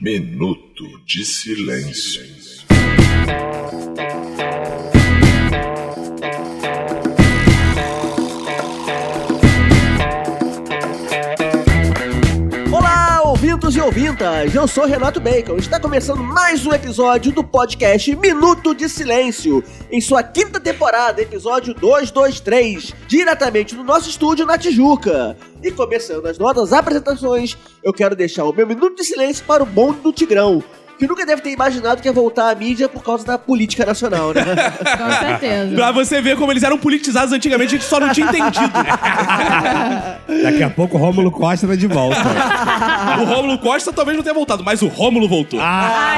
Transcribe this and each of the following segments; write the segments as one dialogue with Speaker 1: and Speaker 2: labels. Speaker 1: Minuto de Silêncio.
Speaker 2: Olá, ouvintos e ouvintas! Eu sou Renato Bacon. Está começando mais um episódio do podcast Minuto de Silêncio, em sua quinta temporada, episódio 223, diretamente do nosso estúdio na Tijuca. E começando as nossas apresentações, eu quero deixar o meu Minuto de Silêncio para o bonde do Tigrão. Que nunca deve ter imaginado que ia voltar à mídia por causa da política nacional, né?
Speaker 3: Com certeza.
Speaker 4: Pra você ver como eles eram politizados antigamente, a gente só não tinha entendido.
Speaker 5: Daqui a pouco o Rômulo Costa tá de volta.
Speaker 4: o Rômulo Costa talvez não tenha voltado, mas o Rômulo voltou.
Speaker 5: Ah,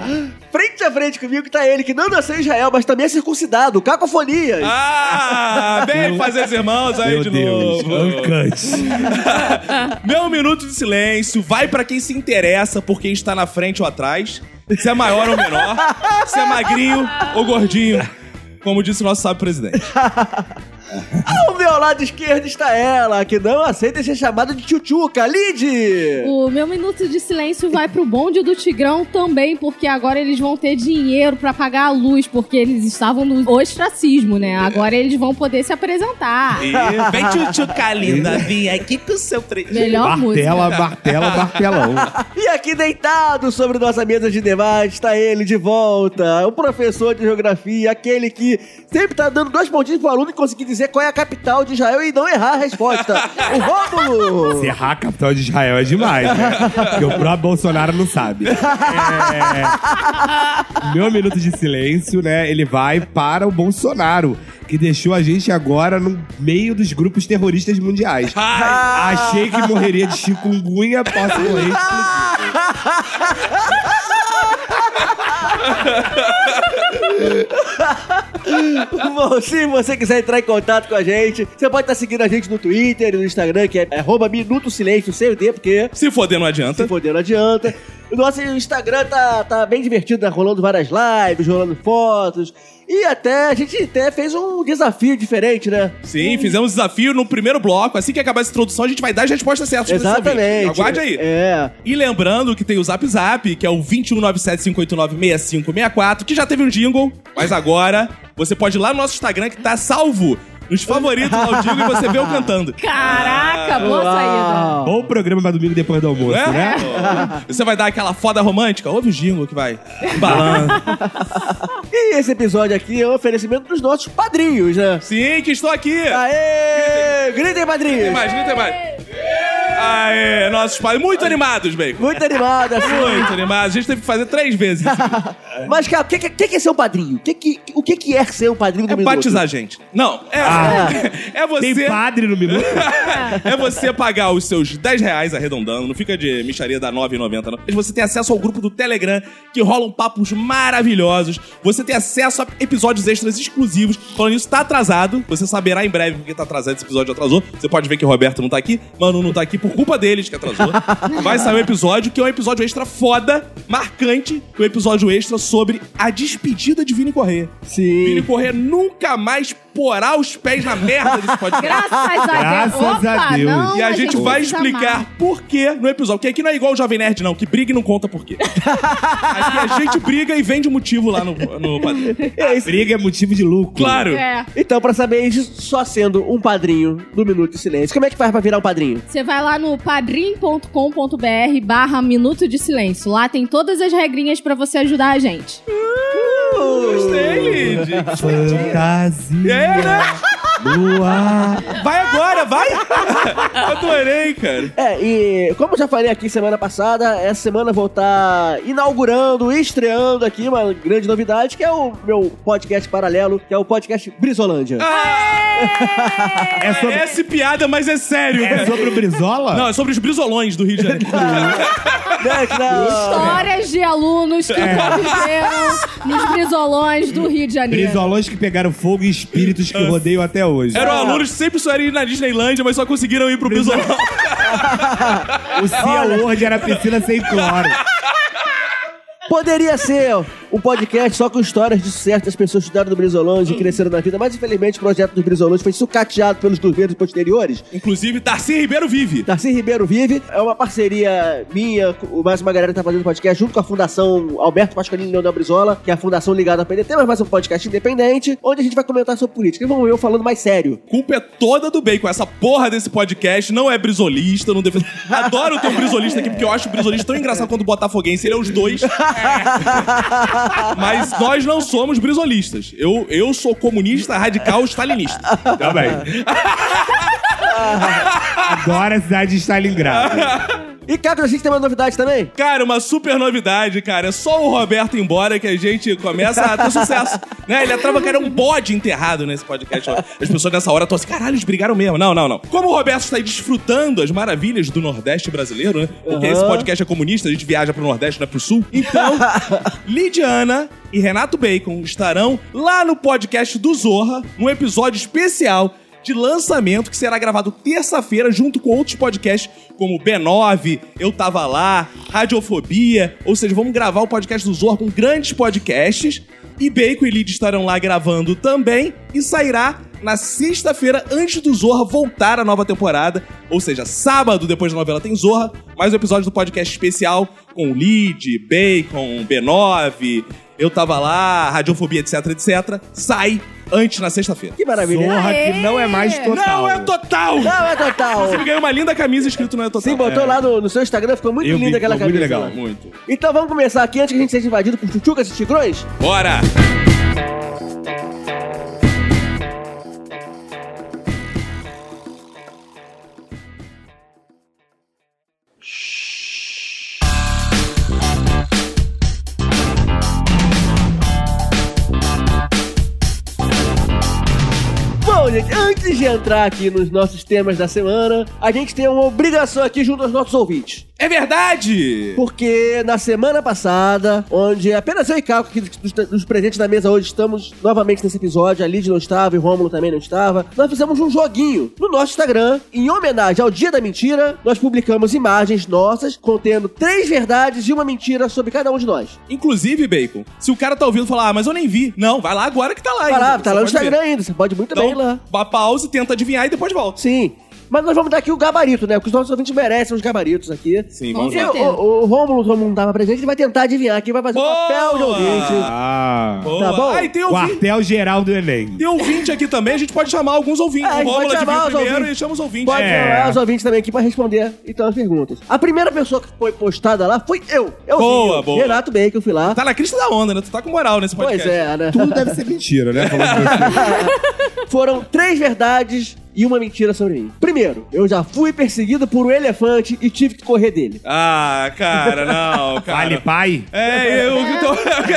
Speaker 3: Aê!
Speaker 2: frente a frente comigo tá ele, que não nasceu em Israel, mas também é circuncidado, Cacofonias.
Speaker 4: Ah, bem fazer os irmãos aí
Speaker 5: Meu
Speaker 4: de
Speaker 5: Deus,
Speaker 4: novo.
Speaker 5: Uncut.
Speaker 4: Meu minuto de silêncio vai pra quem se interessa por quem está na frente ou atrás, se é maior ou menor, se é magrinho ou gordinho, como disse o nosso sábio presidente.
Speaker 2: Ao meu lado esquerdo está ela, que não aceita ser chamada de tchutchuca, Lid!
Speaker 3: O meu minuto de silêncio vai pro bonde do Tigrão também, porque agora eles vão ter dinheiro pra pagar a luz, porque eles estavam no ostracismo, né? Agora eles vão poder se apresentar.
Speaker 4: Vem, tchutchuca linda, vim aqui com o seu tre...
Speaker 3: Melhor
Speaker 5: Martela,
Speaker 3: música.
Speaker 5: martela, martelão.
Speaker 2: E aqui deitado sobre nossa mesa de debate está ele de volta, o professor de geografia, aquele que sempre tá dando dois pontinhos pro aluno e conseguir dizer qual é a capital de Israel e não errar a resposta. o Rômulo!
Speaker 5: Serrar a capital de Israel é demais, né? Porque o próprio Bolsonaro não sabe. É. Meu minuto de silêncio, né? Ele vai para o Bolsonaro, que deixou a gente agora no meio dos grupos terroristas mundiais.
Speaker 4: Ai,
Speaker 5: Achei que morreria de chikungunya, posso morrer.
Speaker 2: Bom, se você quiser entrar em contato com a gente, você pode estar seguindo a gente no Twitter e no Instagram, que é arroba Minuto Silêncio, sem o D, porque
Speaker 4: se foder não
Speaker 2: Se
Speaker 4: adianta.
Speaker 2: foder, não adianta. O nosso Instagram tá, tá bem divertido, tá rolando várias lives, rolando fotos. E até a gente até fez um desafio diferente, né?
Speaker 4: Sim, fizemos desafio no primeiro bloco. Assim que acabar essa introdução, a gente vai dar as respostas certas pra você ouvir.
Speaker 2: Exatamente.
Speaker 4: Aguarde aí.
Speaker 2: É.
Speaker 4: E lembrando que tem o Zap Zap, que é o 21975896564, que já teve um jingle, mas agora você pode ir lá no nosso Instagram, que tá salvo nos favoritos lá o jingle e você vê eu cantando.
Speaker 3: Caraca, boa
Speaker 4: Ah.
Speaker 3: saída.
Speaker 2: Uau.
Speaker 5: Bom programa pra domingo depois do almoço,
Speaker 4: É?
Speaker 5: né?
Speaker 4: Você vai dar aquela foda romântica? Ouve o jingle que vai embalando.
Speaker 2: E esse episódio aqui é um oferecimento dos nossos padrinhos, né?
Speaker 4: Sim, que estou aqui!
Speaker 2: Aê! Gritem,
Speaker 4: Tem
Speaker 2: padrinhos!
Speaker 4: mais, não tem mais. Aê, nossos pais muito animados, Bacon.
Speaker 2: Muito animado, assim.
Speaker 4: Muito animados. A gente teve que fazer três vezes.
Speaker 2: Mas, cara, o que, que- que que é ser um padrinho? O que, que, o que, que é ser um padrinho do
Speaker 4: É
Speaker 2: Minuto?
Speaker 4: batizar a gente. Não, é,
Speaker 5: Ah.
Speaker 4: é você.
Speaker 5: Tem padre no minuto?
Speaker 4: É você pagar os seus 10 reais arredondando, não fica de micharia da 9,90 não. Mas Você tem acesso ao grupo do Telegram, que rolam papos maravilhosos. Você tem acesso a episódios extras exclusivos. Falando isso, tá atrasado. Você saberá em breve porque tá atrasado, esse episódio atrasou. Você pode ver que o Roberto não tá aqui, Manu não tá aqui por culpa deles que atrasou. Vai sair um episódio que é um episódio extra foda, marcante, um episódio extra sobre a despedida de Vini Correia. Vini
Speaker 2: Sim.
Speaker 4: Correia nunca mais porá os pés na merda desse podcast.
Speaker 3: Graças a Deus.
Speaker 5: Graças a
Speaker 3: Opa,
Speaker 5: Deus.
Speaker 3: não,
Speaker 4: E a gente vai
Speaker 3: precisa amar.
Speaker 4: explicar por que no episódio. Porque aqui não é igual o Jovem Nerd, não, que briga e não conta por quê. aqui a gente briga e vende o motivo lá no, no padrinho.
Speaker 2: É isso.
Speaker 5: Briga é motivo de lucro.
Speaker 4: Claro!
Speaker 3: É.
Speaker 2: Então, pra saber isso, só sendo um padrinho do Minuto de Silêncio, como é que faz pra virar um padrinho?
Speaker 3: Você vai lá no padrim.com.br barra Minuto de Silêncio. Lá tem todas as regrinhas pra você ajudar a gente.
Speaker 4: Gostei, Lid.
Speaker 5: Fantasia
Speaker 4: É, né?
Speaker 5: no ar.
Speaker 4: Vai agora, vai! Adorei, cara.
Speaker 2: É, e como eu já falei aqui semana passada, essa semana eu vou estar inaugurando, estreando aqui uma grande novidade, que é o meu podcast paralelo, que é o podcast Brisolândia.
Speaker 5: É sobre,
Speaker 4: Parece piada, mas é sério.
Speaker 5: é sobre o Brizola?
Speaker 4: Não, é sobre os brisolões do Rio de Janeiro.
Speaker 2: Né, que na-
Speaker 3: Histórias de alunos que conviveram nos brisolões do Rio de Janeiro.
Speaker 5: Brizolões que pegaram fogo e espíritos que rodeiam até hoje.
Speaker 4: Eram alunos que sempre sonharam ir na Disneylândia, mas só conseguiram ir pro brisolão.
Speaker 5: O Sea World era piscina sem cloro.
Speaker 2: Poderia ser um podcast só com histórias de sucesso das pessoas que estudaram no Brisolonge e cresceram na vida, mas infelizmente o projeto do Brisolonge foi sucateado pelos governos posteriores.
Speaker 4: Inclusive, Darcy Ribeiro vive.
Speaker 2: Darcy Ribeiro vive, é uma parceria minha, com- mais uma galera que tá fazendo podcast junto com a Fundação Alberto Pascolini e Leonel Brizola, que é a fundação ligada ao PDT, mas mais um podcast independente, onde a gente vai comentar sobre política. E vamos eu falando mais sério.
Speaker 4: Culpa é toda do Bacon. Essa porra desse podcast não é brisolista, não defende. Adoro ter um brisolista aqui, porque eu acho o brisolista tão engraçado quanto o botafoguense. Ele é os dois. Mas nós não somos brisolistas. Eu, eu sou comunista, radical, stalinista.
Speaker 5: Tá bem. Agora a cidade de Stalingrado.
Speaker 2: E Caco, a gente tem uma novidade também?
Speaker 4: Cara, uma super novidade, cara. É só o Roberto ir embora que a gente começa a ter sucesso. né? Ele atrava, cara, é um bode enterrado nesse podcast. As pessoas nessa hora estão assim, caralho, eles brigaram mesmo. Não, não, não. Como o Roberto está aí desfrutando as maravilhas do Nordeste brasileiro, né? Porque
Speaker 2: Aham.
Speaker 4: esse podcast é comunista, a gente viaja pro Nordeste, não é pro Sul. Então, Lidiana e Renato Bacon estarão lá no podcast do Zorra, num episódio especial de lançamento que será gravado terça-feira junto com outros podcasts como B9, Eu Tava Lá, Radiofobia, ou seja, vamos gravar o podcast do Zorra com grandes podcasts e Bacon e Lid estarão lá gravando também e sairá na sexta-feira antes do Zorra voltar à nova temporada, ou seja, sábado depois da novela tem Zorra, mais um episódio do podcast especial com Lid, Bacon, B9, Eu Tava Lá, Radiofobia, etc, etc, sai antes na sexta-feira.
Speaker 2: Que maravilha. né?
Speaker 5: Zorra que
Speaker 3: Aê!
Speaker 5: não é mais total.
Speaker 4: Não é total!
Speaker 2: Não, é total.
Speaker 4: Você ganhou uma linda camisa escrito não é total.
Speaker 2: Sim, botou lá no, no seu Instagram, ficou muito
Speaker 5: É, Eu vi,
Speaker 2: linda aquela
Speaker 5: ficou
Speaker 2: camisa.
Speaker 5: muito
Speaker 2: lá.
Speaker 5: legal.
Speaker 4: Muito.
Speaker 2: Então vamos começar aqui antes que a gente seja invadido por tchutchucas e tigrões?
Speaker 4: Bora!
Speaker 2: Bom, gente, antes de entrar aqui nos nossos temas da semana, a gente tem uma obrigação aqui junto aos nossos ouvintes.
Speaker 4: É verdade!
Speaker 2: Porque na semana passada, onde apenas eu e Caco, aqui dos, dos presentes da mesa hoje, estamos novamente nesse episódio, a Lid não estava e o Rômulo também não estava, nós fizemos um joguinho no nosso Instagram, em homenagem ao Dia da Mentira, nós publicamos imagens nossas contendo três verdades e uma mentira sobre cada um de nós.
Speaker 4: Inclusive, Bacon, se o cara tá ouvindo falar, ah, mas eu nem vi. Não, vai lá agora que tá lá
Speaker 2: Tá lá, tá lá no
Speaker 4: Você pode
Speaker 2: Instagram ainda, você pode muito
Speaker 4: ver.
Speaker 2: bem ir lá.
Speaker 4: Então, dá pause, tenta adivinhar e depois volta.
Speaker 2: Sim. Mas nós vamos dar aqui o gabarito, né? Porque os nossos ouvintes merecem os gabaritos aqui.
Speaker 4: Sim,
Speaker 3: vamos
Speaker 2: E
Speaker 3: lá.
Speaker 2: o, o, o Rômulo, como não tava presente, ele vai tentar adivinhar aqui, vai fazer o
Speaker 4: Boa!
Speaker 2: papel de ouvinte.
Speaker 5: Ah.
Speaker 4: Boa.
Speaker 2: Tá bom?
Speaker 4: Ah, e tem ouvinte.
Speaker 5: Quartel geral do Enem.
Speaker 4: Tem ouvinte aqui também, a gente pode chamar alguns ouvintes.
Speaker 2: Ah, a
Speaker 4: o
Speaker 2: gente
Speaker 4: Rômulo
Speaker 2: pode chamar
Speaker 4: adivinha
Speaker 2: os
Speaker 4: primeiro
Speaker 2: ouvintes.
Speaker 4: e chama os ouvintes.
Speaker 2: Pode
Speaker 4: É.
Speaker 2: chamar os ouvintes também aqui pra responder, então, as perguntas. A primeira pessoa que foi postada lá foi eu. eu
Speaker 4: Boa,
Speaker 2: eu,
Speaker 4: boa.
Speaker 2: Renato Bacon, fui lá.
Speaker 4: Tá na crista da onda, né? Tu tá com moral nesse
Speaker 2: pois
Speaker 4: podcast.
Speaker 2: é, né?
Speaker 5: Tudo deve ser mentira, né? Falando pra você.
Speaker 2: Foram três verdades e uma mentira sobre mim. Primeiro, eu já fui perseguido por um elefante e tive que correr dele.
Speaker 4: Ah, cara, não, cara.
Speaker 5: Vale pai?
Speaker 4: É, eu que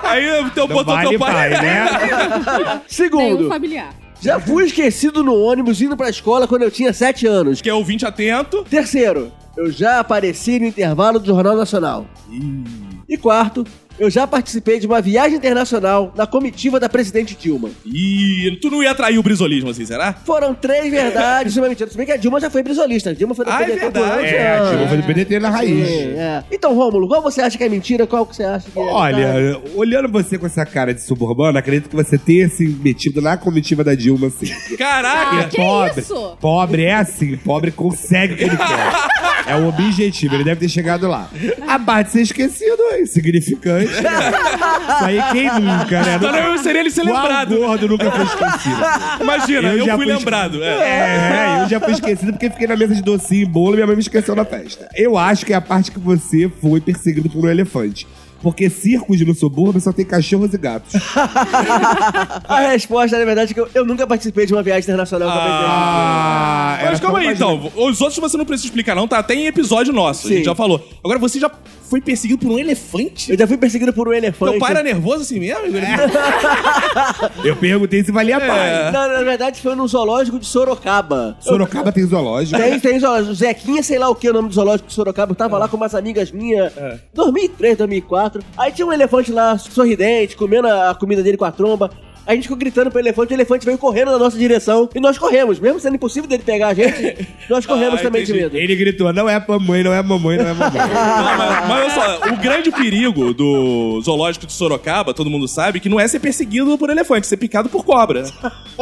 Speaker 4: tô... Aí eu teu
Speaker 5: Não
Speaker 4: botou
Speaker 5: vale
Speaker 4: teu pai.
Speaker 5: pai, né?
Speaker 3: Nenhum
Speaker 2: Segundo,
Speaker 3: um familiar.
Speaker 2: já fui esquecido no ônibus indo pra escola quando eu tinha sete anos.
Speaker 4: Que é ouvinte atento.
Speaker 2: Terceiro, eu já apareci no intervalo do Jornal Nacional. E quarto, eu já participei de uma viagem internacional na comitiva da presidente Dilma.
Speaker 4: Ih, tu não ia atrair o brisolismo assim, será?
Speaker 2: Foram três verdades e uma mentira. Se bem que a Dilma já foi brisolista. A Dilma foi do
Speaker 4: Ah, é
Speaker 2: PDT por
Speaker 4: verdade.
Speaker 2: anos e
Speaker 5: É,
Speaker 2: anos.
Speaker 5: chegou foi do PDT na raiz.
Speaker 2: Sim, é. Então, Rômulo, qual você acha que é mentira? Qual que você acha que é verdade?
Speaker 5: Olha, olhando você com essa cara de suburbano, acredito que você tenha se metido na comitiva da Dilma, assim.
Speaker 4: Caraca!
Speaker 5: Porque
Speaker 3: Ah, que isso?
Speaker 5: Pobre é assim, pobre consegue o que ele quer. É o objetivo, ele deve ter chegado lá. A parte de ser esquecido é insignificante. né? Isso aí quem nunca,
Speaker 2: Ah,
Speaker 3: Tá
Speaker 5: né?
Speaker 4: Então não seria ele ser
Speaker 5: Qual
Speaker 4: lembrado.
Speaker 5: gordo nunca foi esquecido.
Speaker 4: Imagina, eu,
Speaker 5: já
Speaker 4: fui lembrado. É.
Speaker 5: É, eu já fui esquecido porque fiquei na mesa de docinho e bolo e minha mãe me esqueceu na festa. Eu acho que é a parte que você foi perseguido por um elefante. Porque circos no subúrbio só tem cachorros e gatos.
Speaker 2: A resposta, na verdade, é que eu, eu nunca participei de uma viagem internacional com a presidente.
Speaker 5: Ah, era
Speaker 4: Mas calma
Speaker 5: só
Speaker 4: aí,
Speaker 5: uma
Speaker 4: então. Os outros você não precisa explicar, não, tá? Tem episódio nosso, a
Speaker 2: Sim.
Speaker 4: gente já falou. Agora você já foi perseguido por um elefante?
Speaker 2: Eu já fui perseguido por um elefante.
Speaker 4: Teu pai era nervoso assim mesmo? É.
Speaker 5: Eu perguntei se valia a paz.
Speaker 2: Não, na verdade, foi num zoológico de Sorocaba.
Speaker 5: Sorocaba tem zoológico.
Speaker 2: Tem, tem zoológico. Zequinha, sei lá o que, o nome do zoológico de Sorocaba. Eu tava
Speaker 4: É.
Speaker 2: lá com umas amigas minhas, 2003, 2004. Aí tinha um elefante lá, sorridente, comendo a comida dele com a tromba. A gente ficou gritando pro elefante, o elefante veio correndo na nossa direção. E nós corremos. Mesmo sendo impossível dele pegar a gente, nós corremos
Speaker 4: Ah,
Speaker 2: também de
Speaker 4: entendi.
Speaker 2: medo.
Speaker 5: Ele gritou: não é mamãe, não é mamãe, não é mamãe.
Speaker 4: Não, mas, mas olha só, o grande perigo do zoológico de Sorocaba, todo mundo sabe, que não é ser perseguido por elefante, ser picado por cobra.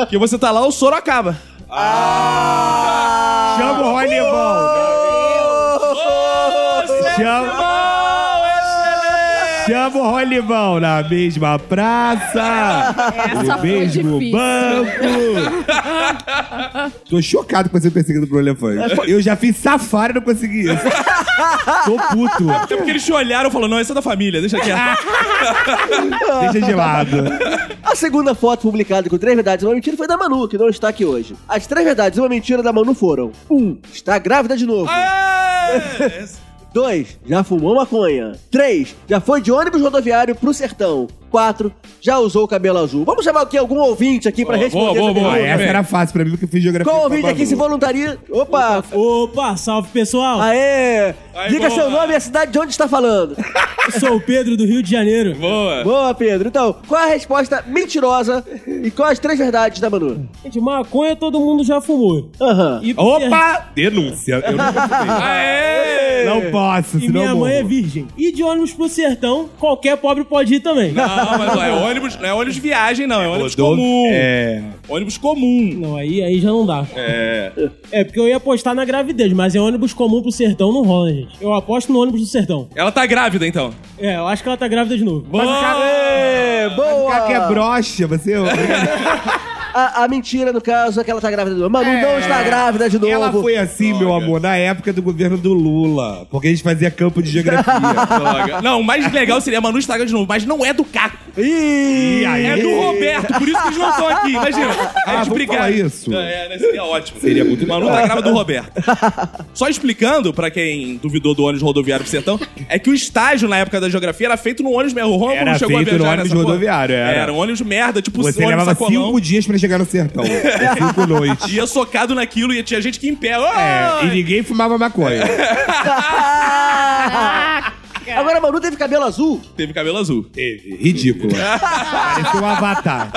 Speaker 4: Que você tá lá, o Sorocaba.
Speaker 5: Chama o Rony Chama o Rolivão na mesma praça,
Speaker 3: Essa
Speaker 5: no
Speaker 3: foi
Speaker 5: mesmo
Speaker 3: difícil.
Speaker 5: banco. Tô chocado com você perseguindo por um elefante. Eu já fiz safari e não consegui isso. Tô puto.
Speaker 4: Até É porque eles te olharam e falaram, não, essa é da família, deixa aqui.
Speaker 5: Deixa de lado.
Speaker 2: A segunda foto publicada com três verdades e uma mentira foi da Manu, que não está aqui hoje. As três verdades e uma mentira da Manu foram: um, está grávida de novo.
Speaker 4: É.
Speaker 2: 2. Já fumou maconha. 3. Já foi de ônibus rodoviário pro sertão. 4. Já usou o cabelo azul. Vamos chamar aqui algum ouvinte aqui pra
Speaker 4: Boa,
Speaker 2: responder.
Speaker 4: boa,
Speaker 2: essa
Speaker 4: boa,
Speaker 5: Ah,
Speaker 2: pergunta.
Speaker 5: essa
Speaker 4: bem.
Speaker 5: era fácil pra mim, porque eu fiz geografia.
Speaker 2: Qual
Speaker 5: com a
Speaker 2: ouvinte aqui
Speaker 5: Manu.
Speaker 2: se voluntaria? Opa!
Speaker 1: Opa, salve pessoal!
Speaker 2: Aê!
Speaker 4: Aí,
Speaker 2: Diga
Speaker 4: boa.
Speaker 2: seu nome e a cidade de onde está falando.
Speaker 1: Sou o Pedro do Rio de Janeiro.
Speaker 4: Boa.
Speaker 2: Boa, Pedro. Então, qual a resposta mentirosa e qual as três verdades da Manu?
Speaker 1: Gente, maconha todo mundo já fumou.
Speaker 2: Aham.
Speaker 1: E
Speaker 5: Opa! Denúncia. Eu nunca fumei.
Speaker 4: Aê!
Speaker 5: Não posso,
Speaker 1: E
Speaker 5: senão
Speaker 1: minha
Speaker 5: eu
Speaker 1: mãe é
Speaker 5: morro.
Speaker 1: virgem. E de ônibus pro sertão, qualquer pobre pode ir também.
Speaker 4: Não, mas ó, é ônibus, não é ônibus viagem, não. É ônibus
Speaker 5: Rodolfo-
Speaker 4: comum.
Speaker 5: É.
Speaker 4: Ônibus comum.
Speaker 1: Não, aí, aí já não dá.
Speaker 4: É.
Speaker 1: É porque eu ia apostar na gravidez, mas é ônibus comum pro sertão, não rola, gente. Eu aposto no ônibus do sertão.
Speaker 4: Ela tá grávida, então.
Speaker 1: É, eu acho que ela tá grávida de novo.
Speaker 4: Boa!
Speaker 2: É,
Speaker 5: Cara que é
Speaker 2: boa!
Speaker 5: broxa, você...
Speaker 2: A, a mentira, no caso, é que ela tá grávida de novo. Manu não está grávida de novo.
Speaker 5: Ela foi assim, meu amor, na época do governo do Lula. Porque a gente fazia campo de geografia.
Speaker 4: Droga. Não, o mais legal seria a Manu estragar de novo, mas não é do Caco.
Speaker 2: Ih!
Speaker 5: E aí?
Speaker 4: É do Roberto, por isso que eles não estão aqui. Imagina.
Speaker 5: Ah,
Speaker 4: eles
Speaker 5: vamos falar isso.
Speaker 4: É, é, né, seria ótimo. Seria muito Manu tá grávida do Roberto. Só explicando, pra quem duvidou do ônibus rodoviário pro sertão, é que o estágio na época da geografia era feito no ônibus mesmo. O Rômulo
Speaker 5: Era
Speaker 4: não chegou
Speaker 5: feito
Speaker 4: a
Speaker 5: no
Speaker 4: viajar
Speaker 5: ônibus
Speaker 4: nessa porra.
Speaker 5: rodoviário, era.
Speaker 4: um ônibus merda, tipo
Speaker 5: Você
Speaker 4: ônibus
Speaker 5: levava
Speaker 4: sacolão.
Speaker 5: cinco dias pra chegar no sertão. É cinco noites.
Speaker 4: Ia socado naquilo e tinha gente que em pé.
Speaker 5: É,
Speaker 4: "Ai!"
Speaker 5: e ninguém fumava maconha.
Speaker 2: Ah! Agora a Manu teve cabelo azul.
Speaker 4: Teve cabelo azul.
Speaker 5: Teve. Ridícula. Parecia um avatar.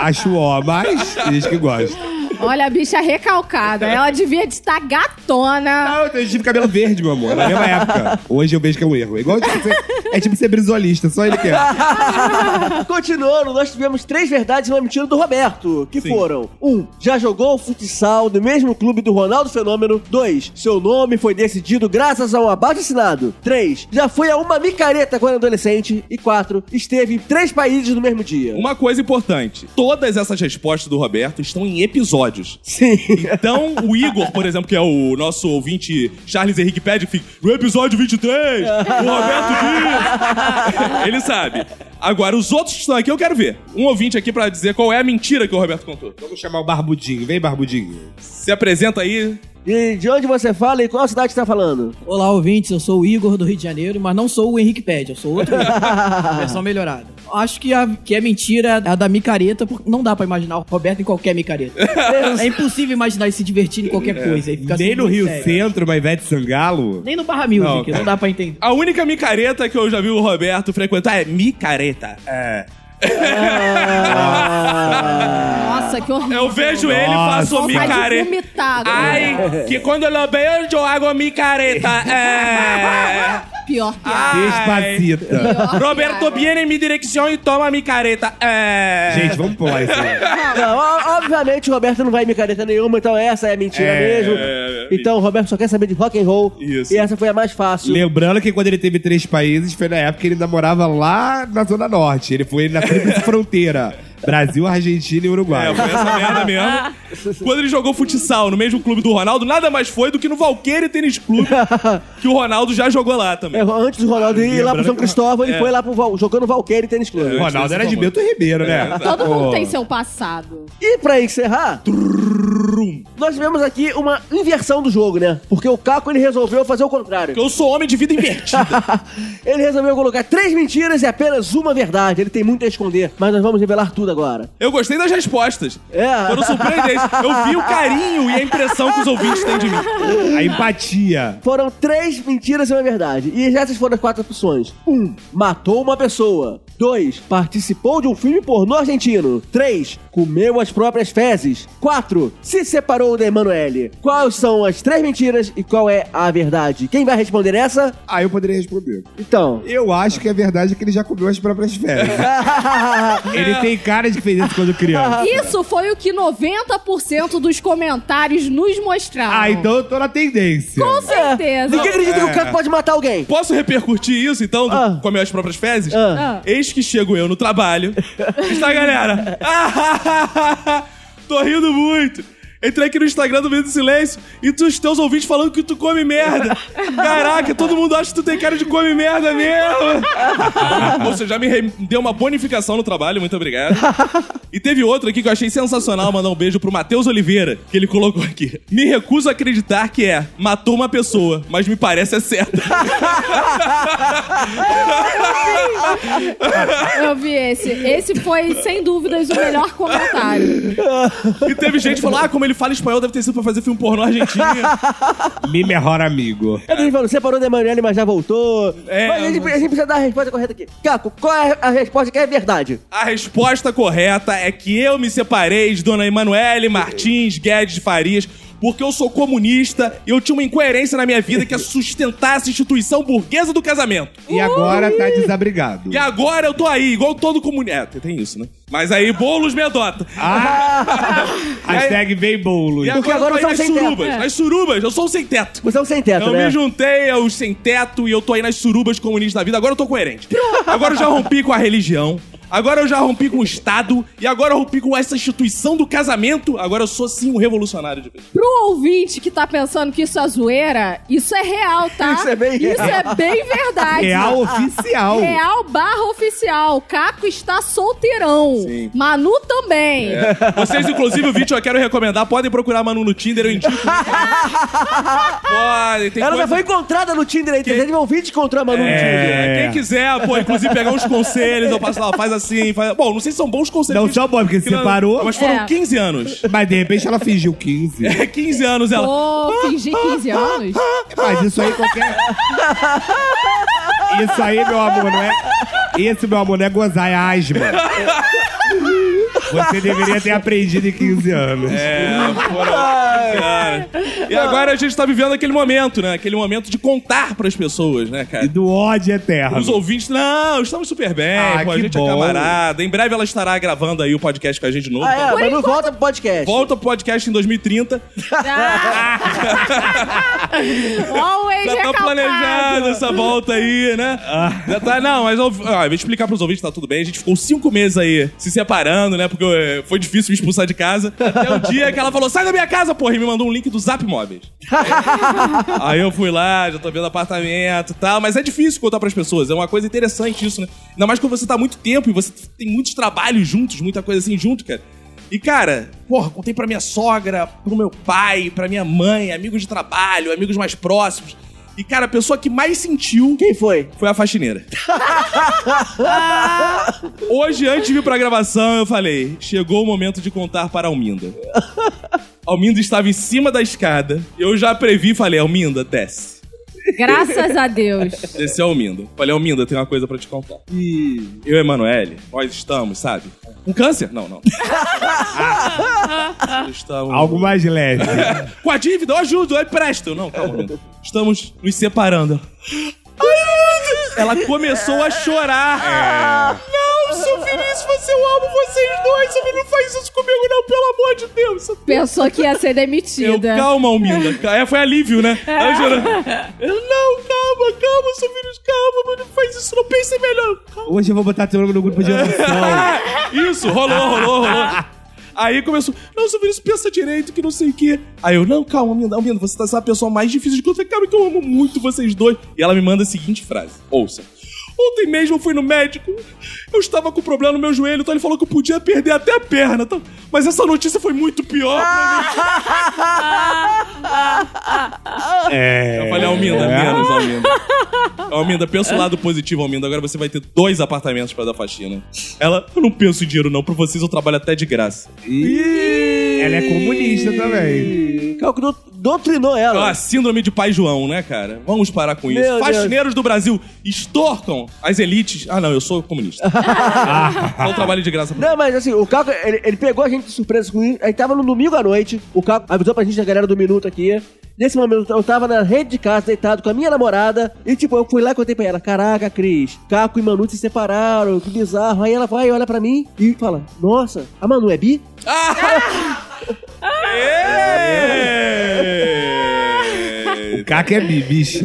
Speaker 5: Acho ó, mas tem gente que gosta.
Speaker 3: Olha a bicha é recalcada. Ela devia estar gatona.
Speaker 5: Não, eu tive cabelo verde, meu amor, na mesma época. Hoje eu vejo que é um erro. É igual tipo, ser- é tipo ser brisolista, só ele é. quer.
Speaker 2: Continuando, nós tivemos três verdades e uma mentira do Roberto, que
Speaker 4: Sim.
Speaker 2: foram: um, já jogou futsal no mesmo clube do Ronaldo Fenômeno. 2. Seu nome foi decidido graças a um abaixo assinado. 3. Já foi a uma micareta quando adolescente. E 4. Esteve em três países no mesmo dia.
Speaker 4: Uma coisa importante: todas essas respostas do Roberto estão em episódios.
Speaker 2: Sim.
Speaker 4: Então, o Igor, por exemplo, que é o nosso ouvinte Charles Henrique Pede, fica no episódio 23, o Roberto diz. Ele sabe. Agora, os outros que estão aqui, eu quero ver. Um ouvinte aqui pra dizer qual é a mentira que o Roberto contou.
Speaker 5: Vamos chamar o Barbudinho. Vem, Barbudinho.
Speaker 4: Se apresenta aí.
Speaker 2: E de onde você fala e qual cidade você tá falando?
Speaker 6: Olá, ouvintes, eu sou o Igor do Rio de Janeiro, mas não sou o Henrique Pede, eu sou outro Igor, versão melhorada. Acho que, a, que é mentira é a da micareta, porque não dá pra imaginar o Roberto em qualquer micareta. é impossível imaginar ele se divertir em qualquer coisa.
Speaker 1: Tá
Speaker 6: ele fica
Speaker 5: É. Nem
Speaker 6: sendo
Speaker 5: no
Speaker 6: muito
Speaker 5: Rio
Speaker 6: sério.
Speaker 5: Centro, mas Ivete Sangalo.
Speaker 6: Nem no Barra Music,
Speaker 5: Não,
Speaker 6: não,
Speaker 5: cara.
Speaker 6: dá pra entender.
Speaker 4: A única micareta que eu já vi o Roberto frequentar é micareta. É.
Speaker 3: Nossa, que horrível.
Speaker 4: Eu vejo ele e
Speaker 5: Nossa.
Speaker 4: faço
Speaker 3: Vontade de
Speaker 4: micareta.
Speaker 3: vomitar agora.
Speaker 4: Ai, que quando eu bem eu jogo micareta. É.
Speaker 3: Pior que
Speaker 4: Ah. Ai.
Speaker 5: Despacita.
Speaker 3: Pior que é.
Speaker 4: Roberto
Speaker 3: água.
Speaker 4: viene em minha direção e toma micareta. É.
Speaker 5: Gente, vamos pular isso aí.
Speaker 2: Não, o- obviamente o Roberto não vai em micareta nenhuma, então essa é a mentira
Speaker 5: É,
Speaker 2: mesmo. Então o Roberto só quer saber de rock and roll.
Speaker 4: Isso.
Speaker 2: E essa foi a mais fácil.
Speaker 5: Lembrando que quando ele teve três países, foi na época que ele namorava lá na Zona Norte. Ele foi na tríplice fronteira. Brasil, Argentina e Uruguai.
Speaker 4: É, foi essa merda mesmo. Quando ele jogou futsal no mesmo clube do Ronaldo, nada mais foi do que no Valqueira Tênis Clube, que o Ronaldo já jogou lá
Speaker 2: É,
Speaker 4: também.
Speaker 2: antes do Ronaldo ir lá pro São Cristóvão, ele foi lá pro Val- jogando Valqueira e Tênis Clube.
Speaker 5: O Ronaldo era de Bento Ribeiro,
Speaker 4: É,
Speaker 5: né?
Speaker 3: Todo mundo
Speaker 5: Pô.
Speaker 3: tem seu passado.
Speaker 2: E pra encerrar, nós tivemos aqui uma inversão do jogo, né? Porque o Caco ele resolveu fazer o contrário.
Speaker 4: Eu sou homem de vida invertida.
Speaker 2: ele resolveu colocar três mentiras e apenas uma verdade. Ele tem muito a esconder, mas nós vamos revelar tudo agora.
Speaker 4: Eu gostei das respostas.
Speaker 2: É.
Speaker 4: Foram surpreendentes. Eu vi o carinho e a impressão que os ouvintes têm de mim.
Speaker 5: A empatia.
Speaker 2: Foram três mentiras e uma verdade. E essas foram as quatro opções. Um, matou uma pessoa. 2. Participou de um filme pornô argentino. 3. Comeu as próprias fezes. 4. Se separou da Emanuele. Quais são as três mentiras e qual é a verdade? Quem vai responder essa?
Speaker 5: Ah, eu poderia responder.
Speaker 2: Então.
Speaker 5: Eu acho que a verdade é que ele já comeu as próprias férias. ele tem cara de que fez isso quando criança.
Speaker 3: Isso foi o que 90% dos comentários nos mostraram.
Speaker 5: Ah, então eu tô na tendência.
Speaker 3: Com certeza.
Speaker 2: Ninguém acredita que
Speaker 4: é.
Speaker 2: o Caco pode matar alguém.
Speaker 4: Posso repercutir isso, então, do
Speaker 2: Ah.
Speaker 4: comer as próprias fezes?
Speaker 2: Ah.
Speaker 4: Eis que chego eu no trabalho. Está, galera? Tô rindo muito. Entrei aqui no Instagram do Medo do Silêncio e tu, os teus ouvintes falando que tu come merda. Caraca, todo mundo acha que tu tem cara de come merda mesmo. Você já me re- deu uma bonificação no trabalho, muito obrigado. E teve outro aqui que eu achei sensacional, mandar um beijo pro Matheus Oliveira, que ele colocou aqui. Me recuso a acreditar que é, matou uma pessoa, mas me parece é certo.
Speaker 3: Eu vi esse. Esse foi, sem dúvidas, o melhor comentário.
Speaker 4: E teve gente que falou, ah, como ele fala espanhol, deve ter sido pra fazer filme pornô argentino.
Speaker 5: Me melhor amigo.
Speaker 2: Eu tô falando, separou da Emanuele, mas já voltou.
Speaker 4: É,
Speaker 2: mas a gente, a gente precisa dar a resposta correta aqui. Caco, qual é a resposta que é verdade?
Speaker 4: A resposta correta é que eu me separei de Dona Emanuele Martins Guedes de Farias porque eu sou comunista e eu tinha uma incoerência na minha vida que é sustentar essa instituição burguesa do casamento.
Speaker 5: E agora tá desabrigado.
Speaker 4: E agora eu tô aí, igual todo comunista. É, tem isso, né? Mas aí Boulos me adota.
Speaker 5: Ah! Hashtag vem bolo.
Speaker 4: E
Speaker 2: Porque agora
Speaker 4: eu tô
Speaker 2: eu
Speaker 4: aí
Speaker 2: sou sem
Speaker 4: nas
Speaker 2: teto.
Speaker 4: surubas,
Speaker 3: É.
Speaker 4: nas surubas, eu sou um sem teto.
Speaker 2: Você é um sem teto,
Speaker 4: Eu
Speaker 2: né?
Speaker 4: me juntei aos sem teto e eu tô aí nas surubas comunistas da vida. Agora eu tô coerente. Agora eu já rompi com a religião. Agora eu já rompi com o Estado. E agora eu rompi com essa instituição do casamento. Agora eu sou sim um revolucionário de vez.
Speaker 3: Pro ouvinte que tá pensando que isso é zoeira, isso é real, tá?
Speaker 2: Isso é bem
Speaker 3: Isso é bem verdade.
Speaker 5: Real oficial.
Speaker 3: Real barra oficial. Caco está solteirão. Manu também.
Speaker 2: É.
Speaker 4: Vocês, inclusive, o vídeo eu quero recomendar. Podem procurar a Manu no Tinder, eu indico. Podem, tem
Speaker 2: Ela já
Speaker 4: coisa...
Speaker 2: foi encontrada no Tinder aí. Teve um vídeo que encontrou a Manu no Tinder.
Speaker 4: É, quem quiser, pô, inclusive pegar uns conselhos, eu passo lá, faz assim, faz... Bom, não sei se são bons conselhos.
Speaker 5: Não são bons, porque
Speaker 4: Que não-
Speaker 5: separou.
Speaker 4: Mas foram
Speaker 3: É.
Speaker 4: 15 anos.
Speaker 5: Mas de repente ela fingiu 15.
Speaker 4: É, 15 anos ela.
Speaker 3: Pô, fingir 15 anos.
Speaker 5: Mas isso aí qualquer. Isso aí, meu amor, não é. Esse, meu amor, não é gozar, é asma. Você deveria ter aprendido em 15 anos.
Speaker 4: É, foram- cara. E agora a gente tá vivendo aquele momento, né? Aquele momento de contar pras pessoas, né,
Speaker 5: E
Speaker 4: cara?
Speaker 5: do ódio eterno.
Speaker 4: Os ouvintes, não, estamos super bem,
Speaker 5: Ah,
Speaker 4: pô, a
Speaker 5: que
Speaker 4: gente é
Speaker 5: bom.
Speaker 4: camarada. Em breve ela estará gravando aí o podcast com a gente de novo.
Speaker 2: Ah, é,
Speaker 4: Então,
Speaker 2: Manu volta pro podcast.
Speaker 4: Volta pro podcast em 2030.
Speaker 3: Ah. Always
Speaker 4: Já tá
Speaker 3: recalcado.
Speaker 4: planejada essa volta aí, né?
Speaker 5: Ah.
Speaker 4: Já tá, não, mas ó, ó, eu vou explicar pros ouvintes, tá tudo bem. A gente ficou cinco meses aí se separando, né? Porque eh, foi difícil me expulsar de casa. Até o dia que ela falou, sai da minha casa, porra, e me mandou um link do Zap Móveis. Aí eu fui lá, já tô vendo apartamento e tal, mas é difícil contar pras pessoas, é uma coisa interessante isso, né? Ainda mais quando você tá há muito tempo e você tem muitos trabalhos juntos, muita coisa assim junto, cara. E, cara, porra, contei pra minha sogra, pro meu pai, pra minha mãe, amigos de trabalho, amigos mais próximos. E, cara, a pessoa que mais sentiu
Speaker 2: Quem foi?
Speaker 4: foi a faxineira. Hoje, antes de vir pra gravação, eu falei: chegou o momento de contar para a Alminda. Alminda estava em cima da escada. Eu já previ e falei: Alminda, desce.
Speaker 3: Graças a Deus.
Speaker 4: Desceu a Alminda. Falei: Alminda, tem uma coisa pra te contar. E eu e a Emanuele, nós estamos, sabe? Com câncer? Não, não. estamos.
Speaker 5: Algo mais leve.
Speaker 4: Com a dívida, eu ajudo, eu empresto. Não, calma, Alminda. Estamos nos separando. Ela começou a chorar. Não, seu Vinícius, você eu amo vocês dois. Seu Vinícius, não faz isso comigo, não, pelo amor de Deus.
Speaker 3: Pensou que ia ser
Speaker 4: Eu,
Speaker 3: demitida.
Speaker 4: calma, Alminda. É, foi alívio, né? Ela chorando. Eu, não, calma, calma, seu Vinícius, calma, mas não faz isso, não pense melhor. Calma.
Speaker 5: Hoje eu vou botar teu nome no grupo de oração.
Speaker 4: Ah, isso, rolou, rolou, rolou. Aí começou, não, seu Vinícius, pensa direito, que não sei o quê. Aí eu, não, calma, Alminda, Alminda, você tá sendo a pessoa mais difícil de contar. Cara, que eu amo muito vocês dois. E ela me manda a seguinte frase, ouça. Ontem mesmo eu fui no médico, eu estava com problema no meu joelho, então ele falou que eu podia perder até a perna, tá? mas essa notícia foi muito pior pra mim.
Speaker 5: É.
Speaker 4: Eu falei, Alminda, menos, Alminda. Alminda, pensa o lado positivo, Alminda. Agora você vai ter dois apartamentos pra dar faxina. Ela, eu não penso em dinheiro não, pra vocês eu trabalho até de graça.
Speaker 5: Ih, Ela é comunista também.
Speaker 2: Cara, que do- doutrinou ela.
Speaker 4: Ah, síndrome de pai João, né, cara? Vamos parar com isso.
Speaker 2: Meu Deus.
Speaker 4: Faxineiros do Brasil extorcam as elites. Ah, não, eu sou comunista. Dá um trabalho de graça pra
Speaker 2: Não, mas assim, o Caco, ele, ele pegou a gente de surpresa com isso. Aí tava no domingo à noite, o Caco avisou pra gente a galera do Minuto aqui. Nesse momento, eu tava na rede de casa, deitado com a minha namorada. E tipo, eu fui lá e contei pra ela: Caraca, Cris, Caco e Manu se separaram, que bizarro. Aí ela vai, olha pra mim e fala: Nossa, a Manu é bi?
Speaker 4: Ê!
Speaker 5: O caca é bi, bicho.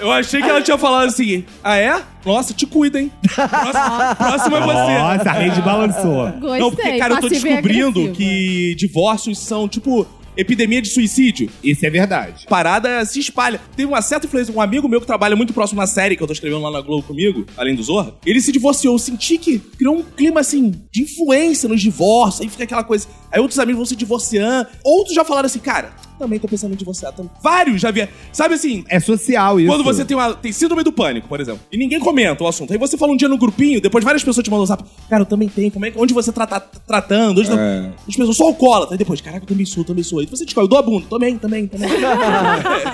Speaker 4: Eu achei que ela tinha falado assim: Ah, é? Nossa, te cuida, hein? Próximo, próximo é você.
Speaker 5: Nossa, a rede balançou.
Speaker 3: Gostei.
Speaker 4: Não, porque, cara, eu tô
Speaker 3: passiva e
Speaker 4: descobrindo
Speaker 3: agressiva.
Speaker 4: que divórcios são, tipo, epidemia de suicídio.
Speaker 5: Isso é verdade.
Speaker 4: parada se espalha. Teve uma certa influência. Um amigo meu que trabalha muito próximo na série que eu tô escrevendo lá na Globo comigo, além do Zorra, ele se divorciou. Eu senti que criou um clima assim de influência nos divórcios. Aí fica aquela coisa. Aí outros amigos vão se divorciando. Outros já falaram assim, cara, também tô pensando em divorciar. Também. Vários já vieram. Sabe assim.
Speaker 5: É social isso.
Speaker 4: Quando você tem, uma, tem síndrome do pânico, por exemplo, e ninguém comenta o assunto. Aí você fala um dia no grupinho, depois várias pessoas te mandam um zap. Cara, eu também tenho. Como é, que- onde você tá, tá tratando? Onde tá-
Speaker 5: É.
Speaker 4: As pessoas só alcoólatra. Aí depois, caraca, eu também sou, também sou. Aí você descobre, eu dou a bunda. Também, também, também.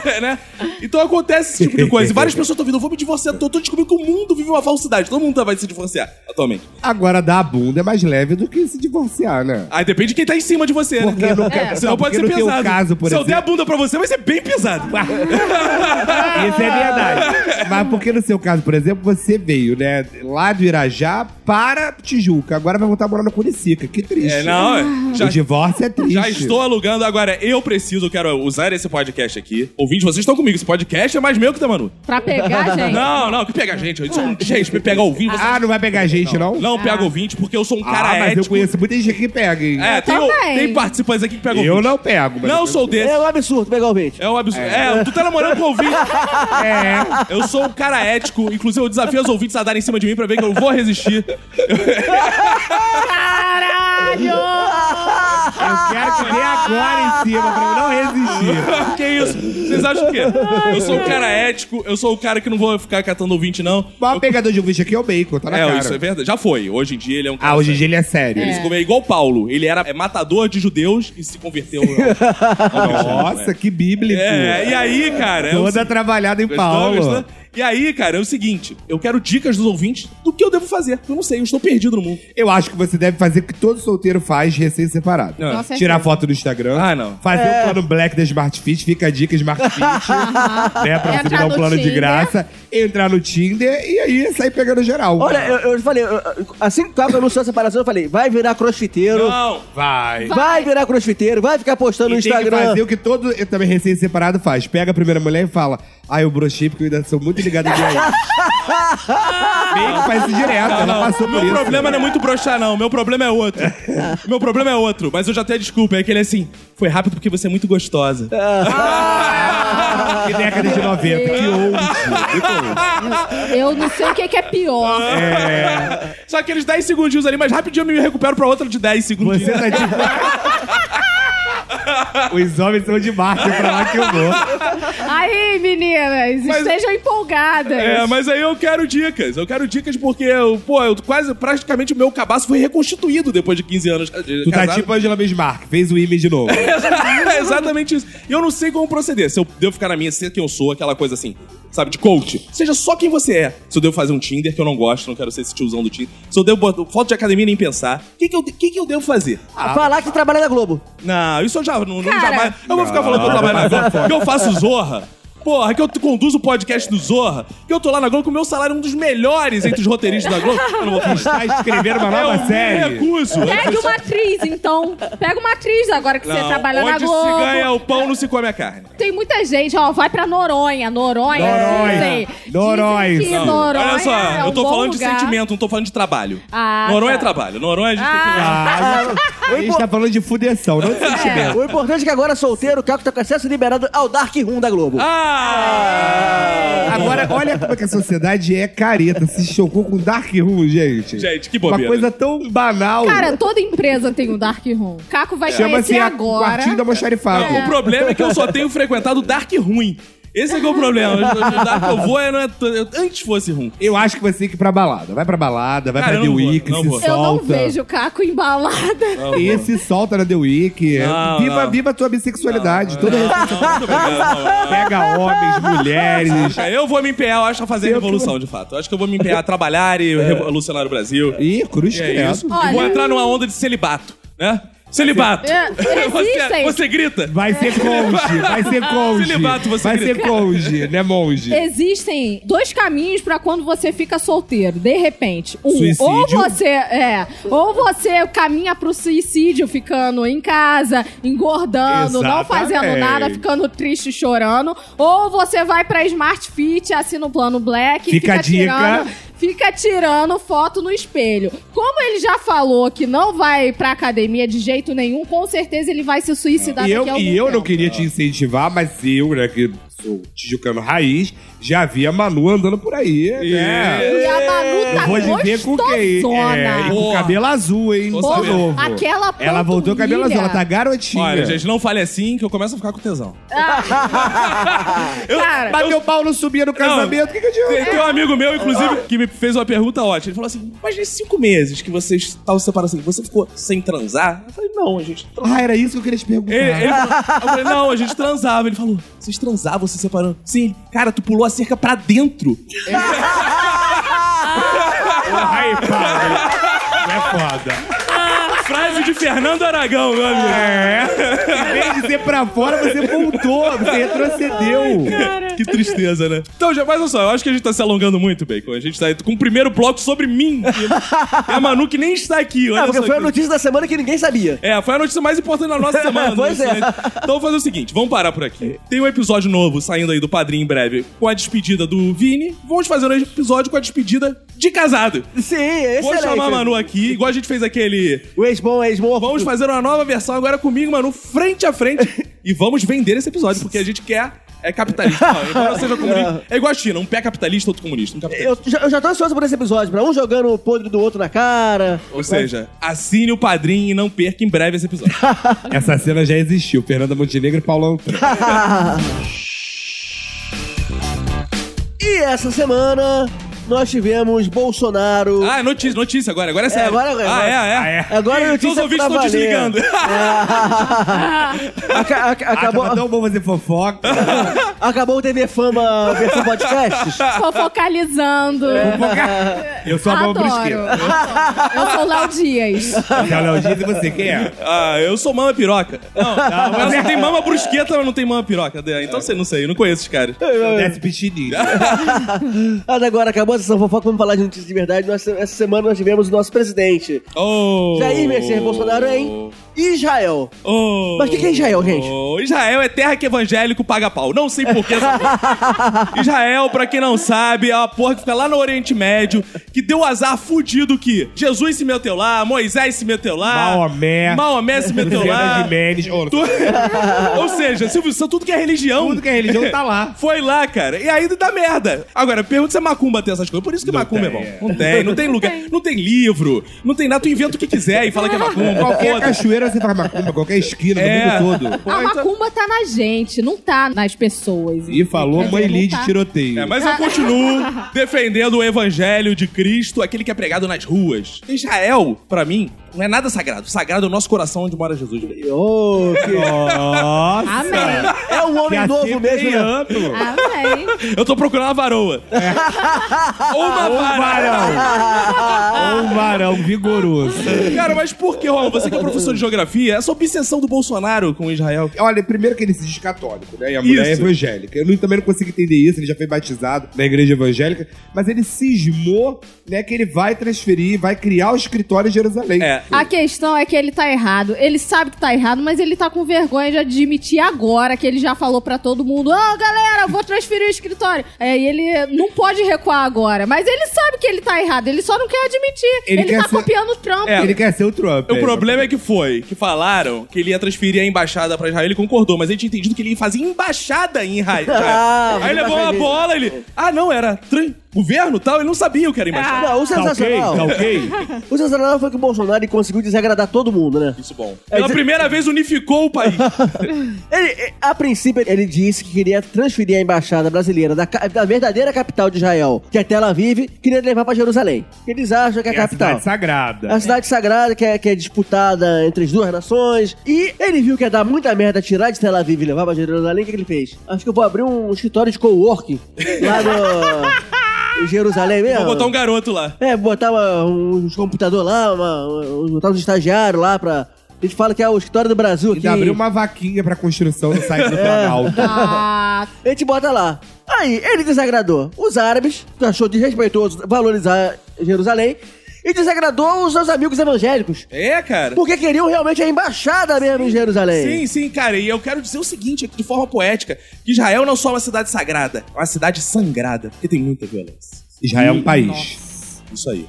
Speaker 4: É, né? Então acontece esse tipo de coisa. E várias pessoas estão vindo, eu vou me divorciar. Tô, tô descobrindo que o mundo vive uma falsidade. Todo mundo tá, vai se divorciar atualmente.
Speaker 5: Agora, dar a bunda é mais leve do que se divorciar, né?
Speaker 4: Aí depende de quem tá em cima de você,
Speaker 5: Porque
Speaker 4: né?
Speaker 5: no- É.
Speaker 4: Senão
Speaker 5: não,
Speaker 4: pode
Speaker 5: porque
Speaker 4: ser
Speaker 5: no teu
Speaker 4: pesado.
Speaker 5: caso, por
Speaker 4: Se eu der a
Speaker 5: exemplo-
Speaker 4: bunda pra você, vai ser bem pesado. Ah,
Speaker 5: Isso é verdade. Mas porque no seu caso, por exemplo, você veio, né, lá do Irajá para Tijuca. Agora vai voltar a morar na Curicica. Que triste.
Speaker 4: É, não, já
Speaker 5: O divórcio é triste.
Speaker 4: Já estou alugando. Agora, eu preciso, eu quero usar esse podcast aqui. Ouvintes, vocês estão comigo. Esse podcast é mais meu que da Manu.
Speaker 3: Pra pegar, gente.
Speaker 4: Não, não, que pega a gente. Eu sou um- Gente, me pegar ouvinte. Você...
Speaker 5: Ah, não vai pegar a gente, não?
Speaker 4: Não pega ouvinte, porque eu sou um
Speaker 5: Ah,
Speaker 4: cara
Speaker 5: mas eu
Speaker 4: ético.
Speaker 5: conheço muita gente que pega, hein?
Speaker 4: É, tem,
Speaker 3: também.
Speaker 4: tem participantes aqui que pegam
Speaker 5: eu
Speaker 4: ouvinte.
Speaker 5: não pego. mas
Speaker 4: Não
Speaker 5: eu
Speaker 4: sou desse.
Speaker 2: É um absurdo pegar o vídeo.
Speaker 4: É um absurdo. É, tu tá namorando com o ouvinte. É. Eu sou um cara ético. Inclusive, eu desafio os ouvintes a darem em cima de mim pra ver que eu vou resistir.
Speaker 5: Eu quero que dê agora em cima, pra eu não resistir.
Speaker 4: que isso? Vocês acham o quê? Eu sou um cara ético. Eu sou o cara que não vou ficar catando ouvinte, não.
Speaker 5: O maior pegador de ouvinte aqui é o Bacon, tá na
Speaker 4: É,
Speaker 5: cara.
Speaker 4: isso é verdade. Já foi. Hoje em dia ele é um cara.
Speaker 5: Ah, hoje em
Speaker 4: sério.
Speaker 5: dia ele é sério.
Speaker 4: Ele se converteu igual Paulo. Ele era é, matador de judeus e se converteu. ao- ao
Speaker 5: Nossa, que bíblico.
Speaker 4: É, e aí, cara. é o
Speaker 5: Toda
Speaker 4: seguinte-
Speaker 5: trabalhada em
Speaker 4: Gostou,
Speaker 5: tipo, Paulo.
Speaker 4: gostou? E aí, cara, é o seguinte: eu quero dicas dos ouvintes do que eu devo fazer. Eu não sei, eu estou perdido no mundo.
Speaker 5: Eu acho que você deve fazer o que todo solteiro faz recém-separado.
Speaker 4: Ah.
Speaker 3: Com certeza. É.
Speaker 5: Tirar foto do Instagram.
Speaker 4: Ah, não.
Speaker 5: Fazer o plano black da Smart Fit, fica a dica Smart Fit, né? Pra você
Speaker 3: Entrar
Speaker 5: dar um
Speaker 3: no
Speaker 5: plano de
Speaker 3: Tinder.
Speaker 5: graça, entrar no Tinder e aí sair pegando geral.
Speaker 2: Olha, eu, eu falei, eu- eu- assim que o Caco anunciou a separação, eu falei: Vai virar crossfiteiro.
Speaker 4: Não.
Speaker 5: vai.
Speaker 2: Vai virar crossfiteiro, vai ficar postando no
Speaker 5: E tem que
Speaker 2: Instagram.
Speaker 5: fazer o que todo eu também recém-separado faz. Pega a primeira mulher e fala: Ah, eu brochei porque eu ainda sou muito ligado em mim aí. Bem que faz isso direto,
Speaker 4: Ah, Não,
Speaker 5: ela
Speaker 4: não.
Speaker 5: passou por
Speaker 4: Meu
Speaker 5: isso.
Speaker 4: problema não é muito broxar, não. Meu problema é outro. Meu problema é outro. Mas eu já até desculpa. É que ele é assim: foi rápido porque você é muito gostosa.
Speaker 5: Que década de 90, que old.
Speaker 3: Eu não sei o que que é pior.
Speaker 4: Só aqueles 10 segundinhos ali, mas rapidinho eu me recupero pra outra de 10 segundos.
Speaker 5: Você tá de. Os homens são de Marte, é pra lá que eu vou.
Speaker 3: Aí, meninas,
Speaker 4: Mas-
Speaker 3: estejam empolgadas.
Speaker 4: É, mas aí eu quero dicas. Eu quero dicas porque, eu, pô, eu quase, praticamente o meu cabaço foi reconstituído depois de 15 anos.
Speaker 5: Tu tá tipo a Angela Bismarck, fez o image de novo.
Speaker 4: é exatamente isso. E eu não sei como proceder. Se eu devo ficar na minha, ser quem eu sou, aquela coisa assim, sabe, de coach. Seja só quem você é. Se eu devo fazer um Tinder que eu não gosto, não quero ser esse tiozão do Tinder. Se eu devo botar foto de academia nem pensar. O que, que, eu, que que eu devo fazer?
Speaker 2: Ah, Falar que trabalha na Globo.
Speaker 4: Não, isso eu já não, não-
Speaker 3: Cara.
Speaker 4: jamais. Eu vou ficar falando que eu trabalho na Globo, que eu faço Zorra. Porra, que eu conduzo o podcast do Zorra, que eu tô lá na Globo, que o meu salário é um dos melhores entre os roteiristas da Globo. Eu não vou falar.
Speaker 5: Tá escrevendo uma
Speaker 4: eu
Speaker 5: nova
Speaker 4: me
Speaker 5: série.
Speaker 4: recuso.
Speaker 3: Pega uma atriz, então. Pega uma atriz agora que É, você
Speaker 4: Não,
Speaker 3: trabalha na
Speaker 4: onde
Speaker 3: Globo.
Speaker 4: se ganha é o pão, não se come a carne.
Speaker 3: Tem muita gente, ó, vai pra Noronha. Noronha,
Speaker 5: Noronha.
Speaker 3: não sei. Dizem
Speaker 5: Noronha.
Speaker 3: que
Speaker 5: Não,
Speaker 3: Noronha
Speaker 4: Olha só,
Speaker 3: é um
Speaker 4: eu tô
Speaker 3: bom
Speaker 4: falando de
Speaker 3: lugar.
Speaker 4: sentimento, não tô falando de trabalho.
Speaker 3: Ah,
Speaker 4: Noronha
Speaker 3: tá.
Speaker 4: é trabalho. Noronha a gente
Speaker 5: Ah, a gente tá falando de fudeção, não de sentimento.
Speaker 2: O importante é que agora solteiro, o Caco tá com acesso liberado ao Dark Room da Globo.
Speaker 4: tem que. Ah!
Speaker 5: Agora, olha como é que a sociedade é careta. Se chocou com Dark Room, gente.
Speaker 4: Gente, que bobeira.
Speaker 5: Uma coisa tão banal.
Speaker 3: é. Cara, toda empresa tem um Dark Room. Caco vai
Speaker 5: Chama-se
Speaker 3: conhecer
Speaker 5: a-
Speaker 3: agora. É.
Speaker 5: Quartinho da Mocharifada.
Speaker 4: é O problema é que eu só tenho frequentado Dark Ruim. Esse é que é o problema. O lugar que eu vou é, não é t- eu- Antes fosse rum.
Speaker 5: Eu acho que vai ter que ir pra balada. Vai pra balada, vai
Speaker 4: Cara, eu
Speaker 5: pra The
Speaker 4: não vou,
Speaker 5: Week,
Speaker 4: não
Speaker 5: se
Speaker 4: vou.
Speaker 5: solta.
Speaker 3: Eu não vejo o Caco embalada.
Speaker 4: Não,
Speaker 5: Esse solta na The Week. É,
Speaker 4: Não,
Speaker 5: viva,
Speaker 4: não.
Speaker 5: viva a tua bissexualidade. Toda
Speaker 4: não, muito obrigado, não, não.
Speaker 5: Pega homens, mulheres.
Speaker 4: Cara, Eu vou me empenhar, eu acho, a fazer a revolução, de fato. Eu acho que eu vou É. me empenhar a trabalhar e revolucionar o Brasil. E
Speaker 5: Ih, cruz
Speaker 4: é
Speaker 5: credo.
Speaker 4: isso.
Speaker 3: Olha-
Speaker 4: E Vou entrar numa onda de celibato, né? Celibato!
Speaker 3: É,
Speaker 4: Você,
Speaker 3: existem.
Speaker 4: você grita!
Speaker 5: Vai ser conge, vai ser conge.
Speaker 4: Celibato, você
Speaker 5: vai ser
Speaker 4: grita.
Speaker 5: conge, né, monge?
Speaker 3: Existem dois caminhos pra quando você fica solteiro, de repente. Um,
Speaker 5: Suicídio.
Speaker 3: ou você é, ou você caminha pro suicídio ficando em casa, engordando, não
Speaker 5: Exatamente.
Speaker 3: fazendo nada, ficando triste, chorando, ou você vai pra Smart Fit, assina o plano Black,
Speaker 5: Fica a dica.
Speaker 3: tirando, fica tirando foto no espelho. Como ele já falou que não vai pra academia de jeito nenhum, com certeza ele vai se suicidar
Speaker 5: E eu,
Speaker 3: daqui a algum
Speaker 5: e eu não
Speaker 3: tempo.
Speaker 5: queria te incentivar, mas eu, né, que sou tijucano raiz, já vi a Manu andando por aí. Né?
Speaker 3: E a Manu tá
Speaker 5: Eu vou dizer com quem. É, e com
Speaker 4: Boa.
Speaker 5: cabelo azul, hein?
Speaker 4: Tô
Speaker 5: de
Speaker 4: sabendo.
Speaker 5: novo.
Speaker 3: Aquela
Speaker 5: Ela voltou com cabelo azul,
Speaker 3: panturrilha.
Speaker 5: ela tá garotinha.
Speaker 4: Olha, gente, não fale assim que eu começo a ficar com tesão.
Speaker 3: Ah. Cara, é.
Speaker 5: Mas meu pau não subia no casamento, o que, que adianta?
Speaker 4: Tem, tem um amigo meu, inclusive, que me fez uma pergunta ótima. Ele falou assim: Mas nesses cinco meses que vocês estavam se separando assim, você ficou sem transar? Eu falei: Não, a gente transou.
Speaker 5: Ah, era isso que eu queria te perguntar.
Speaker 4: Ele, ele falou, eu falei, não, a gente transava. Ele falou, vocês transavam, se separando. Sim, cara, tu pulou a cerca pra dentro.
Speaker 5: É foda.
Speaker 4: Frase de Fernando Aragão, meu amigo. É?
Speaker 5: Em vez de ser pra fora, você voltou, você retrocedeu.
Speaker 4: Que tristeza, né? Então, já, mas olha só, eu acho que a gente tá se alongando muito, Bacon. A gente tá com o primeiro bloco sobre mim. E a Manu que nem está aqui. Olha
Speaker 2: É, porque
Speaker 4: só
Speaker 2: foi a
Speaker 4: que-
Speaker 2: notícia da semana que ninguém sabia.
Speaker 4: É, foi a notícia mais importante da nossa semana.
Speaker 2: Pois
Speaker 4: né?
Speaker 2: é.
Speaker 4: Então vamos fazer o seguinte, vamos parar por aqui. Tem um episódio novo saindo aí do Padrinho em breve com a despedida do Vini. Vamos fazer um episódio com a despedida de casado.
Speaker 2: Sim, é
Speaker 4: Vou
Speaker 2: excelente.
Speaker 4: chamar a Manu aqui, igual a gente fez aquele...
Speaker 2: O ex-bom, ex-bom.
Speaker 4: Vamos fazer uma nova versão agora comigo, Manu, frente a frente. e vamos vender esse episódio, porque a gente quer... É capitalista. Não, embora seja comunista. É igual a China, um pé capitalista, outro comunista. Um capitalista.
Speaker 2: Eu já, eu já tô ansioso por esse episódio, pra um jogando o podre do outro na cara.
Speaker 4: Ou seja, assine o padrinho e não perca em breve esse episódio.
Speaker 5: Essa cena já existiu, Fernanda Montenegro e Paulão. Tran.
Speaker 2: E essa semana nós tivemos Bolsonaro.
Speaker 4: Ah, é notícia, notícia agora. Agora é sério.
Speaker 2: agora- agora-
Speaker 4: Ah, é, é.
Speaker 2: Agora
Speaker 4: Ih,
Speaker 2: a notícia tá
Speaker 4: Seus ouvintes
Speaker 2: pra valer.
Speaker 4: estão desligando.
Speaker 2: Aca- aca-
Speaker 5: Ah,
Speaker 2: acabou,
Speaker 5: tava tão bom fazer fofoca.
Speaker 2: acabou o TV Fama versão podcasts?
Speaker 3: fofocalizando.
Speaker 5: Eu sou a mão pro
Speaker 3: Adoro.
Speaker 5: esquerda.
Speaker 3: Eu sou Léo Dias.
Speaker 5: Já Léo Dias e você, quem é?
Speaker 4: Ah, eu sou mama piroca. Não, mas não tem mama brusqueta, mas não tem mama piroca. Então você não sei, eu não conheço os caras.
Speaker 5: Eu desce pitininho.
Speaker 2: Mas Ah, agora acabou a sessão fofoca, vamos falar de notícias de verdade. Nós- essa semana nós tivemos o nosso presidente,
Speaker 4: Oh,
Speaker 2: Jair Messias Bolsonaro, em Israel.
Speaker 4: Oh,
Speaker 2: Mas o que que é Israel, gente?
Speaker 4: oh, Israel é terra que evangélico paga pau. Não sei por que essa porra. Israel, pra quem não sabe, é uma porra que fica lá no Oriente Médio, que deu azar fudido que Jesus se meteu lá, Moisés se meteu lá,
Speaker 5: Maomé.
Speaker 4: Maomé se meteu
Speaker 5: Luciana
Speaker 4: lá.
Speaker 5: Gimenez. Ô,
Speaker 4: Tu- Ou seja, Silvio Santos, tudo que é religião.
Speaker 5: Tudo que é religião tá lá.
Speaker 4: Foi lá, cara. E aí dá merda. Agora, pergunta se a Macumba tem essas coisas. Por isso que Macumba
Speaker 5: tem,
Speaker 4: é
Speaker 5: é.
Speaker 4: bom. Não tem, não tem lugar. Não tem livro, não tem nada. Tu inventa o que quiser e fala que é Macumba.
Speaker 5: um, Qualquer
Speaker 4: Foda-se.
Speaker 5: cachoeira você faz macumba, qualquer esquina
Speaker 4: É.
Speaker 5: do mundo todo. então
Speaker 3: A macumba tá na gente, não tá nas pessoas.
Speaker 5: E falou
Speaker 3: Quer
Speaker 5: mãe
Speaker 3: dizer, não
Speaker 5: Lid
Speaker 3: tá.
Speaker 5: tiroteio.
Speaker 4: É, mas eu continuo defendendo o evangelho de Cristo, aquele que é pregado nas ruas. Israel, pra mim, não é nada sagrado. Sagrado é o nosso coração onde mora Jesus.
Speaker 2: Oh, que...
Speaker 5: Nossa,
Speaker 3: Amém.
Speaker 2: É um homem
Speaker 5: que
Speaker 2: novo mesmo, né?
Speaker 5: assemelhando.
Speaker 3: Amém.
Speaker 4: Eu tô procurando uma varoa.
Speaker 2: É.
Speaker 4: Ou uma
Speaker 5: Um varão. Um varão vigoroso.
Speaker 4: Cara, mas por que, Ron? Você que é professor de geografia, essa obsessão do Bolsonaro com Israel.
Speaker 5: Olha, primeiro É que ele se diz católico, né? E a mulher
Speaker 4: Isso.
Speaker 5: é evangélica. Eu não- também não consigo entender isso, ele já foi batizado na igreja evangélica, mas ele cismou, né, que ele vai transferir, vai criar o escritório em Jerusalém.
Speaker 4: É.
Speaker 3: A questão é que ele tá errado. Ele sabe que tá errado, mas ele tá com vergonha de admitir agora que ele já falou pra todo mundo: Ó, galera, eu vou transferir o escritório. É, e ele não pode recuar agora. Mas ele sabe que ele tá errado, ele só não quer admitir.
Speaker 5: Ele
Speaker 3: Ele,
Speaker 5: quer
Speaker 3: tá
Speaker 5: ser-
Speaker 3: copiando o Trump.
Speaker 4: É.
Speaker 5: Ele quer ser o Trump.
Speaker 4: O
Speaker 5: é.
Speaker 4: problema é que foi que falaram que ele ia transferir a embaixada pra Israel, ele concordou, mas ele tinha entendido que ele ia fazer embaixada em Israel.
Speaker 2: Ah,
Speaker 4: Aí
Speaker 2: mas
Speaker 4: levou
Speaker 2: tá
Speaker 4: uma
Speaker 2: feliz.
Speaker 4: bola, ele. Ah, não, era tran- governo e tal, ele não sabia o que era embaixada.
Speaker 2: Não, o sensacional. É
Speaker 5: Tá
Speaker 4: É
Speaker 5: ok?
Speaker 2: O sensacional foi que o Bolsonaro conseguiu desagradar todo mundo, né?
Speaker 4: Isso bom.
Speaker 2: É,
Speaker 4: Pela
Speaker 2: isso-
Speaker 4: primeira vez unificou o país.
Speaker 2: Ele, a princípio, ele disse que queria transferir a embaixada brasileira da, ca- da verdadeira capital de Israel, que é Tel Aviv, queria levar pra Jerusalém. Eles acham que é a
Speaker 5: É a
Speaker 2: capital.
Speaker 5: cidade sagrada.
Speaker 2: A cidade sagrada que é, que é disputada entre as duas nações. E ele viu que ia dar muita merda tirar de Tel Aviv e levar pra Jerusalém. O que, que ele fez? Acho que eu vou abrir um escritório de coworking lá no. em Jerusalém mesmo.
Speaker 4: Vou botar um garoto lá.
Speaker 2: É, botar uma- uns computadores lá, uma, um- botar uns estagiários lá pra. A gente fala que é o escritório do Brasil aqui.
Speaker 5: Ainda abriu uma vaquinha pra construção do site
Speaker 2: É.
Speaker 5: do Planalto.
Speaker 3: Ah,
Speaker 2: A gente bota lá. Aí, ele desagradou os árabes, que achou desrespeitoso valorizar Jerusalém, e desagradou os seus amigos evangélicos,
Speaker 4: É, cara.
Speaker 2: porque queriam realmente a embaixada mesmo em Jerusalém.
Speaker 4: Sim, sim, cara. E eu quero dizer o seguinte, de forma poética, que Israel não só é uma cidade sagrada, é uma cidade sangrada, porque tem muita violência.
Speaker 5: Israel é um país.
Speaker 4: Isso aí.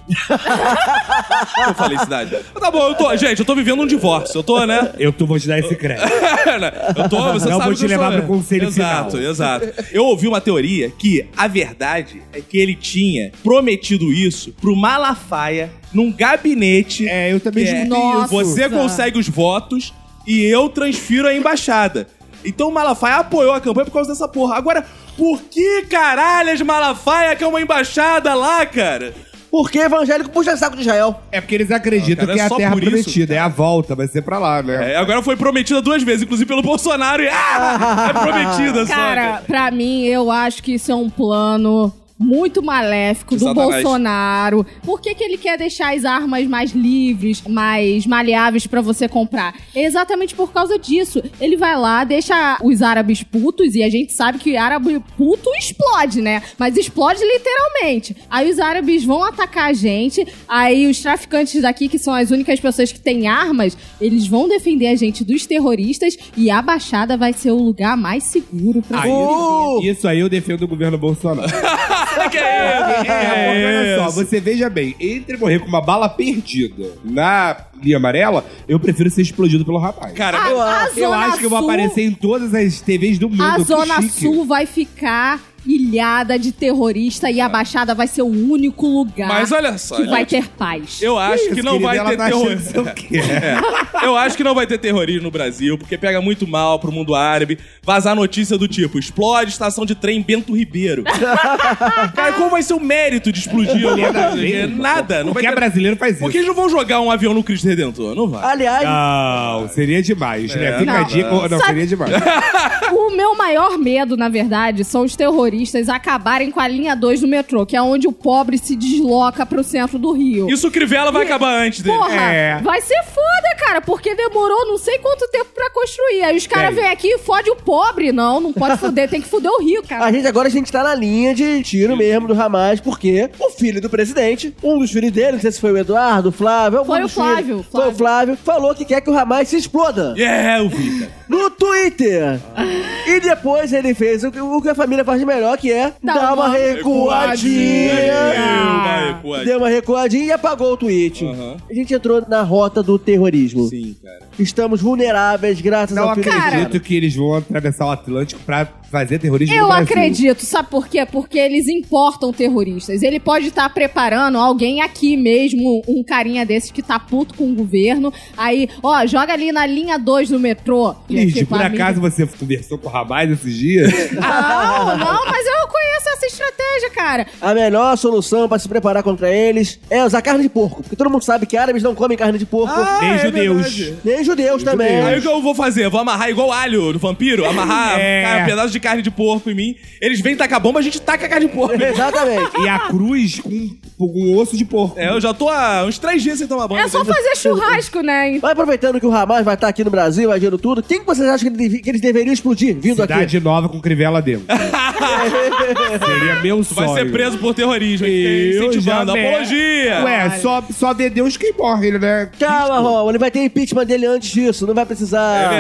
Speaker 4: eu falei cidade. Tá bom, eu tô. Gente, eu tô vivendo um divórcio. Eu tô, né?
Speaker 5: Eu tu vou te dar esse crédito.
Speaker 4: eu tô, você
Speaker 5: Não
Speaker 4: sabe
Speaker 5: vou
Speaker 4: que
Speaker 5: te
Speaker 4: eu
Speaker 5: levar
Speaker 4: sou-
Speaker 5: pro conselho
Speaker 4: exato,
Speaker 5: final.
Speaker 4: Exato, Eu ouvi uma teoria que a verdade é que ele tinha prometido isso pro Malafaia num gabinete.
Speaker 5: É, eu também
Speaker 4: que é,
Speaker 5: escutei
Speaker 3: Nossa.
Speaker 5: isso.
Speaker 4: Você consegue os votos e eu transfiro a embaixada. Então o Malafaia apoiou a campanha por causa dessa porra. Agora, por que caralhas Malafaia quer uma embaixada lá, cara?
Speaker 2: Porque evangélico puxa saco de Israel.
Speaker 5: É porque eles acreditam
Speaker 4: Não, cara,
Speaker 5: que
Speaker 4: é
Speaker 5: é a
Speaker 4: só
Speaker 5: terra
Speaker 4: por isso,
Speaker 5: prometida, é a volta, vai ser pra lá, né?
Speaker 4: É, agora foi prometida duas vezes, inclusive pelo Bolsonaro. E, ah, é prometida só.
Speaker 3: cara, pra mim, eu acho que isso é um plano muito maléfico do
Speaker 4: Satanás.
Speaker 3: Bolsonaro. Por que, que ele quer deixar as armas mais livres, mais maleáveis pra você comprar? É exatamente por causa disso. Ele vai lá, deixa os árabes putos, e a gente sabe que árabe puto explode, né? Mas explode literalmente. Aí os árabes vão atacar a gente, aí os traficantes daqui, que são as únicas pessoas que têm armas, eles vão defender a gente dos terroristas, e a Baixada vai ser o lugar mais seguro pra
Speaker 5: Aí, Isso aí eu defendo o governo Bolsonaro.
Speaker 4: Que é isso?
Speaker 5: É, porque olha só, você veja bem, entre morrer com uma bala perdida na linha amarela, eu prefiro ser explodido pelo rapaz.
Speaker 4: Cara,
Speaker 3: A, a
Speaker 5: eu
Speaker 3: Zona
Speaker 5: acho que eu vou
Speaker 3: Sul-
Speaker 5: aparecer em todas as TVs do mundo.
Speaker 3: A
Speaker 5: que
Speaker 3: Zona
Speaker 5: chique.
Speaker 3: Sul vai ficar ilhada de terrorista e a Baixada vai ser o único lugar
Speaker 4: mas olha só.
Speaker 3: que vai
Speaker 4: gente,
Speaker 3: ter paz.
Speaker 4: Eu acho
Speaker 5: Isso,
Speaker 4: que não
Speaker 5: querida,
Speaker 4: vai
Speaker 5: ela
Speaker 4: ter
Speaker 5: tá achando que
Speaker 4: terrorismo.
Speaker 5: eu quero.
Speaker 4: É. Eu acho que não vai ter terrorismo no Brasil, porque pega muito mal pro mundo árabe vazar notícia do tipo: explode estação de trem Bento Ribeiro. Cara, qual vai ser o mérito de explodir alguma
Speaker 5: Nada a
Speaker 4: coisa?
Speaker 5: ver.
Speaker 4: Nada. Não vai
Speaker 5: é Porque é
Speaker 4: ter-
Speaker 5: brasileiro faz isso.
Speaker 4: Porque eles não vão jogar um avião no Cristo Redentor, não vai.
Speaker 2: Aliás,
Speaker 5: Não, seria demais, né? Fica a
Speaker 3: não.
Speaker 5: dica. Não, seria demais.
Speaker 3: O meu maior medo, na verdade, são os terroristas acabarem com a linha 2 do metrô, que é onde o pobre se desloca pro centro do Rio.
Speaker 4: Isso o Crivella vai acabar antes dele.
Speaker 3: Porra,
Speaker 5: É.
Speaker 3: vai ser foda, cara, porque demorou não sei quanto tempo pra construir. Aí os caras
Speaker 5: Tem.
Speaker 3: vêm aqui e fodem o pobre. Não, não pode foder, tem que foder o rico, cara.
Speaker 2: a gente agora a gente tá na linha de tiro mesmo do Hamas, porque o filho do presidente, um dos filhos dele, não sei se foi o Eduardo, o Flávio, algum
Speaker 3: Foi o
Speaker 2: dos
Speaker 3: Flávio,
Speaker 2: filhos,
Speaker 3: Flávio.
Speaker 2: foi o Flávio, falou que quer que o Hamas se exploda.
Speaker 4: É, eu vi, cara.
Speaker 2: no Twitter. E depois ele fez o que, o que a família faz de melhor, que é
Speaker 3: Dá
Speaker 2: dar uma
Speaker 3: uma
Speaker 2: recuadinha.
Speaker 3: recuadinha.
Speaker 5: Ah!
Speaker 4: Eu, vai, pô,
Speaker 2: Deu uma recuadinha e apagou o tweet.
Speaker 4: Aham.
Speaker 2: A gente entrou na rota do terrorismo.
Speaker 4: Sim, cara.
Speaker 2: Estamos vulneráveis graças
Speaker 5: Não
Speaker 2: ao filho
Speaker 5: acredito que eles vão atravessar o Atlântico pra fazer terrorismo no
Speaker 3: Eu
Speaker 5: Brasil.
Speaker 3: acredito, sabe por quê? Porque eles importam terroristas. Ele pode estar preparando alguém aqui mesmo, um carinha desse que tá puto com o governo. Aí, ó, joga ali na linha 2 do metrô.
Speaker 5: Liz,
Speaker 3: Tipo,
Speaker 5: por
Speaker 3: a mídia-
Speaker 5: acaso você conversou com o Hamas esses dias?
Speaker 3: Não, não, mas eu conheço essa estratégia, cara.
Speaker 2: A melhor solução pra se preparar contra eles é usar carne de porco. Porque todo mundo sabe que árabes não comem carne de porco.
Speaker 5: Nem
Speaker 4: é
Speaker 5: judeus.
Speaker 4: verdade.
Speaker 2: Nem judeus também.
Speaker 4: Aí o que eu vou fazer? Eu Vou amarrar igual alho do vampiro? Amarrar
Speaker 5: É.
Speaker 4: cara, um pedaço de carne de porco em mim. Eles vêm tacar bomba, a gente taca a carne de porco.
Speaker 2: Exatamente.
Speaker 5: e a cruz com, com um osso de porco.
Speaker 4: Ah. É, eu já tô há uns três dias sem tomar banho.
Speaker 3: É só fazer churrasco, né?
Speaker 2: Mas aproveitando que o Hamas vai estar aqui no Brasil, vai girando tudo, quem que vocês acham que, ele devi- que eles deveriam explodir vindo aqui?
Speaker 5: Cidade nova com crivela dentro. Seria meu
Speaker 4: Tu vai
Speaker 5: sonho.
Speaker 4: ser preso por terrorismo. hein?
Speaker 5: Eu
Speaker 4: Incentivando.
Speaker 5: já me-
Speaker 4: Apologia.
Speaker 5: Ué, só, só vê Deus quem morre, né?
Speaker 2: Calma, Rômulo, ele vai ter impeachment dele antes disso, não vai precisar.
Speaker 4: É
Speaker 5: Será?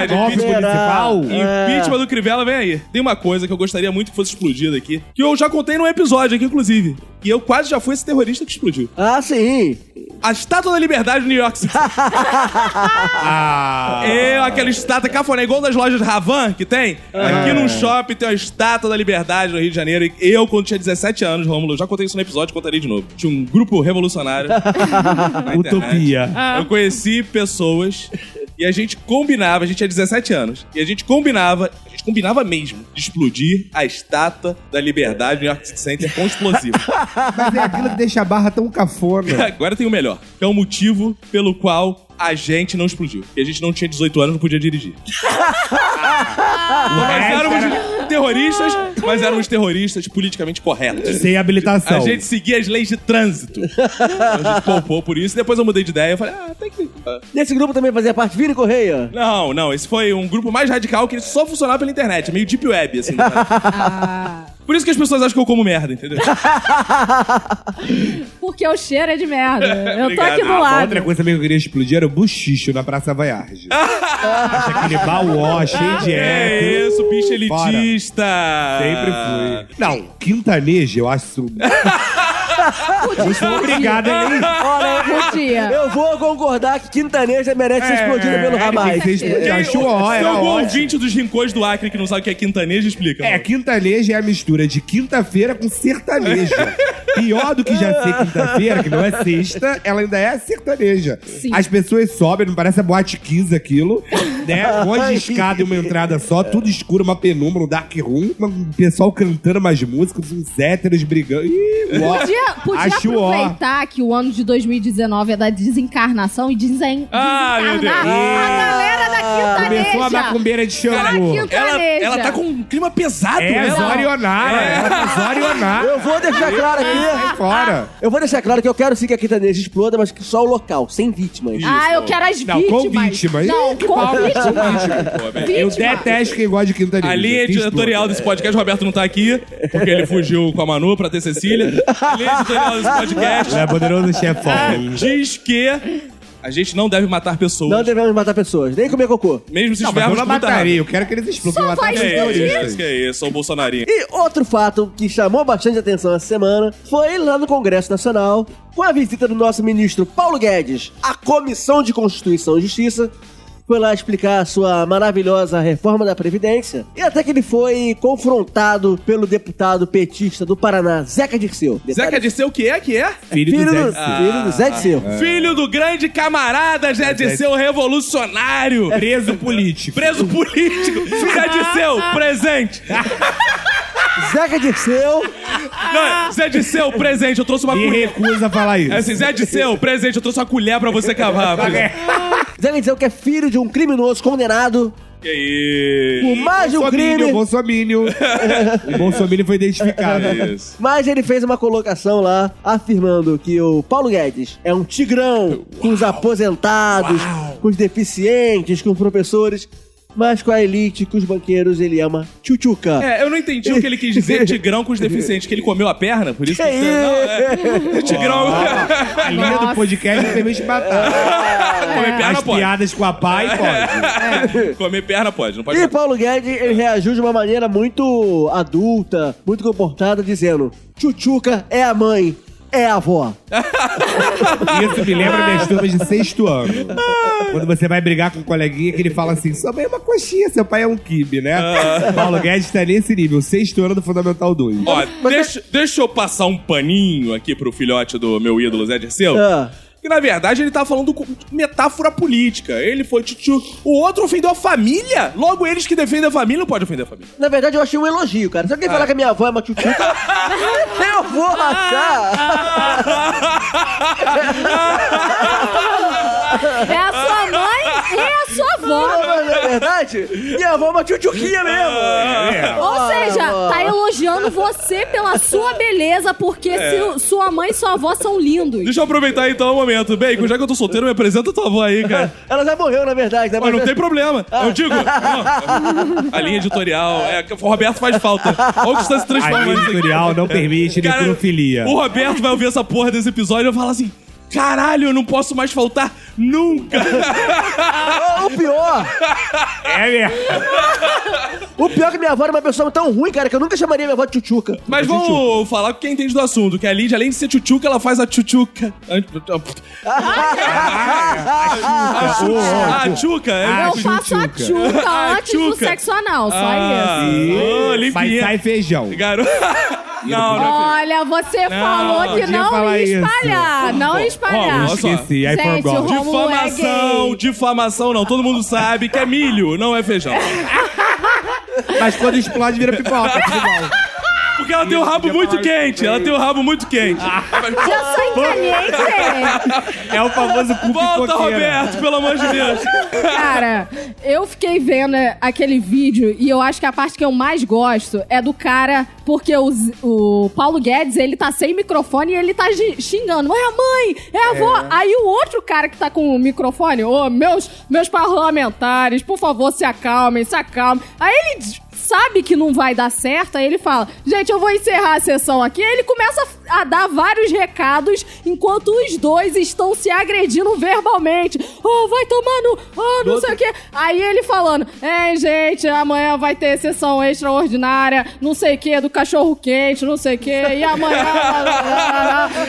Speaker 4: verdade,
Speaker 5: Golpe
Speaker 2: será?
Speaker 5: municipal?
Speaker 4: Impeachment do Crivella vem aí. Tem uma coisa que eu gostaria muito que fosse explodida aqui, que eu já contei num episódio aqui, inclusive. E eu quase já fui esse terrorista que explodiu.
Speaker 2: Ah, sim.
Speaker 4: A Estátua da Liberdade em New York City.
Speaker 5: Ah!
Speaker 4: Eu, É, aquela estátua cafona, igual das lojas Ravan que tem. Aqui num shopping tem uma estátua da liberdade no Rio de Janeiro. E eu, quando tinha 17 anos, Rômulo, já contei isso no episódio, contarei de novo. Tinha um grupo revolucionário. na internet.
Speaker 5: Utopia.
Speaker 4: Eu conheci pessoas e a gente combinava, a gente tinha 17 anos, e a gente combinava, a gente combinava mesmo de explodir a estátua da liberdade no New York City Center com um explosivo.
Speaker 5: Mas é aquilo que deixa a barra tão cafona.
Speaker 4: Agora tem o melhor, que é o motivo pelo qual a gente não explodiu. E a gente não tinha 18 anos, não podia dirigir. Nós éramos terroristas, mas éramos terroristas politicamente corretos.
Speaker 5: Sem
Speaker 4: A
Speaker 5: habilitação.
Speaker 4: gente seguia as leis de trânsito. A gente poupou por isso. Depois eu mudei de ideia. Eu falei, ah, tem que.
Speaker 2: Nesse grupo também fazia parte Vini Correia.
Speaker 4: Não, não. Esse foi um grupo mais radical que ele só funcionava pela internet. Meio deep web, assim. Por isso que as pessoas acham que eu como merda, entendeu?
Speaker 3: Porque o cheiro é de merda. Eu tô
Speaker 4: Obrigado.
Speaker 3: aqui do
Speaker 4: Ah,
Speaker 5: Uma
Speaker 3: lado.
Speaker 5: outra coisa também que eu queria explodir era o buchicho na Praça Vaiarge. aquele baló cheio de hétero.
Speaker 4: É isso, bicho
Speaker 5: Fora.
Speaker 4: elitista. Ah.
Speaker 5: Sempre fui. Não, quintaneja, eu acho. eu sou obrigado a nem.
Speaker 2: Olha,
Speaker 3: Podia.
Speaker 2: eu vou concordar que Quintaneja merece
Speaker 4: É.
Speaker 2: ser explodida pelo Ramais.
Speaker 5: Vocês É, achou a hora,
Speaker 4: Se
Speaker 5: era
Speaker 4: algum
Speaker 5: ótimo.
Speaker 4: ouvinte dos rincões do Acre que não sabe o que é quintanejo, explica.
Speaker 5: É, quintaneja é a mistura de quinta-feira com sertaneja. Pior do que já ser quinta-feira, que não é sexta, ela ainda é sertaneja.
Speaker 3: Sim.
Speaker 5: As pessoas sobem, não parece a boate 15 aquilo, né? Um monte de escada e uma entrada só, tudo escuro, uma penumbra, um dark room, um pessoal cantando umas músicas, uns héteros brigando. Ih, uó.
Speaker 3: Podia, podia
Speaker 5: Acho ó.
Speaker 3: aproveitar que o ano de 2019 é da desencarnação e desen
Speaker 4: Ah, meu Deus.
Speaker 3: desencarnar a galera tá da
Speaker 5: Ah, Começou a
Speaker 3: quintaneja.
Speaker 5: macumbeira de
Speaker 3: Ela
Speaker 5: Xangô.
Speaker 3: quinta-
Speaker 4: Ela,
Speaker 3: Sertaneja.
Speaker 4: ela tá com um clima pesado,
Speaker 5: É,
Speaker 4: né?
Speaker 5: Zorionara. É. Zorionara.
Speaker 2: Eu vou deixar claro
Speaker 3: Ah,
Speaker 2: aqui.
Speaker 5: Sai fora.
Speaker 2: Eu vou deixar claro que eu quero sim que a Quintaneja exploda, mas que só o local, sem vítimas.
Speaker 3: Ah, eu quero as
Speaker 5: Não,
Speaker 3: vítimas.
Speaker 5: com vítimas.
Speaker 3: Não,
Speaker 5: Ih, que
Speaker 3: com
Speaker 5: mal.
Speaker 3: vítimas.
Speaker 4: Pô, velho.
Speaker 5: Eu
Speaker 3: Vítima.
Speaker 5: detesto quem gosta de quintaneja.
Speaker 4: A linha
Speaker 5: Fiz
Speaker 4: editorial
Speaker 5: tudo.
Speaker 4: desse podcast, o Roberto não tá aqui, porque ele fugiu com a Manu pra ter Cecília. A linha editorial desse podcast
Speaker 5: Ela é poderoso
Speaker 4: Ah,
Speaker 5: chefão.
Speaker 4: diz que a gente não deve matar pessoas.
Speaker 2: Não devemos matar pessoas, nem comer cocô.
Speaker 4: Mesmo se
Speaker 5: Não, mas eu
Speaker 4: estivermos
Speaker 5: não
Speaker 4: com muita
Speaker 5: mataria.
Speaker 4: raiva.
Speaker 5: Eu quero que eles explodam.
Speaker 3: Só
Speaker 5: Eu
Speaker 3: vai
Speaker 5: mataria
Speaker 4: Que
Speaker 3: explodir.
Speaker 4: isso,
Speaker 5: terroristas.
Speaker 4: que é isso, sou o bolsonarinho.
Speaker 2: E outro fato que chamou bastante atenção essa semana foi lá no Congresso Nacional, com a visita do nosso ministro Paulo Guedes à Comissão de Constituição e Justiça. Foi lá explicar a sua maravilhosa reforma da Previdência. E até que ele foi confrontado pelo deputado petista do Paraná, Zeca Dirceu.
Speaker 4: Zeca Disseu, o que é, que é?
Speaker 5: Filho do
Speaker 2: Filho do,
Speaker 5: Zé.
Speaker 4: Ah.
Speaker 2: filho do Zé Dirceu.
Speaker 5: É.
Speaker 4: Filho do grande camarada é Zé Disseu, revolucionário.
Speaker 5: Preso político.
Speaker 4: Preso político. é Zé Disseu, presente.
Speaker 2: Zeca Dirceu.
Speaker 4: Não, Zé Disseu, presente. Eu trouxe uma
Speaker 5: E
Speaker 4: colher.
Speaker 5: recusa falar isso.
Speaker 4: É assim, Zé Disseu, presente. Eu trouxe uma colher pra você cavar.
Speaker 2: Zeca Dirceu que é filho de um criminoso condenado
Speaker 4: Que isso.
Speaker 2: por mais de um
Speaker 5: Bolsominion,
Speaker 2: crime.
Speaker 5: Bolsominion. o Bolsominion foi identificado.
Speaker 4: Isso.
Speaker 2: Mas ele fez uma colocação lá afirmando que o Paulo Guedes é um tigrão com os aposentados, com os deficientes, com os professores, mas com a elite, com os banqueiros, ele é uma tchutchuca.
Speaker 4: É, eu não entendi o que ele quis dizer tigrão com os deficientes, que ele comeu a perna, por isso que
Speaker 2: Que
Speaker 4: você... Não, é. Tigrão...
Speaker 5: A linha do
Speaker 3: Nossa.
Speaker 5: podcast não permite matar.
Speaker 4: comer perna
Speaker 5: As
Speaker 4: é pode. É.
Speaker 5: piadas com a pai, pode.
Speaker 4: Comer perna pode, não pode...
Speaker 2: E Paulo Guedes, ele reagiu de uma maneira muito adulta, muito comportada, dizendo: Tchutchuca é a mãe, é a avó.
Speaker 5: Isso me lembra
Speaker 4: Ah.
Speaker 5: minhas turmas de sexto ano. Quando você vai brigar com um coleguinha que ele fala assim: sua mãe é uma coxinha, seu pai é um kibe, né? Paulo Guedes tá nesse nível, sexto ano do Fundamental 2.
Speaker 4: Ó, Ah. deixa, deixa eu passar um paninho aqui pro filhote do meu ídolo Zé Dirceu.
Speaker 2: Ah.
Speaker 4: Que na verdade ele tá falando com metáfora política. Ele foi tio. O outro ofendeu a família? Logo eles que defendem a família não podem ofender a família.
Speaker 2: Na verdade, eu achei um elogio, cara. Se alguém
Speaker 4: Ah.
Speaker 2: falar que a minha avó é uma tchutchuca, eu vou achar.
Speaker 3: É a sua mãe e a sua avó.
Speaker 2: Mas, na verdade, minha avó é uma tchutchuquinha
Speaker 4: Ah.
Speaker 2: mesmo.
Speaker 3: Ou seja, tá elogiando você pela sua beleza, porque
Speaker 5: É.
Speaker 3: se- sua mãe e sua avó são lindos.
Speaker 4: Deixa eu aproveitar então o momento. Bacon, já que eu tô solteiro, me apresenta tua avó aí, cara.
Speaker 2: Ela já morreu, na verdade, né?
Speaker 4: Mas não tem problema. Eu digo. não. A linha editorial. É, o Roberto faz falta. Olha o que está se
Speaker 5: A linha
Speaker 4: transformando.
Speaker 5: editorial não permite
Speaker 4: Cara,
Speaker 5: necrofilia.
Speaker 4: o Roberto vai ouvir essa porra desse episódio e vai falar assim: Caralho, eu não posso mais faltar nunca!
Speaker 2: Ah, o pior!
Speaker 5: É mesmo.
Speaker 2: O pior é que minha avó era uma pessoa tão ruim, cara, que eu nunca chamaria minha avó de tchutchuca.
Speaker 4: Mas vamos falar com quem entende do assunto, que a Lidia, além de ser tchutchuca, ela faz a tchutchuca. A Ah,
Speaker 5: Tá,
Speaker 4: tchutchuca. A tchuca. é-
Speaker 3: eu faço a
Speaker 5: tchuca.
Speaker 3: tchuca
Speaker 4: Ah,
Speaker 3: antes do
Speaker 4: tchuca.
Speaker 3: sexo anal, só
Speaker 4: Ah,
Speaker 3: isso.
Speaker 4: ô,
Speaker 5: Sai,
Speaker 4: limpinha.
Speaker 5: sai feijão.
Speaker 4: Garoto. Não, não.
Speaker 3: Olha, você falou que
Speaker 5: podia
Speaker 3: não
Speaker 5: falar
Speaker 3: ia
Speaker 5: isso.
Speaker 3: espalhar. Não ia espalhar.
Speaker 4: Ó, ó,
Speaker 5: Esqueci, I
Speaker 3: Gente,
Speaker 5: forgot.
Speaker 3: o Ro- Rômulo é
Speaker 4: Difamação,
Speaker 3: gay.
Speaker 4: difamação não. Todo mundo sabe que é milho, não é feijão.
Speaker 5: Mas quando explode, vira pipoca. Igual.
Speaker 4: Porque ela tem o rabo muito quente. Ela tem o rabo muito quente.
Speaker 3: Eu sou caliente.
Speaker 5: é o famoso cu
Speaker 4: Volta,
Speaker 5: pipoqueiro.
Speaker 4: Roberto, pelo amor de Deus.
Speaker 3: Cara, eu fiquei vendo aquele vídeo e eu acho que a parte que eu mais gosto é do cara, porque o, Z- o Paulo Guedes, ele tá sem microfone e ele tá gi- xingando. É a mãe, é a avó. Aí o outro cara que tá com o microfone, ô, meus, meus parlamentares, por favor, se acalmem, se acalmem. Aí ele d- sabe que não vai dar certo, aí ele fala, gente, eu vou encerrar a sessão aqui. Aí ele começa a f- a dar vários recados enquanto os dois estão se agredindo verbalmente. Oh, vai tomar no... Oh, não sei o quê. Aí ele falando, é, gente, amanhã vai ter sessão extraordinária, não sei o quê, do cachorro-quente, não sei o quê, e amanhã...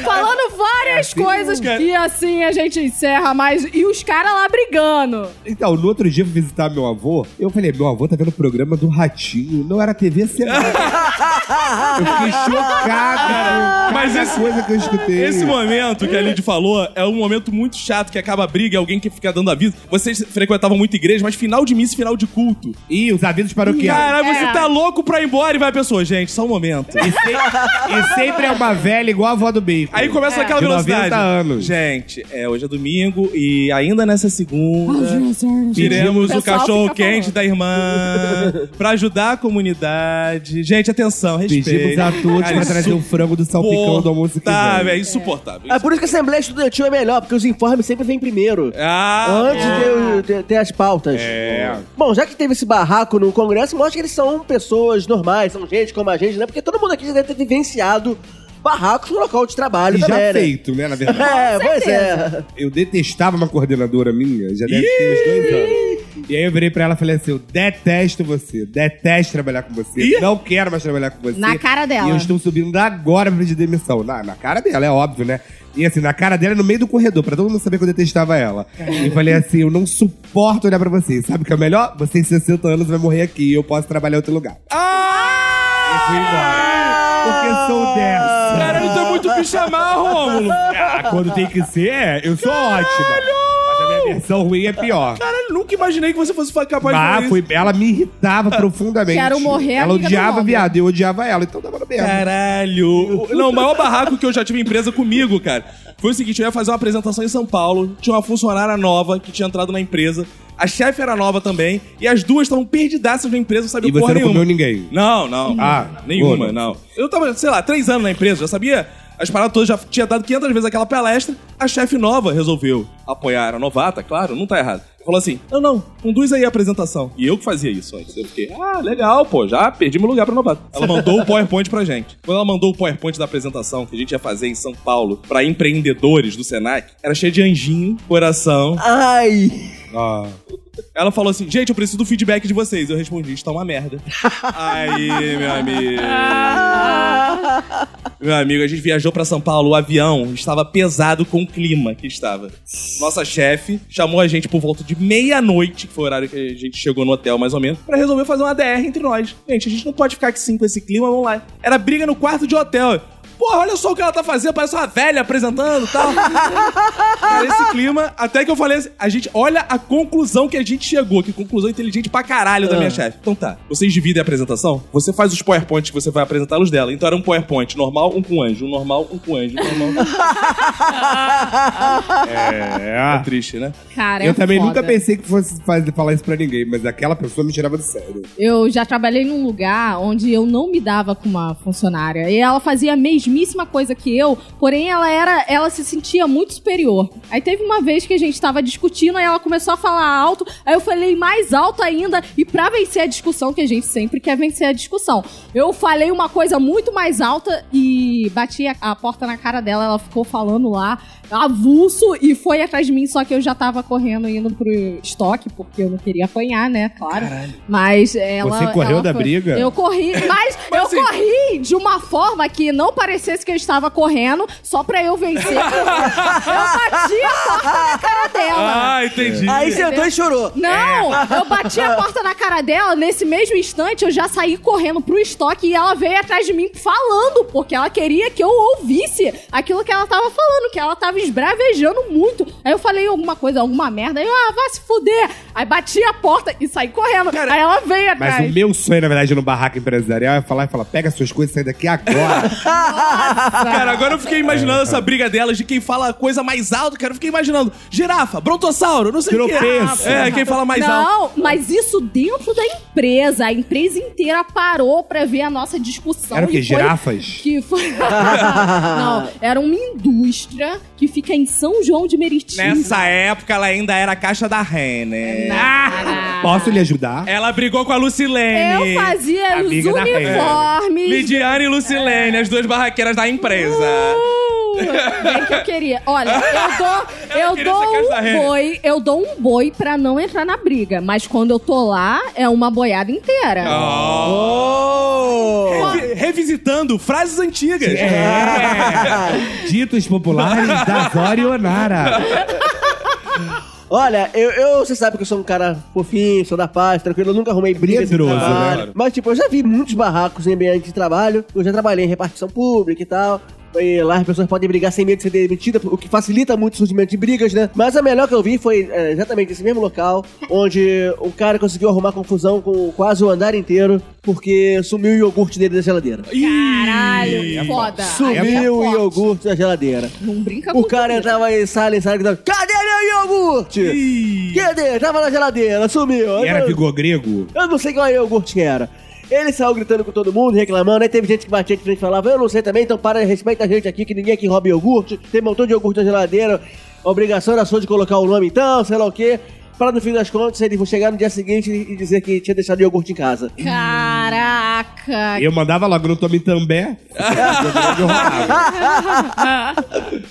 Speaker 3: falando
Speaker 5: É
Speaker 3: várias coisas.
Speaker 4: cara.
Speaker 3: E assim a gente encerra mais... E os caras lá brigando.
Speaker 5: Então, no outro dia eu fui visitar meu avô, eu falei, meu avô tá vendo o programa do Ratinho, não era TV Senado. eu fiquei chocado com
Speaker 4: Mas
Speaker 5: cada
Speaker 4: esse-
Speaker 5: coisa que eu escutei.
Speaker 4: Esse momento que a Lid falou é um momento muito chato que acaba a briga, alguém que fica dando aviso. Vocês frequentavam muito igreja, mas final de missa e final de culto.
Speaker 5: Ih, os avisos paroquiais.
Speaker 4: Caralho, você
Speaker 3: É.
Speaker 4: tá louco pra ir embora e vai a pessoa, gente, só um momento.
Speaker 5: E, se- e sempre é uma velha igual a avó do bacon.
Speaker 4: Aí começa
Speaker 3: É.
Speaker 4: aquela
Speaker 5: De 90
Speaker 4: velocidade.
Speaker 5: anos.
Speaker 4: Gente, é, hoje é domingo e ainda nessa segunda tiremos o,
Speaker 3: O pessoal
Speaker 4: cachorro
Speaker 3: fica
Speaker 4: quente
Speaker 3: falando.
Speaker 4: da irmã pra ajudar a comunidade. Gente, atenção, respeito.
Speaker 5: Pedimos a todos pra trazer o frango do salpicão do almoço que
Speaker 4: Insuportável, é
Speaker 5: vem.
Speaker 4: insuportável.
Speaker 2: É por isso que a Assembleia Estudantil é melhor, porque os informes sempre vêm primeiro.
Speaker 4: Ah,
Speaker 2: Antes de ter, ter as pautas.
Speaker 5: É.
Speaker 2: Bom, já que teve esse barraco no Congresso, mostra que eles são pessoas normais, são gente como a gente, né? Porque todo mundo aqui já deve ter vivenciado barracos no local de trabalho
Speaker 5: E já
Speaker 2: também, né?
Speaker 5: feito, né, na verdade.
Speaker 2: É, pois é.
Speaker 5: Eu detestava uma coordenadora minha, já deve ter uns dois anos. E aí eu virei pra ela e falei assim: eu detesto você, detesto trabalhar com você, não quero mais trabalhar com você.
Speaker 3: Na cara dela.
Speaker 5: E eu estou subindo agora pra pedir demissão. Na, na cara dela, é óbvio, né? E assim, na cara dela, no meio do corredor, pra todo mundo saber que eu detestava ela. E falei assim: eu não suporto olhar pra vocês. Sabe o que é o melhor? Você em 60 anos vai morrer aqui e eu posso trabalhar em outro lugar.
Speaker 4: ah!
Speaker 5: E fui embora. Porque sou dessa.
Speaker 4: Caralho, tu é muito bichamar, Rômulo.
Speaker 5: Ah, quando tem que ser, é. eu sou ótima. Mas a minha versão ruim é pior.
Speaker 4: Caralho, nunca imaginei que você fosse capaz de
Speaker 5: Ah,
Speaker 4: fazer
Speaker 5: foi, ela me irritava profundamente.
Speaker 3: Quero morrer,
Speaker 5: Ela
Speaker 3: amiga do
Speaker 5: odiava
Speaker 3: homem.
Speaker 5: viado, eu odiava ela, então dava no mesmo.
Speaker 4: Caralho! Não, o maior barraco que eu já tive em empresa comigo, cara, foi o seguinte: eu ia fazer uma apresentação em São Paulo, tinha uma funcionária nova que tinha entrado na empresa, a chefe era nova também, e as duas estavam perdidaças na empresa, não sabia
Speaker 5: E você
Speaker 4: porra
Speaker 5: não comeu
Speaker 4: nenhuma.
Speaker 5: ninguém.
Speaker 4: Não, não.
Speaker 5: Ah,
Speaker 4: nenhuma,
Speaker 5: boa, né?
Speaker 4: não. Eu tava, sei lá, três anos na empresa, já sabia as paradas todas, já tinha dado 500 vezes aquela palestra. A chefe nova resolveu apoiar a novata, claro, não tá errado. Falou assim: não, não, conduz aí a apresentação. E eu que fazia isso antes. Eu fiquei, ah, legal, pô, já perdi meu lugar pra novata. Ela mandou o PowerPoint pra gente. Quando ela mandou o PowerPoint da apresentação que a gente ia fazer em São Paulo pra empreendedores do Senac, era cheio de anjinho, coração.
Speaker 2: Ai.
Speaker 5: Ah.
Speaker 4: Ela falou assim, gente, eu preciso do feedback de vocês. Eu respondi, está uma merda. Aí, meu amigo. Meu amigo, a gente viajou pra São Paulo, o avião estava pesado com o clima que estava. Nossa chefe chamou a gente por volta de meia-noite, que foi o horário que a gente chegou no hotel, mais ou menos, pra resolver fazer uma DR entre nós. Gente, a gente não pode ficar aqui sim com esse clima, vamos lá. Era briga no quarto de hotel. Porra, olha só o que ela tá fazendo, parece uma velha apresentando e tal. Cara, esse clima, até que eu falei assim, a gente, olha a conclusão que a gente chegou, que conclusão inteligente pra caralho da minha chefe. Então tá, vocês dividem a apresentação, você faz os PowerPoints que você vai apresentar los dela. Então era um PowerPoint normal, um com anjo, um normal, um com anjo, um normal. é
Speaker 5: É.
Speaker 4: triste, né?
Speaker 3: Cara, é
Speaker 5: Eu também
Speaker 3: foda.
Speaker 5: nunca pensei que fosse fazer, falar isso pra ninguém, mas aquela pessoa me tirava do sério.
Speaker 3: Eu já trabalhei num lugar onde eu não me dava com uma funcionária. E ela fazia a mesmíssima coisa que eu, porém ela era, ela se sentia muito superior. Aí teve uma vez que a gente tava discutindo, aí ela começou a falar alto, aí eu falei mais alto ainda, e pra vencer a discussão, que a gente sempre quer vencer a discussão, eu falei uma coisa muito mais alta e bati a, a porta na cara dela, ela ficou falando lá. avulso e foi atrás de mim, só que eu já tava correndo indo pro estoque, porque eu não queria apanhar, né? Claro. Mas ela.
Speaker 5: Você correu
Speaker 3: ela
Speaker 5: da
Speaker 3: foi-
Speaker 5: briga? assim-
Speaker 3: Eu corri, mas, eu corri de uma forma que não parecesse que eu estava correndo só pra eu vencer. eu bati a porta na cara dela.
Speaker 4: Ah, entendi.
Speaker 2: é. Aí sentou e chorou.
Speaker 3: Não! Eu bati a porta na cara dela, nesse mesmo instante eu já saí correndo pro estoque e ela veio atrás de mim falando, porque ela queria que eu ouvisse aquilo que ela tava falando, que ela tava esbravejando muito. Aí eu falei alguma coisa, alguma merda, aí eu, ah, vai se fuder! Aí bati a porta e saí correndo. aí ela veio
Speaker 5: Mas
Speaker 3: atrás.
Speaker 5: o meu sonho, na verdade, no barraco empresarial é falar e falar: pega suas coisas e sai daqui agora.
Speaker 4: Cara, agora eu fiquei imaginando essa briga delas de quem fala a coisa mais alto, cara. Eu fiquei imaginando. Girafa, brontossauro, não sei o quê.
Speaker 5: Tropeço.
Speaker 4: É, quem fala mais alto.
Speaker 3: Não, mas isso dentro da empresa. A empresa inteira parou pra ver a nossa discussão.
Speaker 5: Era o quê?
Speaker 3: e foi-
Speaker 5: Girafas?
Speaker 3: Que foi. Não, era uma indústria que fica em São João de Meriti.
Speaker 4: Nessa época, ela ainda era a caixa da Renner.
Speaker 5: Posso lhe ajudar?
Speaker 4: Ela brigou com a Lucilene.
Speaker 3: Eu fazia os
Speaker 5: Amiga da
Speaker 3: uniformes.
Speaker 4: Lidiane e
Speaker 2: É.
Speaker 4: Lucilene, as duas barraqueiras da empresa.
Speaker 3: Uh, é que eu queria. Olha, eu
Speaker 4: Ela
Speaker 3: dou, eu
Speaker 4: queria ser
Speaker 3: dou
Speaker 4: Casa Renner.
Speaker 3: um boi, eu dou um boi pra não entrar na briga. Mas quando eu tô lá, é uma boiada inteira.
Speaker 2: Uh!
Speaker 4: Oh. Revi- Revisitando frases antigas.
Speaker 5: É. Ditos populares da Zorionara.
Speaker 2: Olha, eu, eu- você sabe que eu sou um cara fofinho, sou da paz, tranquilo, eu nunca arrumei briga de
Speaker 5: Medroso,
Speaker 2: trabalho.
Speaker 4: né?
Speaker 2: Mas, tipo, eu já vi muitos barracos em ambiente de trabalho, eu já trabalhei em repartição pública e tal. E lá as pessoas podem brigar sem medo de ser demitida, o que facilita muito o surgimento de brigas, né? Mas a melhor que eu vi foi é, exatamente esse mesmo local, onde um cara conseguiu arrumar confusão com quase o andar inteiro, porque sumiu o iogurte dele da geladeira.
Speaker 3: Caralho, foda.
Speaker 2: Sumiu o iogurte da geladeira.
Speaker 3: Não brinca com
Speaker 2: O cara
Speaker 3: comida.
Speaker 2: entrava em sala, em sala, gritando, cadê meu iogurte? Cadê? Tava na geladeira, sumiu.
Speaker 5: E era vigor grego?
Speaker 2: Eu não sei qual iogurte que era. Ele saiu gritando com todo mundo, reclamando, aí teve gente que batia de frente e falava, eu não sei também, então para, respeita a gente aqui, que ninguém aqui rouba iogurte, tem um montão de iogurte na geladeira, a obrigação era sua de colocar o nome então, sei lá o quê. Pra no fim das contas, eles vão chegar no dia seguinte e dizer que tinha deixado iogurte em casa.
Speaker 3: Caraca.
Speaker 5: Eu mandava logo no Tommy També.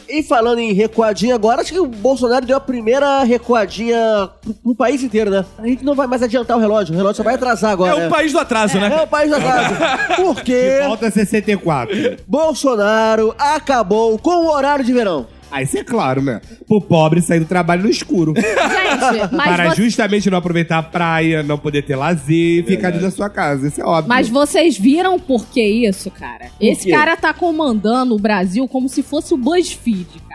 Speaker 2: E falando em recuadinha agora, acho que o Bolsonaro deu a primeira recuadinha pro, pro país inteiro, né? A gente não vai mais adiantar o relógio, o relógio só vai atrasar
Speaker 4: É
Speaker 2: agora.
Speaker 4: o país do atraso, né?
Speaker 2: É o país da casa. Porque
Speaker 5: Volta 64.
Speaker 2: Bolsonaro acabou com o horário de verão.
Speaker 5: Ah, isso é claro, né? Pro pobre sair do trabalho no escuro.
Speaker 3: Gente, mas
Speaker 5: para
Speaker 3: você-
Speaker 5: justamente não aproveitar a praia, não poder ter lazer e ficar dentro da sua casa. Isso é óbvio.
Speaker 3: Mas vocês viram por que isso, cara? Esse
Speaker 2: quê?
Speaker 3: cara tá comandando o Brasil como se fosse o BuzzFeed, cara.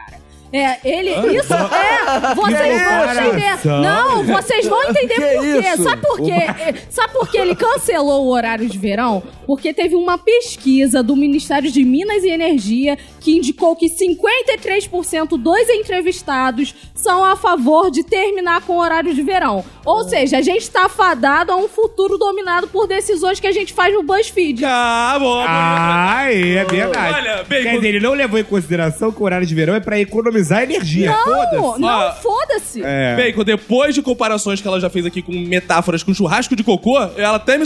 Speaker 3: É, ele. Isso é! Vocês vão entender.
Speaker 5: comparação.
Speaker 3: Não, vocês vão entender
Speaker 2: Que
Speaker 3: por quê.
Speaker 2: isso?
Speaker 3: Sabe por quê? É, Sabe por que ele cancelou o horário de verão? Porque teve uma pesquisa do Ministério de Minas e Energia que indicou que 53% dos entrevistados são a favor de terminar com o horário de verão. Ou seja, a gente tá fadado a um futuro dominado por decisões que a gente faz no BuzzFeed.
Speaker 4: Ah, bom.
Speaker 5: Ah, é, é verdade.
Speaker 4: Olha, bem,
Speaker 5: Quer
Speaker 4: quando-
Speaker 5: dizer, ele não levou em consideração que o horário de verão é pra economizar energia.
Speaker 3: Não,
Speaker 5: Foda-se.
Speaker 3: não,
Speaker 4: Ah.
Speaker 3: foda-se.
Speaker 5: É.
Speaker 4: Bacon, depois de comparações que ela já fez aqui com metáforas com churrasco de cocô, ela até me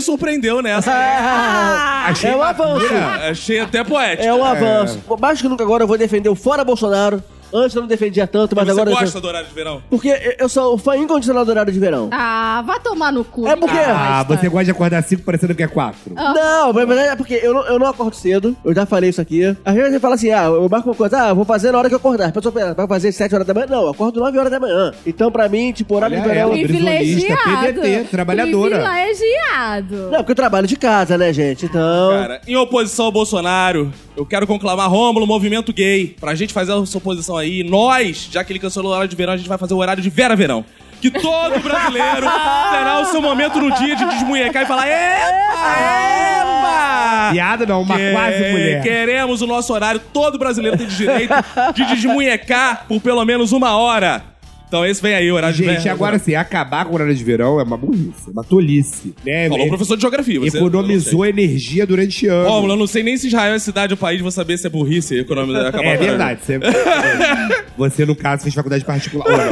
Speaker 4: surpreendeu nessa. Ah,
Speaker 5: Achei
Speaker 2: é um avanço.
Speaker 5: bacana.
Speaker 4: Achei até poética.
Speaker 2: É um avanço. Mais que nunca agora eu vou defender o fora Bolsonaro. Antes eu não defendia tanto, mas
Speaker 4: Você
Speaker 2: agora. eu
Speaker 4: gosta do horário de verão?
Speaker 2: Porque eu- eu sou um fã incondicional do horário de verão.
Speaker 3: Ah, vá tomar no cu.
Speaker 2: É porque-
Speaker 5: Ah, você gosta de acordar cinco parecendo que é quatro.
Speaker 3: Ah.
Speaker 2: Não, mas mas é porque eu não, eu não acordo cedo. Eu já falei isso aqui. Às vezes você fala assim, ah, eu marco uma coisa, ah, eu vou fazer na hora que eu acordar. A pessoa pensa, vai fazer 7 horas da manhã? Não, eu acordo 9 horas da manhã. Então, pra mim, tipo, horário de
Speaker 5: Olha
Speaker 2: verão.
Speaker 5: ela. Brisolista,
Speaker 3: Privilegiado.
Speaker 5: PDT, trabalhadora.
Speaker 3: Privilegiado.
Speaker 2: Não, porque eu trabalho de casa, né, gente? Então.
Speaker 4: Cara, em oposição ao Bolsonaro, eu quero conclamar Rômulo, movimento gay. Pra gente fazer essa oposição aí, nós, já que ele cancelou o horário de verão, a gente vai fazer o horário de Vera Verão. Que todo brasileiro terá o seu momento no dia de desmunhecar e falar: Epa! Epa!
Speaker 5: Piada não, é uma
Speaker 4: Que- é,
Speaker 5: quase mulher.
Speaker 4: Queremos o nosso horário. Todo brasileiro tem direito de desmunhecar por pelo menos uma hora. Então esse vem aí, o horário de
Speaker 5: Gente,
Speaker 4: Vera
Speaker 5: agora
Speaker 4: Verão.
Speaker 5: assim, acabar com o horário de verão é uma burrice, uma tolice. Né?
Speaker 4: Falou o professor de geografia. Você
Speaker 5: Economizou energia durante anos.
Speaker 4: Rômulo, eu não sei nem se Israel é cidade ou país, vou saber se é burrice economizar. acabar
Speaker 5: É
Speaker 4: com o horário.
Speaker 5: verdade. Você, você, no caso, fez faculdade particular. Ou não.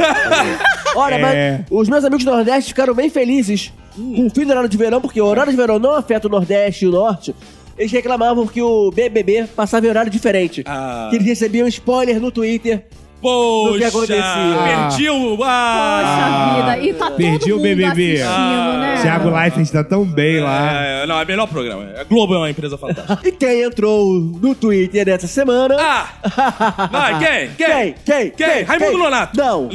Speaker 2: Olha,
Speaker 5: É.
Speaker 2: mas os meus amigos do Nordeste ficaram bem felizes com o fim do horário de verão, porque o horário de verão não afeta o Nordeste e o Norte. Eles reclamavam que o BBB passava em horário diferente.
Speaker 4: Ah.
Speaker 2: Que eles recebiam spoiler no Twitter
Speaker 4: Poxa,
Speaker 2: Do que acontecia.
Speaker 4: perdi o... Ah,
Speaker 3: Poxa vida. E tá todo
Speaker 5: Perdi o
Speaker 3: mundo
Speaker 5: BBB.
Speaker 3: assistindo, né?
Speaker 5: Thiago Leifert tá tão bem lá.
Speaker 4: É, não, é o melhor programa. A Globo é uma empresa fantástica.
Speaker 2: E quem entrou no Twitter essa semana?
Speaker 4: Ah! Não, quem?
Speaker 2: Quem? Quem?
Speaker 4: Quem? Quem? Raimundo Nonato.
Speaker 2: Não.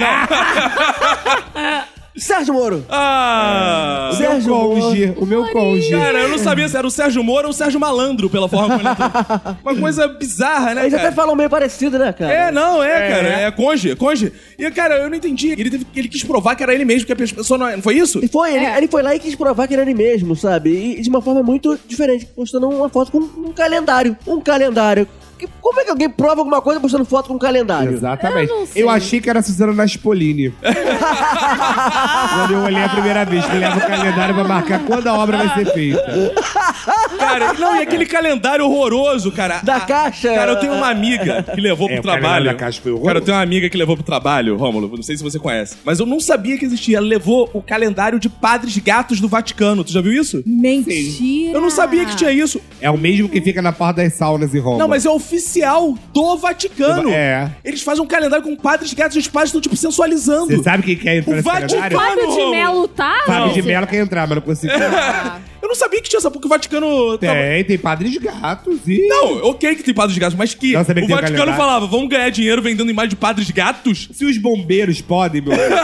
Speaker 2: Sérgio Moro.
Speaker 4: Ah!
Speaker 5: O meu
Speaker 2: Sérgio
Speaker 5: cônjuge, o meu cônjuge.
Speaker 4: Cara, eu não sabia se era o Sérgio Moro ou o Sérgio Malandro, pela forma como ele entrou. Uma coisa bizarra, né,
Speaker 2: Eles até
Speaker 4: cara?
Speaker 2: falam meio parecido, né, cara?
Speaker 4: É, não, é, cara. É conge, conge. E, cara, eu não entendi. Ele, teve- ele quis provar que era ele mesmo, que a pessoa não, não foi isso?
Speaker 2: E foi, ele, ele foi lá e quis provar que era ele mesmo, sabe? E, e de uma forma muito diferente, postando uma foto com um calendário. Um calendário. Que- como é que alguém prova alguma coisa postando foto com um calendário?
Speaker 5: Exatamente.
Speaker 3: Eu não
Speaker 5: Eu,
Speaker 3: sei.
Speaker 5: achei que era a Suzana Naspolini. quando eu olhei a primeira vez, que leva o calendário pra marcar quando a obra vai ser feita.
Speaker 4: Cara, não, e aquele calendário horroroso, cara.
Speaker 2: Da
Speaker 4: Ah,
Speaker 2: caixa.
Speaker 4: Cara, eu tenho uma amiga que levou
Speaker 5: É,
Speaker 4: pro
Speaker 5: o calendário
Speaker 4: trabalho.
Speaker 5: da caixa foi horroroso.
Speaker 4: Cara, eu tenho uma amiga que levou pro trabalho, Rômulo, não sei se você conhece, mas eu não sabia que existia. Ela levou o calendário de padres gatos do Vaticano. Tu já viu isso?
Speaker 3: Mentira.
Speaker 4: Eu não sabia que tinha isso.
Speaker 5: É o mesmo que fica na porta das saunas em Roma.
Speaker 4: Não, mas é oficial do Vaticano.
Speaker 5: É.
Speaker 4: Eles fazem um calendário com padres gatos e os padres estão, tipo, sensualizando.
Speaker 5: Você sabe quem quer entrar
Speaker 4: O
Speaker 5: nesse
Speaker 4: Vaticano-
Speaker 5: calendário?
Speaker 3: Fábio de
Speaker 4: Mano,
Speaker 3: Melo tá?
Speaker 5: Fábio de
Speaker 3: gente?
Speaker 5: Mello quer entrar, mas não consigo.
Speaker 4: Eu não sabia que tinha essa, porque o Vaticano... tava-
Speaker 5: tem, tem padres gatos e...
Speaker 4: Não, ok que tem padres gatos, mas que
Speaker 5: Não, sabia que
Speaker 4: o
Speaker 5: tem um
Speaker 4: Vaticano
Speaker 5: calendário.
Speaker 4: falava, vamos ganhar dinheiro vendendo imagem de padres gatos?
Speaker 5: Se os bombeiros podem, meu amigo,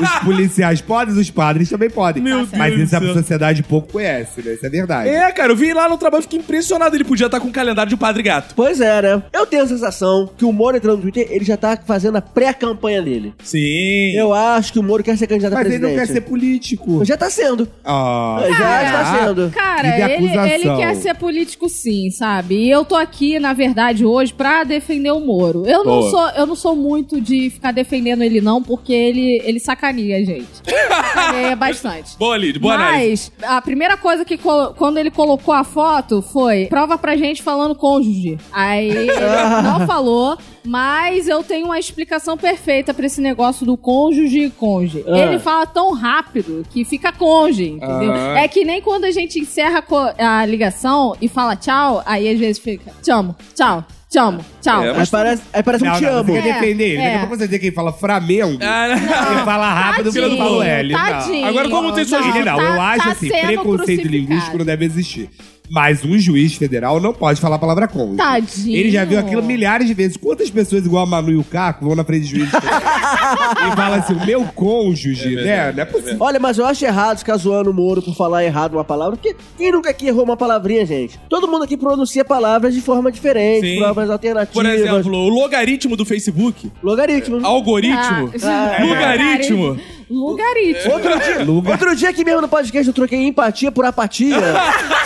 Speaker 5: os policiais podem, os padres também podem.
Speaker 4: Meu
Speaker 5: Mas
Speaker 4: Deus
Speaker 5: isso
Speaker 4: do
Speaker 5: a
Speaker 4: céu.
Speaker 5: sociedade pouco conhece, né? Isso é verdade.
Speaker 4: É, cara, eu vi lá no trabalho, fiquei impressionado. Ele podia estar com um calendário de padre gato.
Speaker 2: Pois é, né? Eu tenho a sensação que o Moro entrando no Twitter, ele já tá fazendo a pré-campanha dele.
Speaker 4: Sim.
Speaker 2: Eu acho que o Moro quer ser candidato a
Speaker 5: Mas ele
Speaker 2: presidente.
Speaker 5: não quer ser político.
Speaker 2: Já tá sendo.
Speaker 5: Ah.
Speaker 2: Já tá está
Speaker 4: é.
Speaker 2: sendo.
Speaker 4: Ah,
Speaker 3: Cara,
Speaker 5: Vive
Speaker 3: ele,
Speaker 5: acusação.
Speaker 3: ele quer ser político sim, sabe? E eu tô aqui, na verdade, hoje pra defender o Moro. Eu não,
Speaker 4: Boa.
Speaker 3: sou, eu não sou muito de ficar defendendo ele não, porque ele, ele sacaneia a gente. sacaneia bastante.
Speaker 4: Boa, Lid, boa análise.
Speaker 3: Mas a primeira coisa que colo- quando ele colocou a foto foi prova pra gente falando cônjuge. Aí ele não falou, mas eu tenho uma explicação perfeita pra esse negócio do cônjuge e conge.
Speaker 2: Ah.
Speaker 3: Ele fala tão rápido que fica conge, entendeu?
Speaker 5: Ah.
Speaker 3: É que nem quando a gente encerra a co- a ligação e fala tchau, aí às vezes fica te amo, tchau, te amo, tchau. Ah,
Speaker 4: É,
Speaker 2: Aí parece, aí parece um
Speaker 5: Não,
Speaker 2: te
Speaker 5: não,
Speaker 2: amo.
Speaker 5: você quer
Speaker 3: É,
Speaker 5: defender ele. Daqui
Speaker 3: é.
Speaker 5: a pouco você vê quem fala Flamengo,
Speaker 4: Ah, né?
Speaker 5: que fala rápido, porque não
Speaker 3: Tadinho,
Speaker 5: fala o L. não.
Speaker 3: tadinho.
Speaker 4: Agora, como tem suas-
Speaker 5: Ele não,
Speaker 3: tá-
Speaker 5: eu acho
Speaker 3: tá
Speaker 5: assim,
Speaker 3: sendo
Speaker 5: preconceito
Speaker 3: crucificado.
Speaker 5: linguístico não deve existir. Mas um juiz federal não pode falar a palavra cônjuge.
Speaker 3: Tadinho.
Speaker 5: Ele já viu aquilo milhares de vezes. Quantas pessoas igual a Manu e o Caco vão na frente de juiz federal e falam assim, o meu cônjuge, né? Não é possível.
Speaker 2: Olha, mas eu acho errado ficar zoando o Moro por falar errado uma palavra, porque quem nunca aqui errou uma palavrinha, gente? Todo mundo aqui pronuncia palavras de forma diferente,
Speaker 4: Sim.
Speaker 2: palavras alternativas.
Speaker 4: Por exemplo, o logaritmo do Facebook,
Speaker 2: Logaritmo.
Speaker 4: algoritmo,
Speaker 3: Ah,
Speaker 4: logaritmo.
Speaker 3: Lugaritmo.
Speaker 2: Outro dia,
Speaker 5: Lugar-
Speaker 2: outro dia aqui mesmo no podcast eu troquei empatia por apatia.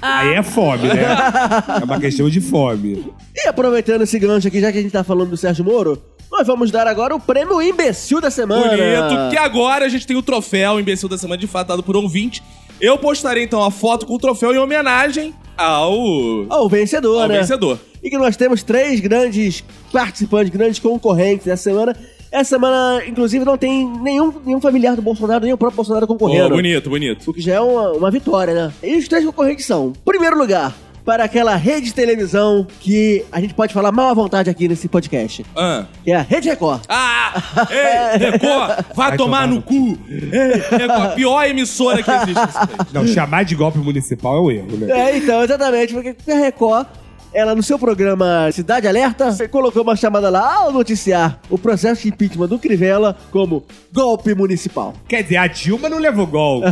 Speaker 5: Aí é fome, né? É uma questão de fome.
Speaker 2: e aproveitando esse gancho aqui, já que a gente tá falando do Sérgio Moro, nós vamos dar agora o prêmio imbecil da
Speaker 4: Ah,
Speaker 2: semana.
Speaker 4: Bonito, que agora a gente tem o troféu imbecil da semana de fato dado por ouvinte. Eu postarei então a foto com o troféu em homenagem ao,
Speaker 2: Ao vencedor,
Speaker 4: ao
Speaker 2: né?
Speaker 4: vencedor.
Speaker 2: E que nós temos três grandes participantes, grandes concorrentes essa semana. Essa semana, inclusive, não tem nenhum, nenhum familiar do Bolsonaro, nem o próprio Bolsonaro
Speaker 4: Pô,
Speaker 2: concorrendo.
Speaker 4: bonito, bonito.
Speaker 2: O que já é uma, uma vitória, né? E os três concorrentes são, primeiro lugar, para aquela rede de televisão que a gente pode falar mal à vontade aqui nesse podcast,
Speaker 4: Ah.
Speaker 2: que é a Rede Record.
Speaker 4: Ah! Ei, Record, vai, tomar,
Speaker 5: Vai tomar
Speaker 4: no
Speaker 5: no
Speaker 4: cu! Ei, Record, pior emissora que existe. nesse país.
Speaker 5: Não, chamar de golpe municipal é um erro, né?
Speaker 2: É, então, exatamente, porque a Record, ela no seu programa Cidade Alerta, você colocou uma chamada lá ao noticiar o processo de impeachment do Crivella como golpe municipal. É.
Speaker 5: Quer dizer, a Dilma não levou golpe,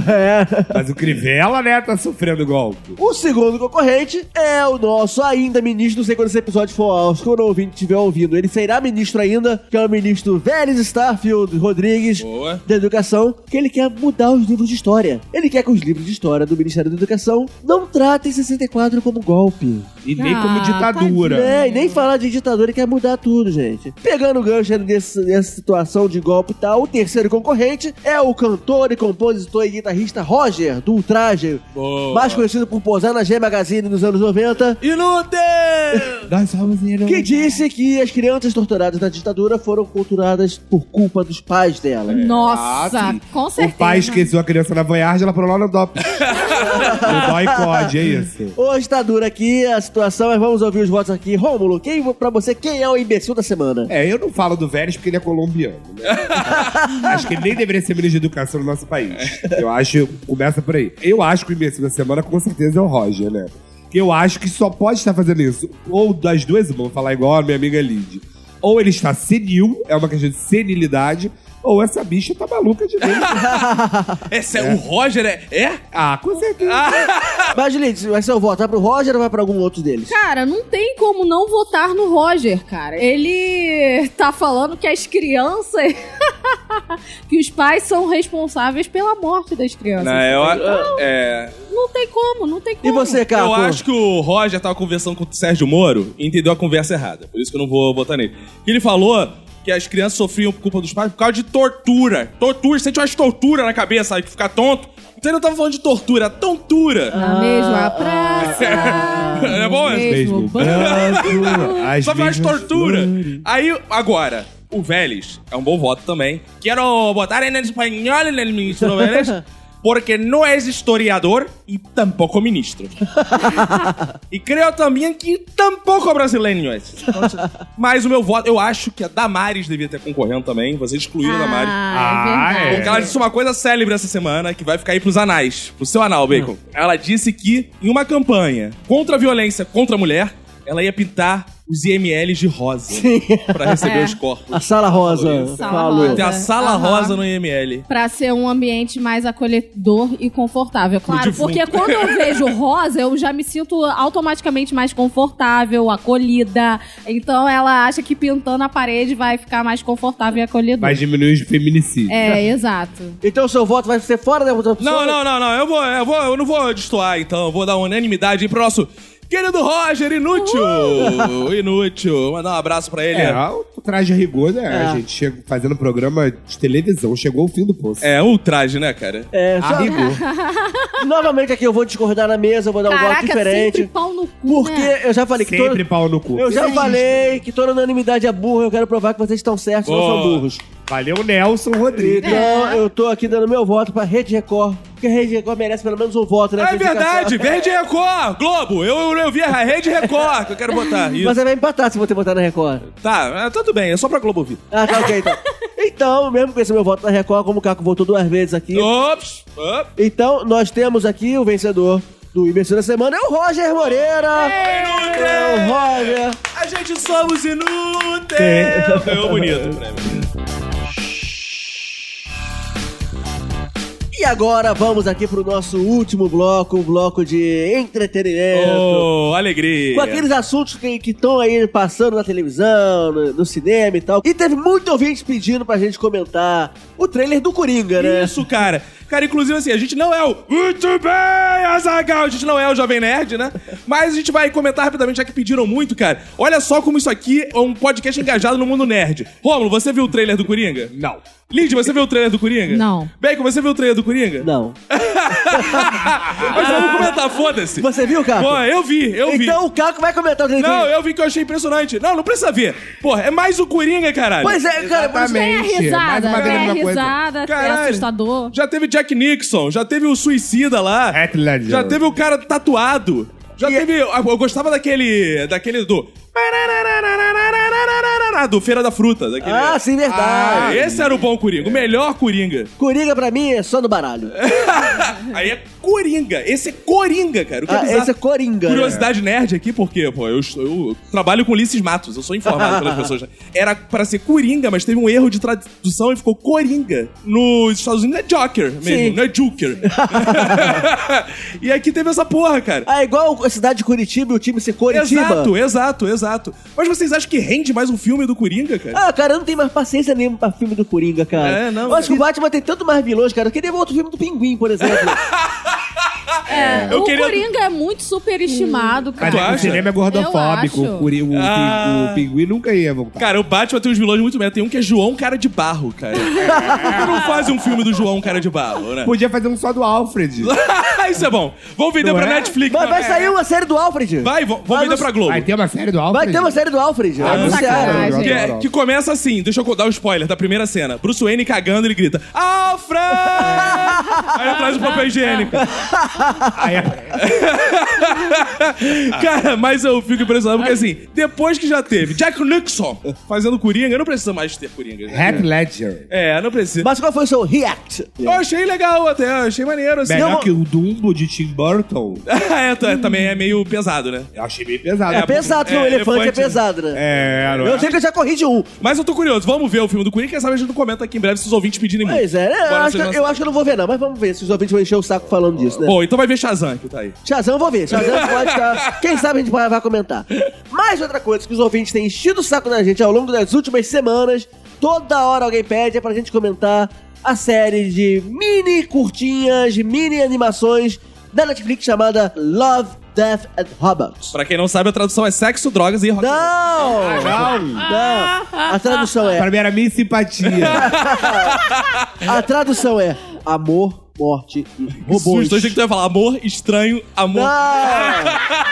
Speaker 5: mas o Crivella, né, tá sofrendo golpe.
Speaker 2: O segundo concorrente é o nosso ainda ministro, não sei quando esse episódio for ao, quando o ouvinte estiver ouvindo, ele será ministro ainda, que é o ministro Vélez Starfield Rodrigues
Speaker 4: Boa.
Speaker 2: da Educação, que ele quer mudar os livros de história. Ele quer que os livros de história do Ministério da Educação não tratem 64 como golpe.
Speaker 5: E nem
Speaker 3: Ah,
Speaker 5: como ditadura.
Speaker 2: É, e nem falar de ditador, ele quer mudar tudo, gente. Pegando o gancho nesse- nessa situação de golpe e tal, o terceiro concorrente é o cantor e compositor e guitarrista Roger, do Ultraje,
Speaker 4: Boa.
Speaker 2: mais conhecido por posar na G Magazine nos anos 90.
Speaker 4: Inútil!
Speaker 5: Nós somos
Speaker 2: que disse que as crianças torturadas na ditadura foram torturadas por culpa dos pais dela.
Speaker 3: Nossa,
Speaker 5: Ah, sim.
Speaker 3: com
Speaker 5: O
Speaker 3: certeza.
Speaker 5: pai esqueceu a criança na voyage, ela parou lá no DOP. no dó e code, é isso.
Speaker 2: Hoje tá dura aqui a situação, mas vamos ouvir os votos aqui. Rômulo, quem pra você quem é o imbecil da semana?
Speaker 5: É, eu não falo do Vélez porque ele é colombiano, né? acho que ele nem deveria ser ministro de educação no nosso país. Eu acho, começa por aí. Eu acho que o imbecil da semana com certeza é o Roger, né? Eu acho que só pode estar fazendo isso. Ou das duas, vamos falar igual a minha amiga Lid. Ou ele está senil, é uma questão de senilidade, ou essa bicha tá maluca de vez.
Speaker 4: Esse é, o Roger, é? É?
Speaker 5: ah, com certeza.
Speaker 2: Mas, Lidice, vai ser o voto? Vai pro Roger ou vai pra algum outro deles?
Speaker 3: Cara, não tem como não votar no Roger, cara. Ele tá falando que as crianças. que os pais são responsáveis pela morte das crianças.
Speaker 4: Não, eu, é,
Speaker 3: Não tem como, não tem
Speaker 2: E
Speaker 3: como.
Speaker 2: você, Caco?
Speaker 4: eu acho que o Roger tava conversando com o Sérgio Moro e entendeu a conversa errada. Por isso que eu não vou botar nele. Ele falou que as crianças sofriam por culpa dos pais por causa de tortura. Tortura, sente umas torturas na cabeça, sabe? Que fica tonto. Então ele não tava falando de tortura, tontura.
Speaker 3: Na mesma Ah, praça.
Speaker 4: Ah. É bom
Speaker 3: no
Speaker 4: esse?
Speaker 3: mesmo banco.
Speaker 5: as
Speaker 4: Só faz
Speaker 5: mesmas
Speaker 4: tortura.
Speaker 5: flores.
Speaker 4: Aí, agora, o Vélez é um bom voto também. Quero botar em espanhol no ministro Vélez. Porque não é historiador e tampouco ministro. e creio também que tampouco brasileiro é. Mas o meu voto, eu acho que a Damares devia ter concorrendo também. Vocês excluíram a Damares.
Speaker 3: Ah, é
Speaker 5: Ah, é.
Speaker 3: verdade.
Speaker 4: Porque ela disse uma coisa célebre essa semana que vai ficar aí pros anais, pro seu anal, Bacon. Ela disse que, em uma campanha contra a violência contra a mulher, ela ia pintar os IMLs de rosa pra receber
Speaker 3: É.
Speaker 4: os corpos.
Speaker 2: A Sala Rosa.
Speaker 3: Sala
Speaker 2: Falou.
Speaker 3: Rosa.
Speaker 4: Tem a sala
Speaker 3: Aham.
Speaker 4: rosa no IML.
Speaker 3: Pra ser um ambiente mais acolhedor e confortável. Claro,
Speaker 4: defunto.
Speaker 3: porque quando eu vejo rosa, eu já me sinto automaticamente mais confortável, acolhida. Então ela acha que pintando a parede vai ficar mais confortável e acolhedor.
Speaker 5: Vai diminuir os feminicídios.
Speaker 3: É, exato.
Speaker 2: Então seu voto vai ser fora da outra opção?
Speaker 4: Não, não, não, não. Eu, vou, eu, vou, eu não vou destoar, então. Eu vou dar unanimidade aí pro nosso querido Roger Inútil. Inútil. Mandar um abraço pra ele.
Speaker 5: É, o traje a rigor, né?
Speaker 2: É.
Speaker 5: A gente chega fazendo programa de televisão, chegou o fim do poço.
Speaker 4: É, ultraje, né, cara?
Speaker 2: É,
Speaker 5: A
Speaker 2: só...
Speaker 5: rigor.
Speaker 2: Novamente aqui eu vou discordar na mesa, eu vou dar um voto
Speaker 3: Caraca, sempre
Speaker 2: diferente.
Speaker 3: pau no cu,
Speaker 2: Porque
Speaker 3: né?
Speaker 2: eu já falei que todo...
Speaker 5: Sempre pau no cu.
Speaker 2: Eu já falei que toda unanimidade é burra, eu quero provar que vocês estão certos, não
Speaker 4: Boa.
Speaker 2: são burros.
Speaker 5: Valeu, Nelson Rodrigues.
Speaker 2: Então,
Speaker 3: É.
Speaker 2: eu tô aqui dando meu voto pra Rede Record, porque a Rede Record merece pelo menos um voto, né?
Speaker 4: É
Speaker 2: Vocês ficam
Speaker 4: verdade,
Speaker 2: só-
Speaker 4: Verde Record, Globo, eu, eu, eu vi a Rede Record, que eu quero botar. Isso.
Speaker 2: Mas aí vai empatar se você botar na Record.
Speaker 4: Tá, é, tudo bem, é só pra Globo ouvir.
Speaker 2: Ah, tá ok, então. Então, mesmo com esse meu voto na Record, como o Caco votou duas vezes aqui,
Speaker 4: Ops, ops.
Speaker 2: então nós temos aqui o vencedor do Imbecil da Semana, é o Roger Moreira! É o Roger!
Speaker 4: A gente somos inúteis! Ganhou bonito o prêmio.
Speaker 2: E agora vamos aqui pro nosso último bloco, o bloco de entretenimento.
Speaker 4: Oh, alegria.
Speaker 2: Com aqueles assuntos que estão aí passando na televisão, no, no cinema e tal. E teve muito ouvinte pedindo pra gente comentar o trailer do Coringa, né?
Speaker 4: Isso, cara. Cara, inclusive assim, a gente não é o Muito bem, Azagal! A gente não é o Jovem Nerd, né? Mas a gente vai comentar rapidamente, já que pediram muito, cara. Olha só como isso aqui é um podcast engajado no mundo nerd. Rômulo, você viu o trailer do Coringa?
Speaker 5: Não.
Speaker 4: Lid, você viu o trailer do Coringa?
Speaker 3: Não.
Speaker 4: Bacon, você viu o trailer do Coringa?
Speaker 2: Não.
Speaker 4: Mas vamos comentar, foda-se.
Speaker 2: Você viu, Caco?
Speaker 4: Pô, eu vi, eu vi.
Speaker 2: então o Caco vai comentar o trailer do
Speaker 4: Não,
Speaker 2: Coringa.
Speaker 4: eu vi que eu achei impressionante. Não, não precisa ver. Porra, é mais o Coringa, caralho.
Speaker 2: Pois é, cara, mas
Speaker 3: Tem a
Speaker 5: Exatamente. Mais
Speaker 3: risada,
Speaker 5: uma
Speaker 3: tem a
Speaker 5: grande coisa.
Speaker 3: risada, tem
Speaker 4: Caralho.
Speaker 3: assustador.
Speaker 4: Já teve Jack Nixon, já teve o Suicida lá.
Speaker 5: Heath Ledger.
Speaker 4: Já teve o cara tatuado. Já teve. Eu gostava daquele. Daquele do. Do Feira da Fruta. Daquele.
Speaker 2: Ah, sim,
Speaker 4: Ah,
Speaker 2: verdade.
Speaker 4: esse era o bom Coringa, o melhor Coringa.
Speaker 2: Coringa pra mim é só no baralho.
Speaker 4: Aí é Coringa. Esse é Coringa, cara. O que é
Speaker 2: Ah,
Speaker 4: bizarro.
Speaker 2: esse é Coringa. né?
Speaker 4: Curiosidade nerd aqui, porque, pô, eu, eu trabalho com Ulisses Matos, eu sou informado pelas pessoas. né? Era pra ser Coringa, mas teve um erro de tradução e ficou Coringa. Nos Estados Unidos é Joker mesmo,
Speaker 2: Sim.
Speaker 4: não é Joker. e aqui teve essa porra, cara.
Speaker 2: Ah, igual a cidade de Curitiba e o time ser Curitiba.
Speaker 4: Exato, exato, exato. Mas vocês acham que rende mais um filme do Coringa, cara?
Speaker 2: Ah, cara, eu não tenho mais paciência nenhuma pra filme do Coringa, cara.
Speaker 4: É, não,
Speaker 2: Eu acho que o
Speaker 4: cara.
Speaker 2: Batman tem tanto mais vilões, cara. Eu queria ver outro filme do Pinguim, por exemplo.
Speaker 3: É,
Speaker 4: Eu
Speaker 3: o
Speaker 4: queria-
Speaker 3: Coringa é muito superestimado,
Speaker 5: Mas
Speaker 4: Tu
Speaker 5: é que
Speaker 3: cara.
Speaker 5: o
Speaker 4: acha?
Speaker 5: cinema é gordofóbico.
Speaker 3: Eu acho.
Speaker 5: O, curi- o, pin-
Speaker 4: Ah.
Speaker 5: o pinguim nunca ia voltar.
Speaker 4: Cara, o Batman tem uns vilões muito merda. Tem um que é João Cara de Barro, cara. Por que não fazem um filme do João Cara de Barro, né?
Speaker 5: Podia fazer um só do Alfred.
Speaker 4: Isso é bom. Vamos vender
Speaker 5: Não
Speaker 4: pra
Speaker 5: é?
Speaker 4: Netflix.
Speaker 2: Mas
Speaker 4: não
Speaker 2: vai
Speaker 4: é?
Speaker 2: sair uma série do Alfred.
Speaker 4: Vai, vamos
Speaker 2: Vai
Speaker 4: vender
Speaker 2: no- Ah,
Speaker 4: pra Globo.
Speaker 5: Vai ter uma série do Alfred?
Speaker 2: Vai ter uma série do Alfred.
Speaker 5: Ah,
Speaker 2: anunciaram.
Speaker 3: sacanagem.
Speaker 5: eu adoro
Speaker 4: Que, é-
Speaker 5: Alfred.
Speaker 4: que começa assim, deixa eu dar o spoiler da primeira cena. Bruce Wayne cagando, ele grita, Alfred! Aí ele traz o papel higiênico.
Speaker 5: Aí é-
Speaker 4: Cara, mas eu fico impressionado porque assim, depois que já teve Jack Nixon fazendo Coringa, não precisa mais ter Coringa. né?
Speaker 5: Heath Ledger.
Speaker 4: É, não precisa.
Speaker 2: Mas qual foi o seu react?
Speaker 4: Eu achei legal até, eu achei maneiro assim.
Speaker 5: Melhor
Speaker 4: Eu-
Speaker 5: que o Dumbo de Tim Burton.
Speaker 4: é, t- é, também é meio pesado, né?
Speaker 5: Eu achei meio pesado.
Speaker 2: É, pesado,
Speaker 4: é,
Speaker 2: não, o elefante,
Speaker 4: elefante,
Speaker 2: é pesado, né?
Speaker 5: É, não é?
Speaker 2: Eu sei que eu já corri de um.
Speaker 4: Mas eu tô curioso, vamos ver o filme do Coringa, quem sabe a gente não comenta aqui em breve se os ouvintes pedirem muito.
Speaker 2: Pois é, né? eu
Speaker 4: Bora,
Speaker 2: acho,
Speaker 4: vocês
Speaker 2: que,
Speaker 4: vão-
Speaker 2: eu acho que eu não vou ver, não, mas vamos ver se os ouvintes vão encher o saco falando disso, né?
Speaker 4: Bom, então vai ver Shazam que tá aí.
Speaker 2: Shazam eu vou ver. Shazam pode estar. Quem sabe a gente vai, vai comentar. Mais outra coisa que os ouvintes têm enchido o saco da gente ao longo das últimas semanas. Toda hora alguém pede é pra gente comentar a série de mini curtinhas, mini animações da Netflix chamada Love, Death and Robots.
Speaker 4: Pra quem não sabe, a tradução é sexo, drogas e rock.
Speaker 2: Não!
Speaker 5: Não.
Speaker 2: Não! A tradução é.
Speaker 5: Pra mim era minha simpatia.
Speaker 2: A tradução é amor, morte e robôs.
Speaker 4: Os dois que tu ia falar amor, estranho, amor.
Speaker 2: Não!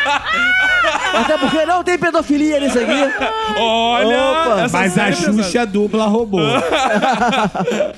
Speaker 2: Até porque não tem pedofilia nisso aqui.
Speaker 4: Olha!
Speaker 2: Opa.
Speaker 4: essa
Speaker 5: Mas
Speaker 4: série
Speaker 5: a
Speaker 4: é pesada.
Speaker 5: Xuxa dubla robô.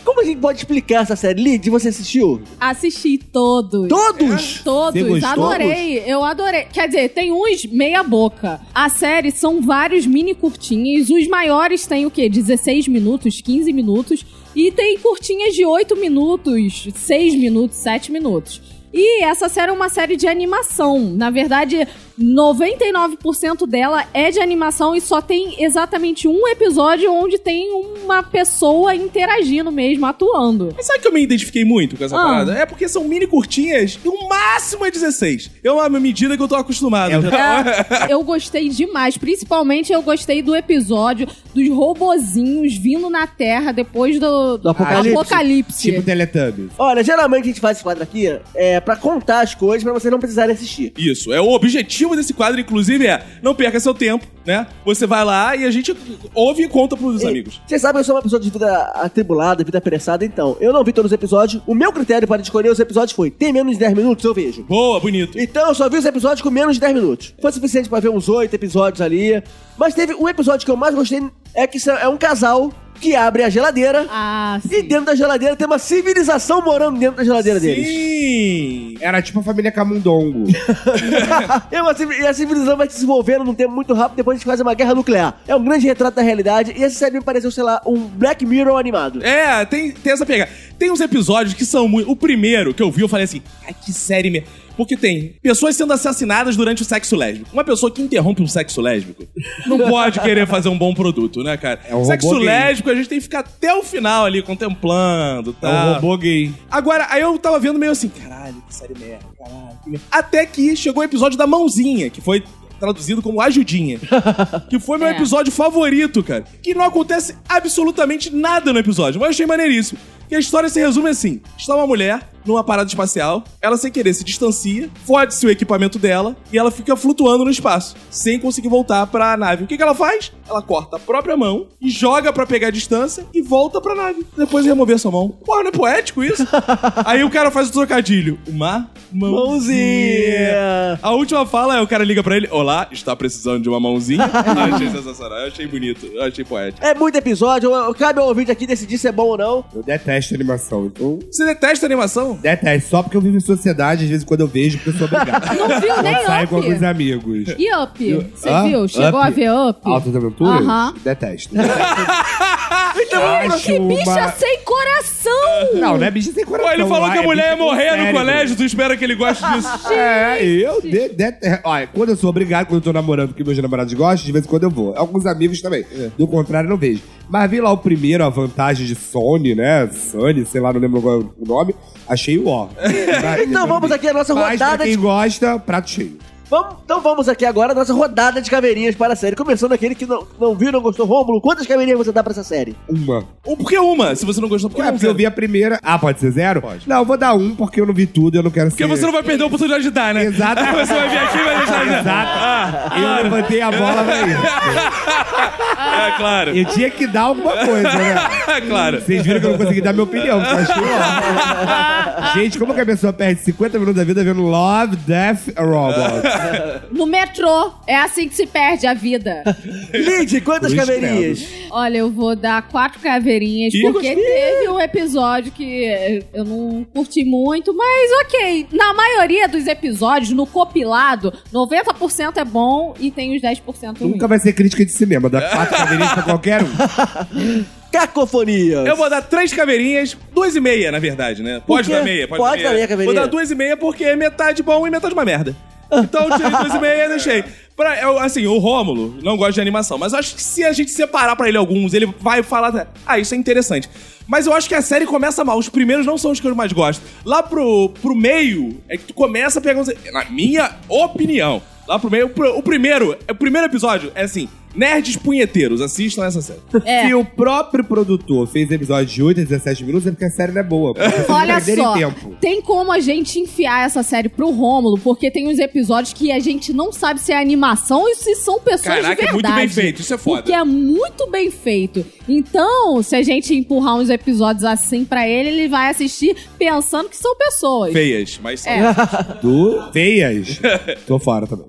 Speaker 2: Como a gente pode explicar essa série? Lid, você assistiu?
Speaker 3: Assisti todos.
Speaker 2: Todos?
Speaker 3: Todos,
Speaker 5: Você gostou?
Speaker 3: adorei, eu adorei. Quer dizer, tem uns meia boca. A série são vários mini curtinhos, os maiores têm o quê? 16 minutos, 15 minutos, e tem curtinhas de 8 minutos, 6 minutos, 7 minutos. E essa série é uma série de animação. Na verdade, 99% dela é de animação e só tem exatamente um episódio onde tem uma pessoa interagindo mesmo, atuando.
Speaker 4: Mas sabe que eu me identifiquei muito com essa
Speaker 3: Ah.
Speaker 4: parada? É porque são mini curtinhas e o máximo é 16. É uma medida que eu tô acostumado.
Speaker 5: É o-
Speaker 4: entendeu?
Speaker 3: É, eu gostei demais. Principalmente eu gostei do episódio dos robozinhos vindo na Terra depois do,
Speaker 2: Do apocalipse.
Speaker 3: apocalipse.
Speaker 5: Tipo Teletubbies.
Speaker 2: Olha, geralmente a gente faz esse quadro aqui é pra contar as coisas pra vocês não precisarem assistir.
Speaker 4: Isso, é o objetivo desse quadro, inclusive, é não perca seu tempo, né? Você vai lá e a gente ouve e conta pros amigos.
Speaker 2: Vocês sabem que eu sou uma pessoa de vida atribulada, vida apressada, então eu não vi todos os episódios. O meu critério para escolher os episódios foi: tem menos de 10 minutos? Eu vejo.
Speaker 4: Boa, bonito.
Speaker 2: Então eu só vi os episódios com menos de 10 minutos. Foi suficiente pra ver uns 8 episódios ali. Mas teve um episódio que eu mais gostei: é que é um casal que abre a geladeira
Speaker 3: Ah,
Speaker 2: e
Speaker 3: sim.
Speaker 2: dentro da geladeira tem uma civilização morando dentro da geladeira deles.
Speaker 4: Sim!
Speaker 5: Era tipo a família Camundongo.
Speaker 2: É uma civil- E a civilização vai se desenvolvendo num tempo muito rápido, depois a gente faz uma guerra nuclear. É um grande retrato da realidade, e essa série me pareceu, sei lá, um Black Mirror animado.
Speaker 4: É, tem, tem essa pegada. Tem uns episódios que são muito. O primeiro que eu vi, eu falei assim, ai, que série mesmo. Porque tem pessoas sendo assassinadas durante o sexo lésbico. Uma pessoa que interrompe um sexo lésbico não pode querer fazer um bom produto, né, cara?
Speaker 5: É um
Speaker 4: sexo
Speaker 5: robô gay.
Speaker 4: lésbico, a gente tem que ficar até o final ali, contemplando e
Speaker 5: É
Speaker 4: tal.
Speaker 5: um robô gay.
Speaker 4: Agora, aí eu tava vendo meio assim, caralho, que série merda, caralho. que merda. Até que chegou o episódio da mãozinha, que foi traduzido como ajudinha. que foi meu
Speaker 3: É.
Speaker 4: episódio favorito, cara. Que não acontece absolutamente nada no episódio, mas eu achei maneiríssimo. Que a história se resume assim: está uma mulher numa parada espacial, ela sem querer se distancia, fode-se o equipamento dela e ela fica flutuando no espaço, sem conseguir voltar pra nave. O que, que ela faz? Ela corta a própria mão e joga pra pegar a distância e volta pra nave. Depois de remover sua mão. Porra, não é poético isso? Aí o cara faz o trocadilho. Uma mãozinha.
Speaker 2: Mãozinha!
Speaker 4: A última fala é o cara liga pra ele: Olá, está precisando de uma mãozinha? eu achei sensacional, eu achei bonito, eu achei poético.
Speaker 2: É muito episódio, eu- eu- cabe ao ouvinte aqui decidir se é bom ou não.
Speaker 5: Eu detesto animação. Então,
Speaker 4: Você detesta animação?
Speaker 5: detesto. Só porque eu vivo em sociedade, às vezes quando eu vejo, porque eu sou obrigado.
Speaker 3: Não viu nem
Speaker 5: Eu saio com alguns
Speaker 3: Up?
Speaker 5: amigos.
Speaker 3: E Up? Você
Speaker 5: Hã?
Speaker 3: viu? Chegou
Speaker 5: Up?
Speaker 3: a ver Up?
Speaker 5: Altas aventuras?
Speaker 3: Aham.
Speaker 5: Detesto.
Speaker 3: Ih, Que
Speaker 5: Acho uma-
Speaker 3: bicha assim? sem coração!
Speaker 5: Não, não é bicho sem
Speaker 4: Pô,
Speaker 5: coração.
Speaker 4: ele falou
Speaker 5: lá,
Speaker 4: que a
Speaker 5: é
Speaker 4: mulher ia
Speaker 5: bicho com
Speaker 4: morrer no
Speaker 5: cérebro.
Speaker 4: colégio, tu espera que ele goste disso.
Speaker 5: É, eu de- detesto. é, Olha, quando eu sou obrigado, quando eu tô namorando, porque meus namorados gostam, de vez em quando eu vou. Alguns amigos também. Do contrário, eu não vejo. Mas vi lá o primeiro, a vantagem de Sony, né? Sony, sei lá, não lembro agora o nome. Achei o ó.
Speaker 2: Então vamos aqui a nossa
Speaker 5: Mas pra
Speaker 2: rodada
Speaker 5: quem
Speaker 2: de...
Speaker 5: gosta, prato cheio.
Speaker 2: Vamos, então vamos aqui agora a nossa rodada de caveirinhas para a série. Começando aquele que não, não viu, não gostou. Rômulo, quantas caveirinhas você dá pra essa série?
Speaker 5: Uma.
Speaker 4: Ou porque uma, se você não gostou, porque
Speaker 5: Ué,
Speaker 4: não
Speaker 5: porque eu vi a primeira. Ah, pode ser zero? Pode. Não, eu vou dar um porque eu não vi tudo, eu não quero
Speaker 4: Porque
Speaker 5: ser.
Speaker 4: você não vai perder a oportunidade de dar, né?
Speaker 5: Exato.
Speaker 4: Aí você vai vir aqui e vai deixar...
Speaker 5: Exato.
Speaker 4: Ah,
Speaker 5: Eu
Speaker 4: claro.
Speaker 5: levantei a bola pra isso.
Speaker 4: É, claro. É
Speaker 5: Eu tinha que dar alguma coisa, né?
Speaker 4: claro.
Speaker 5: Vocês viram que eu não consegui dar minha opinião, porque eu achei ótimo. Gente, como que a pessoa perde 50 minutos da vida vendo Love, Death, Robots?
Speaker 3: No metrô, é assim que se perde a vida.
Speaker 2: Lid, quantas
Speaker 5: Cruz
Speaker 2: caveirinhas?
Speaker 3: Olha, eu vou dar quatro caveirinhas,
Speaker 4: Ih,
Speaker 3: porque teve um episódio que eh, eu não curti muito, mas ok. Na maioria dos episódios, no compilado, 90% é bom e tem os 10% ruim.
Speaker 5: Nunca vai ser crítica de cinema, dá quatro cadeirinhas pra qualquer um.
Speaker 2: Cacofonia.
Speaker 4: Eu vou dar três caveirinhas, duas e meia, na verdade, né? Pode
Speaker 2: quê?
Speaker 4: dar meia, pode,
Speaker 2: Pode dar meia caveirinha.
Speaker 4: Vou dar duas e meia porque é metade bom e metade uma merda. Então eu tirei duas e meia e deixei. Pra, eu, assim, o Rômulo não gosta de animação, mas eu acho que se a gente separar pra ele alguns, ele vai falar. Ah, isso é interessante. Mas eu acho que a série começa mal. Os primeiros não são os que eu mais gosto. Lá pro, pro meio é que tu começa a pegar. uns- Na minha opinião, lá pro meio, o pr- o primeiro, o primeiro episódio é assim: nerds punheteiros, assistam essa série.
Speaker 3: É.
Speaker 5: Se o próprio produtor fez episódio de 8 a 17 minutos, é porque a série não é boa. porque vocês
Speaker 3: Olha
Speaker 5: perderem
Speaker 3: só,
Speaker 5: tempo.
Speaker 3: tem como a gente enfiar essa série pro Rômulo, porque tem uns episódios que a gente não sabe se é animação e se são pessoas de
Speaker 4: Caraca, é
Speaker 3: verdade.
Speaker 4: muito bem feito, isso é foda.
Speaker 3: Porque é muito bem feito. Então, se a gente empurrar uns episódios assim pra ele, ele vai assistir pensando que são pessoas.
Speaker 4: Feias, mas são.
Speaker 3: É.
Speaker 5: Do Feias. Tô fora também.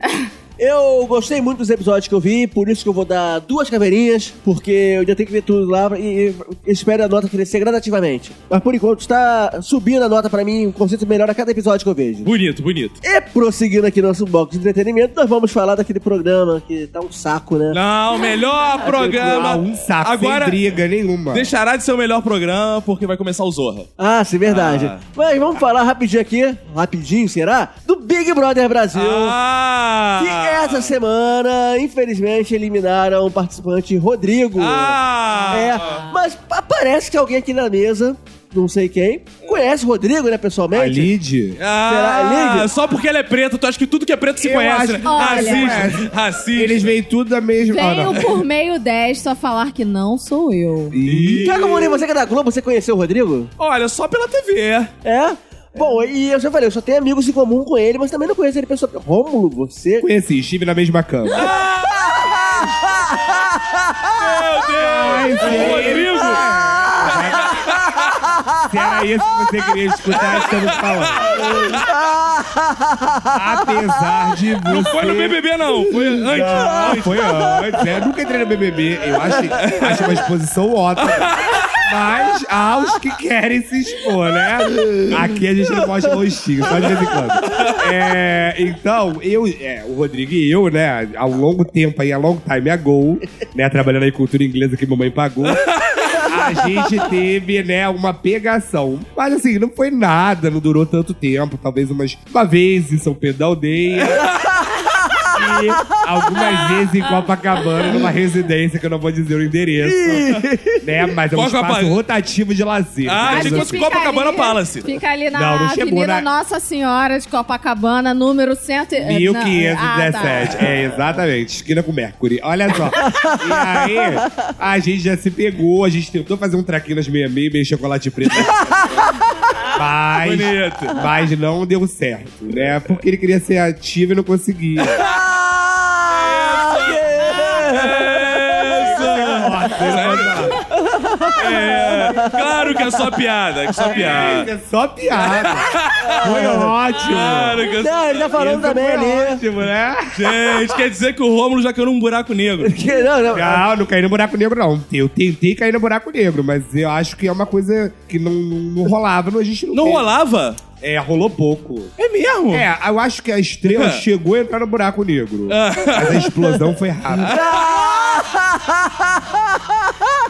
Speaker 2: Eu gostei muito dos episódios que eu vi, por isso que eu vou dar duas caveirinhas, porque eu ainda tenho que ver tudo lá e, e espero a nota crescer gradativamente. Mas por enquanto está subindo a nota pra mim, um conceito melhor a cada episódio que eu vejo.
Speaker 4: Bonito, bonito.
Speaker 2: E prosseguindo aqui nosso bloco de entretenimento, nós vamos falar daquele programa que tá um saco, né?
Speaker 4: Não, melhor
Speaker 5: Ah,
Speaker 4: programa.
Speaker 5: um saco,
Speaker 4: Agora
Speaker 5: sem briga nenhuma.
Speaker 4: deixará de ser o melhor programa porque vai começar o Zorra.
Speaker 2: Ah, sim, verdade.
Speaker 4: Ah.
Speaker 2: Mas vamos falar rapidinho aqui, rapidinho será? Do Big Brother Brasil.
Speaker 4: Ah!
Speaker 2: Que é essa semana, infelizmente, eliminaram o participante Rodrigo.
Speaker 4: Ah!
Speaker 2: É, mas pa- parece que alguém aqui na mesa, não sei quem, conhece o Rodrigo, né, pessoalmente?
Speaker 5: A Lid.
Speaker 4: Ah,
Speaker 2: Será, Lídia?
Speaker 4: só porque ele é preto, tu acha que tudo que é preto se
Speaker 5: Eu acho
Speaker 4: conhece, né?
Speaker 5: que
Speaker 3: Olha.
Speaker 4: Racista, racista.
Speaker 5: Eles veem tudo da mesma. Ah,
Speaker 3: Venho
Speaker 5: não.
Speaker 3: por meio desta falar que não sou eu.
Speaker 5: Ih,
Speaker 2: Tiago Morim, você que é da Globo, você conheceu o Rodrigo?
Speaker 4: Olha, só pela TV.
Speaker 2: É? Bom, e eu já falei, eu só tenho amigos em comum com ele, mas também não conheço ele pessoalmente. Rômulo, você...
Speaker 5: Conheci, estive na mesma cama.
Speaker 4: Meu Deus!
Speaker 5: sim.
Speaker 4: O Rodrigo!
Speaker 5: Se era isso que você queria escutar, estamos falando.
Speaker 2: Ah,
Speaker 5: Apesar de você...
Speaker 4: Não foi no BBB, não. Foi antes.
Speaker 5: Não, foi antes. né? Eu nunca entrei no BBB. Eu acho, acho uma exposição ótima. Mas há os que querem se expor, né? Aqui a gente não mostra rostinho, só de vez em quando. É, então, eu, é, o Rodrigo e eu, né, há um longo tempo aí, há long time ago, né, trabalhando aí em cultura inglesa que mamãe pagou. A gente teve, né, uma pegação. Mas assim, não foi nada, não durou tanto tempo. Talvez umas, uma vez em São Pedro da Aldeia e algumas vezes em Copacabana, numa residência que eu não vou dizer o endereço. né? Mas é um
Speaker 4: Qual
Speaker 5: espaço
Speaker 4: Copacabana?
Speaker 5: rotativo de lazer.
Speaker 4: Ah,
Speaker 5: digamos
Speaker 4: achei que
Speaker 5: assim.
Speaker 4: fosse Copacabana
Speaker 3: ali-
Speaker 4: Palace.
Speaker 3: Fica ali na
Speaker 5: Não, não chegou,
Speaker 3: Avenida
Speaker 5: né?
Speaker 3: Nossa Senhora de Copacabana, número 100... e- eh, não, ah, tá.
Speaker 5: 1517. É, exatamente. Esquina com Mercury. Olha só. e aí, a gente já se pegou, a gente tentou fazer um traquinho nas meia-meia, meio chocolate preto. mas,
Speaker 4: Bonito.
Speaker 5: mas não deu certo, né? Porque ele queria ser ativo e não conseguia.
Speaker 2: Ah, yeah!
Speaker 4: É, claro que é só piada, é só piada.
Speaker 5: É só piada. Foi ótimo.
Speaker 4: Claro que é só
Speaker 2: Não, ele tá falando
Speaker 5: Isso
Speaker 2: também
Speaker 5: foi
Speaker 2: ali.
Speaker 4: Tipo,
Speaker 5: ótimo, né?
Speaker 4: Gente, quer dizer que o Rômulo já caiu num buraco negro.
Speaker 2: Que- Não, não.
Speaker 5: Não, não caí no buraco negro, não. Eu tentei cair no buraco negro, mas eu acho que é uma coisa que não, não rolava. não- A gente não,
Speaker 4: Não
Speaker 5: tem.
Speaker 4: rolava?
Speaker 5: É, rolou pouco.
Speaker 4: É mesmo?
Speaker 5: É, eu acho que a estrela chegou a entrar no buraco negro.
Speaker 4: Ah.
Speaker 5: mas a explosão foi rápida.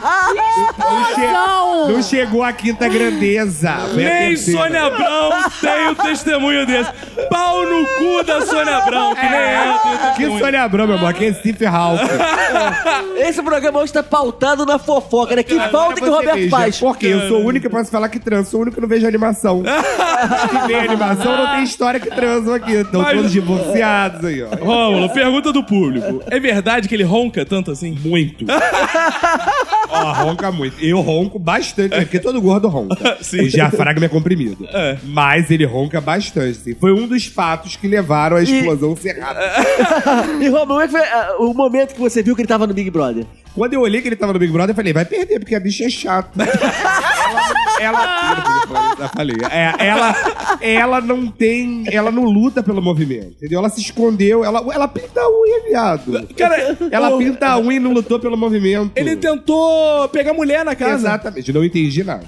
Speaker 5: Não, che-
Speaker 3: Não!
Speaker 5: não chegou a quinta grandeza. Foi a
Speaker 4: Nem
Speaker 5: terceira.
Speaker 4: Sônia Abrão tem o testemunho desse. Pau no cu da Sônia Abrão, que nem ela tem o
Speaker 5: É. Que
Speaker 4: testemunho.
Speaker 5: Sônia Abrão, meu amor. Que é Steve Ralph.
Speaker 2: Esse programa hoje tá pautado na fofoca, né? Que falta que o
Speaker 5: é Você
Speaker 2: Roberto
Speaker 5: veja,
Speaker 2: faz.
Speaker 5: Porque eu sou o único que posso falar que trans, sou o único que não vejo animação. que vê animação, não tem história que transam aqui. Estão
Speaker 4: Mas-
Speaker 5: todos divorciados aí, ó.
Speaker 4: Rômulo, pergunta do público. É verdade que ele ronca tanto assim?
Speaker 5: Muito. Ó, ronca muito. muito. Eu ronco bastante, né? porque todo gordo ronca.
Speaker 4: Sim.
Speaker 5: O diafragma é comprimido.
Speaker 4: É.
Speaker 5: Mas ele ronca bastante. assim. Foi um dos fatos que levaram à explosão cerrada.
Speaker 2: E Romulo, como é que foi ah, o momento que você viu que ele tava no Big Brother?
Speaker 5: Quando eu olhei que ele tava no Big Brother, eu falei, vai perder, porque a bicha é chata. ela,
Speaker 4: Ah!
Speaker 5: ela tira o Big Brother, já falei. É, ela, ela não tem. Ela não luta pelo movimento, entendeu? Ela se escondeu, ela, ela pinta a unha, viado.
Speaker 4: Cara,
Speaker 5: Ela
Speaker 4: o-
Speaker 5: pinta a unha e não lutou pelo movimento.
Speaker 4: Ele tentou pegar mulher na casa.
Speaker 5: Exatamente, não entendi nada.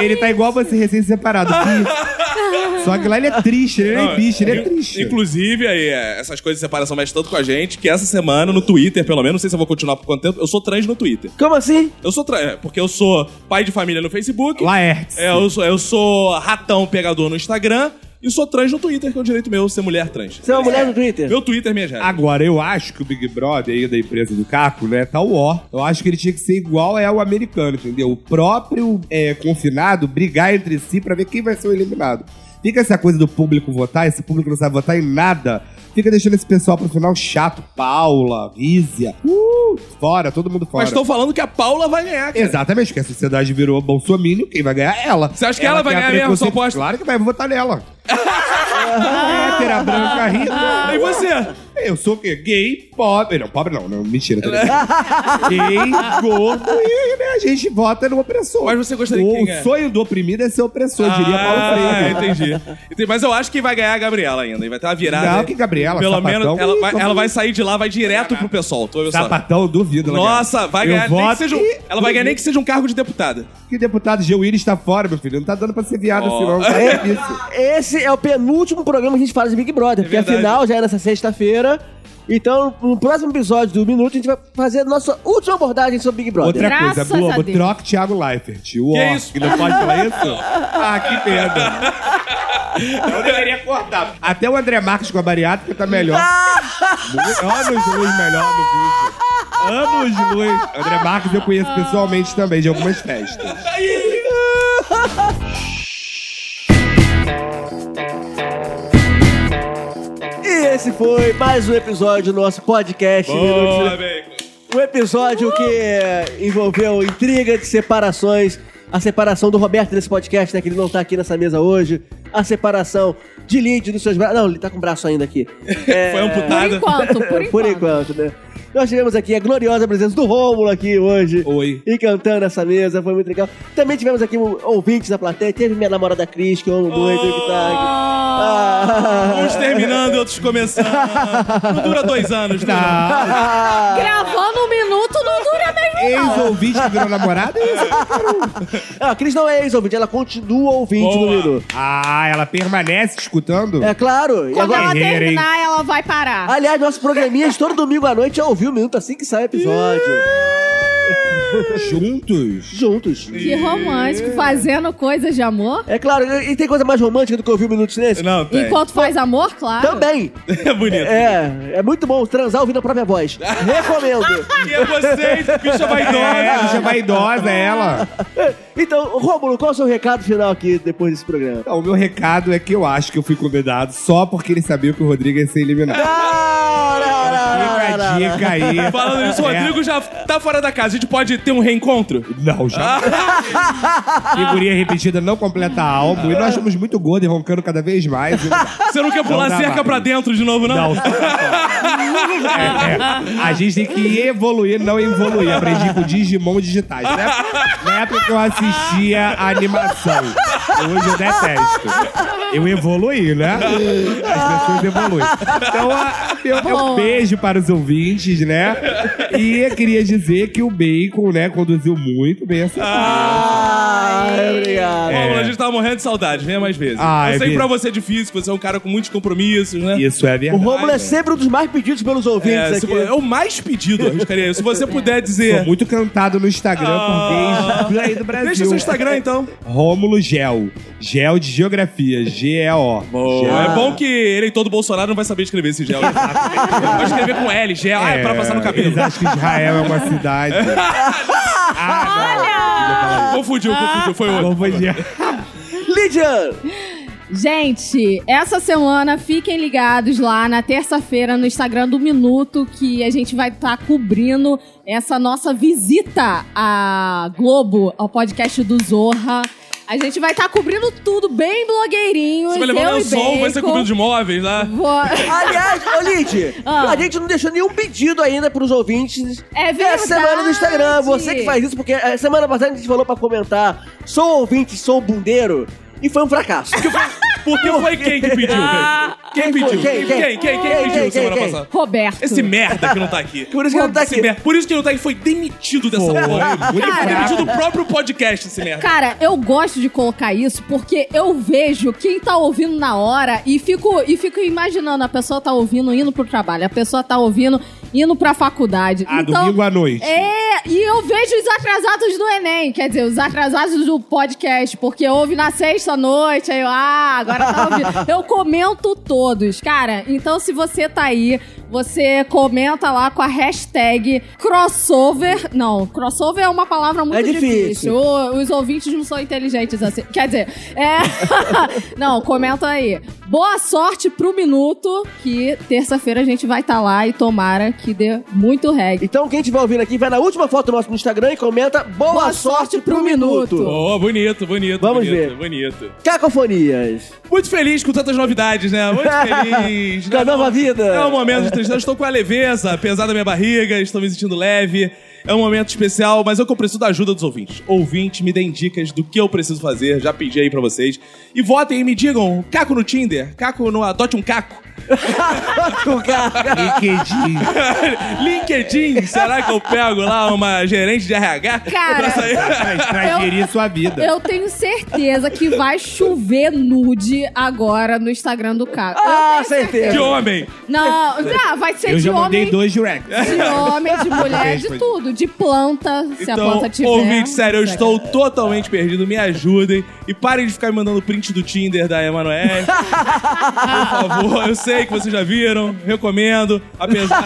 Speaker 5: ele tá igual você recém-separado. triste. Só que lá ele é triste, ele
Speaker 4: Não,
Speaker 5: é bicho, ele é
Speaker 4: in-
Speaker 5: triste.
Speaker 4: Inclusive, aí, é, essas coisas de separação mexem tanto com a gente que essa semana, no Twitter, pelo menos, não sei se eu vou continuar por quanto tempo, eu sou trans no Twitter.
Speaker 2: Como assim?
Speaker 4: Eu sou trans, é, porque eu sou pai de família no Facebook.
Speaker 5: Laertes.
Speaker 4: É, eu sou, eu sou ratão pegador no Instagram e sou trans no Twitter, que é o direito meu ser mulher trans.
Speaker 2: Você é uma mulher no Twitter?
Speaker 4: Meu Twitter, minha gente.
Speaker 5: Agora, eu acho que o Big Brother aí da empresa do Caco, né, tá o ó. Eu acho que ele tinha que ser igual ao americano, entendeu? O próprio é, confinado brigar entre si pra ver quem vai ser o eliminado. Fica essa coisa do público votar, esse público não sabe votar em nada. Fica deixando esse pessoal pro final chato. Paula, Rízia, uh, fora, todo mundo fora.
Speaker 4: Mas estão falando que a Paula vai ganhar, cara.
Speaker 5: Exatamente, porque a sociedade virou bolsominion, quem vai ganhar é ela.
Speaker 4: Você acha que ela vai
Speaker 5: tem a
Speaker 4: ganhar mesmo,
Speaker 5: preconceito-
Speaker 4: sua aposta?
Speaker 5: Claro que vai, vou votar nela. Hétera, branca, rica.
Speaker 4: Ah, E você?
Speaker 5: Eu sou o quê? Gay, pobre. Não, pobre não, não mentira. Tá ligado? Gay, gordo e né, a gente vota no opressor.
Speaker 4: Mas você gostaria que
Speaker 5: o
Speaker 4: quem ganha?
Speaker 5: sonho do oprimido é ser opressor, diria Paulo
Speaker 4: Ah,
Speaker 5: Freire.
Speaker 4: entendi. Entendi. Mas eu acho que vai ganhar a Gabriela ainda. E vai ter uma virada.
Speaker 5: Não, que Gabriela,
Speaker 4: Pelo
Speaker 5: sapatão.
Speaker 4: menos ela
Speaker 5: Ih,
Speaker 4: vai,
Speaker 5: como-
Speaker 4: ela vai sair de lá, vai direto pro pessoal. Tu ouviu só?
Speaker 5: Sapatão, duvido. ela
Speaker 4: Nossa, vai
Speaker 5: Eu
Speaker 4: ganhar. Nem que
Speaker 5: voto
Speaker 4: seja um-
Speaker 5: e-
Speaker 4: ela vai ganhar nem que seja um cargo de deputada.
Speaker 5: Que deputado Gil Willis tá fora, meu filho. Não tá dando pra ser viado
Speaker 4: Ó.
Speaker 5: assim, não. Tá
Speaker 2: É.
Speaker 5: difícil.
Speaker 2: Esse é o penúltimo programa que a gente fala de Big Brother, porque
Speaker 4: verdade.
Speaker 2: afinal já é nessa sexta-feira. Então, no próximo episódio do Minuto, a gente vai fazer a nossa última abordagem sobre Big Brother.
Speaker 5: Outra
Speaker 3: Graças
Speaker 5: coisa, Globo,
Speaker 3: a Deus.
Speaker 5: troca Thiago Leifert. O
Speaker 4: Que
Speaker 5: ó,
Speaker 4: isso?
Speaker 5: que não pode falar isso? Ah, que pena. Eu deveria cortar. Até o André Marques com a bariátrica tá melhor. Anos luz melhor no vídeo. Anos luz. André Marques eu conheço pessoalmente também, de algumas festas.
Speaker 2: E esse foi mais um episódio do nosso podcast. Minuto de
Speaker 4: Boa,
Speaker 2: Silêncio.
Speaker 4: bacon.
Speaker 2: Um episódio que eh, envolveu intriga de separações. A separação do Roberto nesse podcast, né? Que ele não tá aqui nessa mesa hoje. A separação de Lindy dos seus braços. Não, ele tá com o braço ainda aqui. É,
Speaker 4: Foi
Speaker 3: Por
Speaker 4: amputada.
Speaker 3: enquanto, por
Speaker 2: Por,
Speaker 3: enquanto.
Speaker 2: enquanto. né? Nós tivemos aqui a gloriosa presença do Rômulo aqui hoje.
Speaker 5: Oi.
Speaker 2: E cantando essa mesa, foi muito legal. Também tivemos aqui um- ouvintes na plateia. Teve minha namorada Cris, que eu amo muito, que tá aqui.
Speaker 4: Uns
Speaker 2: Ah!
Speaker 4: terminando e outros começando. Não dura dois anos, tá?
Speaker 5: Ah,
Speaker 3: Gravando um minuto não dura mesmo, não.
Speaker 5: Ex-ouvinte que virou namorada? é isso?
Speaker 2: Ah, a Cris não é ex-ouvinte, ela continua ouvinte
Speaker 4: Boa.
Speaker 2: do Minu.
Speaker 5: Ah, ela permanece escutando?
Speaker 2: É claro. E
Speaker 3: Quando
Speaker 2: agora...
Speaker 3: ela
Speaker 5: Guerreira, hein?
Speaker 3: terminar, ela vai parar.
Speaker 2: Aliás, nosso programinha de todo domingo à noite é ouvir o Minuto assim que sai o episódio.
Speaker 5: Juntos?
Speaker 2: Juntos.
Speaker 3: Que romântico, fazendo coisas de amor.
Speaker 2: É claro, e e tem coisa mais romântica do que ouvir o Minuto de Silêncio?
Speaker 4: Não, tem.
Speaker 3: Enquanto faz amor, claro.
Speaker 2: Também.
Speaker 4: É bonito.
Speaker 2: É, é muito bom transar ouvindo a própria voz. Recomendo.
Speaker 4: E é vocês, bicha
Speaker 5: É,
Speaker 4: vaidosa.
Speaker 5: já vai idosa ela.
Speaker 2: Então, Rômulo, qual é o seu recado final aqui depois desse programa?
Speaker 5: Então, o meu recado é que eu acho que eu fui convidado só porque ele sabia que o Rodrigo ia ser eliminado.
Speaker 2: Ah,
Speaker 5: Fica a dica aí.
Speaker 4: Falando isso, o
Speaker 5: É.
Speaker 4: Rodrigo já tá fora da casa. A gente pode ter um reencontro?
Speaker 5: Não, já. Figurinha repetida não completa álbum. E nós somos muito gordos e roncando cada vez mais.
Speaker 4: Você não quer pular
Speaker 5: dá
Speaker 4: cerca
Speaker 5: mais.
Speaker 4: pra dentro de novo, não?
Speaker 5: Não, só é, é. A gente tem que evoluir, não evoluir. Aprendi com Digimon digitais. Na época- Na época que eu assistia a animação. Hoje eu detesto. Eu evoluí, né? As pessoas evoluem. Então, a- meu, meu beijo para os ouvintes, né? E eu queria dizer que o Bacon, né, conduziu muito bem essa.
Speaker 2: Ah, obrigado.
Speaker 4: Rômulo, Tá a gente tava morrendo de saudade. Venha mais vezes.
Speaker 5: É. Ah,
Speaker 4: eu
Speaker 5: é
Speaker 4: sei que
Speaker 5: mesmo.
Speaker 4: pra você é difícil, que você é um cara com muitos compromissos, né?
Speaker 5: Isso é
Speaker 2: O
Speaker 5: verdade.
Speaker 2: Rômulo é sempre um dos mais pedidos pelos ouvintes
Speaker 4: É,
Speaker 2: aqui.
Speaker 4: se for- é o mais pedido, eu arriscaria. Se você puder
Speaker 5: Sou
Speaker 4: dizer...
Speaker 5: muito cantado no Instagram
Speaker 4: Ah.
Speaker 5: por gays do Brasil.
Speaker 4: Deixa seu Instagram, então.
Speaker 5: Rômulo Gel. Gel de Geografia. G-E-O. Gel.
Speaker 4: É bom que ele e todo Bolsonaro não vai saber escrever esse gel. né? vai escrever com L, gel. Ah, é pra passar no cabelo.
Speaker 5: Eles acham que Israel é uma cidade. ah,
Speaker 4: Confundiu, confundiu. Foi
Speaker 5: não.
Speaker 4: outro.
Speaker 5: Bom, bom dia.
Speaker 2: Lidian!
Speaker 3: Gente, essa semana fiquem ligados lá na terça-feira no Instagram do Minuto que a gente vai estar cobrindo essa nossa visita à Globo, ao podcast do Zorra. A gente vai estar cobrindo tudo, bem blogueirinho.
Speaker 4: Você vai
Speaker 2: é,
Speaker 4: levar o sol, vai ser comido de móveis, né?
Speaker 3: Vou...
Speaker 2: Aliás, ô Lid,
Speaker 3: Ah.
Speaker 2: a gente não deixou nenhum pedido ainda pros ouvintes.
Speaker 3: É
Speaker 2: a semana do Instagram,
Speaker 3: verdade.
Speaker 2: você que faz isso, porque a semana passada a gente falou pra comentar, sou ouvinte, sou bundeiro, e foi um fracasso.
Speaker 4: Porque foi quem que pediu, velho? Quem pediu? Quem? Quem? Quem,
Speaker 2: Ah, Quem?
Speaker 4: pediu
Speaker 2: Quem?
Speaker 4: semana
Speaker 2: Quem?
Speaker 4: passada?
Speaker 3: Roberto.
Speaker 4: Esse merda que não tá aqui.
Speaker 2: Por isso que ele não tá
Speaker 4: Esse
Speaker 2: aqui.
Speaker 4: merda- Por isso que ele não tá aqui. Foi demitido dessa porra. Ele foi
Speaker 3: Cara.
Speaker 4: demitido do próprio podcast, esse merda.
Speaker 3: Cara, eu gosto de colocar isso porque eu vejo quem tá ouvindo na hora e fico, e fico imaginando, a pessoa tá ouvindo indo pro trabalho, a pessoa tá ouvindo indo pra faculdade.
Speaker 5: Ah,
Speaker 3: então,
Speaker 5: domingo à noite.
Speaker 3: É, e eu vejo os atrasados do Enem, quer dizer, os atrasados do podcast, porque ouve na sexta-noite, aí eu, ah, agora tá ouvindo. eu comento todos, cara. Então, se você tá aí, você comenta lá com a hashtag crossover. Não, crossover é uma palavra muito
Speaker 2: É difícil.
Speaker 3: O- os ouvintes não são inteligentes assim. Quer dizer, é. não, comenta aí. Boa sorte pro minuto, que terça-feira a gente vai estar lá e tomara que dê muito reggae.
Speaker 2: Então, quem estiver ouvindo aqui, vai na última foto nossa no Instagram e comenta boa,
Speaker 3: Boa
Speaker 2: sorte
Speaker 3: sorte
Speaker 2: pro
Speaker 3: pro
Speaker 2: minuto.
Speaker 3: minuto.
Speaker 4: Oh, bonito, bonito.
Speaker 2: Vamos
Speaker 4: bonito,
Speaker 2: ver.
Speaker 4: Bonito.
Speaker 2: Cacofonias.
Speaker 4: Muito feliz com tantas novidades, né? Muito feliz.
Speaker 2: Da
Speaker 4: né?
Speaker 2: nova vida.
Speaker 4: É um momento de tristeza. Estou com a leveza, apesar da minha barriga, estou me sentindo leve. É um momento especial, mas eu preciso da ajuda dos ouvintes. Ouvinte, me deem dicas do que eu preciso fazer. Já pedi aí pra vocês. E votem e me digam, caco no Tinder, caco no Adote um Caco.
Speaker 2: Com ca-
Speaker 5: LinkedIn.
Speaker 4: LinkedIn, será que eu pego lá uma gerente de RH?
Speaker 3: Cara.
Speaker 4: pra sair?
Speaker 5: Pra gerir sua vida.
Speaker 3: Eu tenho certeza que vai chover nude agora no Instagram do Caco.
Speaker 2: Ah,
Speaker 3: Eu tenho
Speaker 4: De
Speaker 2: certeza.
Speaker 4: homem.
Speaker 3: Não, não, vai ser
Speaker 5: Eu
Speaker 3: de
Speaker 5: já mandei
Speaker 3: homem,
Speaker 5: dois directs.
Speaker 3: de homem, de mulher, de tudo. De planta, se
Speaker 5: Então,
Speaker 3: a planta tiver.
Speaker 4: ouvinte, Então,
Speaker 5: é
Speaker 4: sério, eu estou totalmente perdido. Me ajudem. E parem de ficar me mandando print do Tinder da Emanuele. Por favor, eu sei que vocês já viram. Recomendo. Apesar,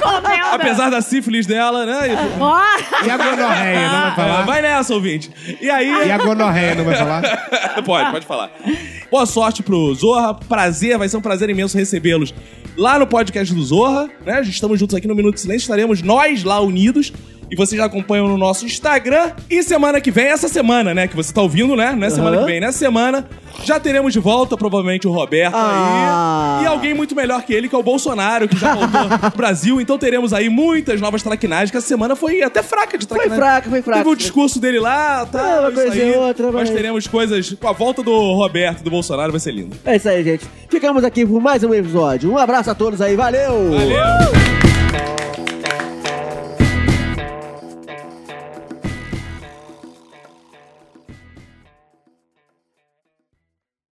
Speaker 3: Comenta.
Speaker 4: apesar da sífilis dela, né? É,
Speaker 3: Ó,
Speaker 5: E a gonorreia, não vai falar?
Speaker 4: Vai nessa, ouvinte. E aí.
Speaker 5: E a gonorreia, não vai falar?
Speaker 4: pode, pode falar. Boa sorte pro Zorra. Prazer, vai ser um prazer imenso recebê-los lá no podcast do Zorra, né? Já Estamos juntos aqui no Minuto de Silêncio, estaremos nós lá unidos. E vocês já acompanham no nosso Instagram. E semana que vem, essa semana, né? Que você tá ouvindo, né? Não é semana
Speaker 2: Aham.
Speaker 4: que vem, nessa semana. Já teremos de volta, provavelmente, o Roberto
Speaker 2: Ah.
Speaker 4: aí. E alguém muito melhor que ele, que é o Bolsonaro, que já voltou pro Brasil. Então teremos aí muitas novas traquinagens, que a semana foi até fraca de
Speaker 2: Foi
Speaker 4: traquinagem.
Speaker 2: fraca, foi fraca.
Speaker 4: Teve o discurso dele lá,
Speaker 2: É,
Speaker 4: tá?
Speaker 2: uma
Speaker 4: isso
Speaker 2: coisa e
Speaker 4: aí.
Speaker 2: outra,
Speaker 4: Mas
Speaker 2: mas-
Speaker 4: teremos coisas. Com a volta do Roberto e do Bolsonaro vai ser lindo.
Speaker 2: É isso aí, gente. Ficamos aqui por mais um episódio. Um abraço a todos aí. Valeu!
Speaker 4: Valeu!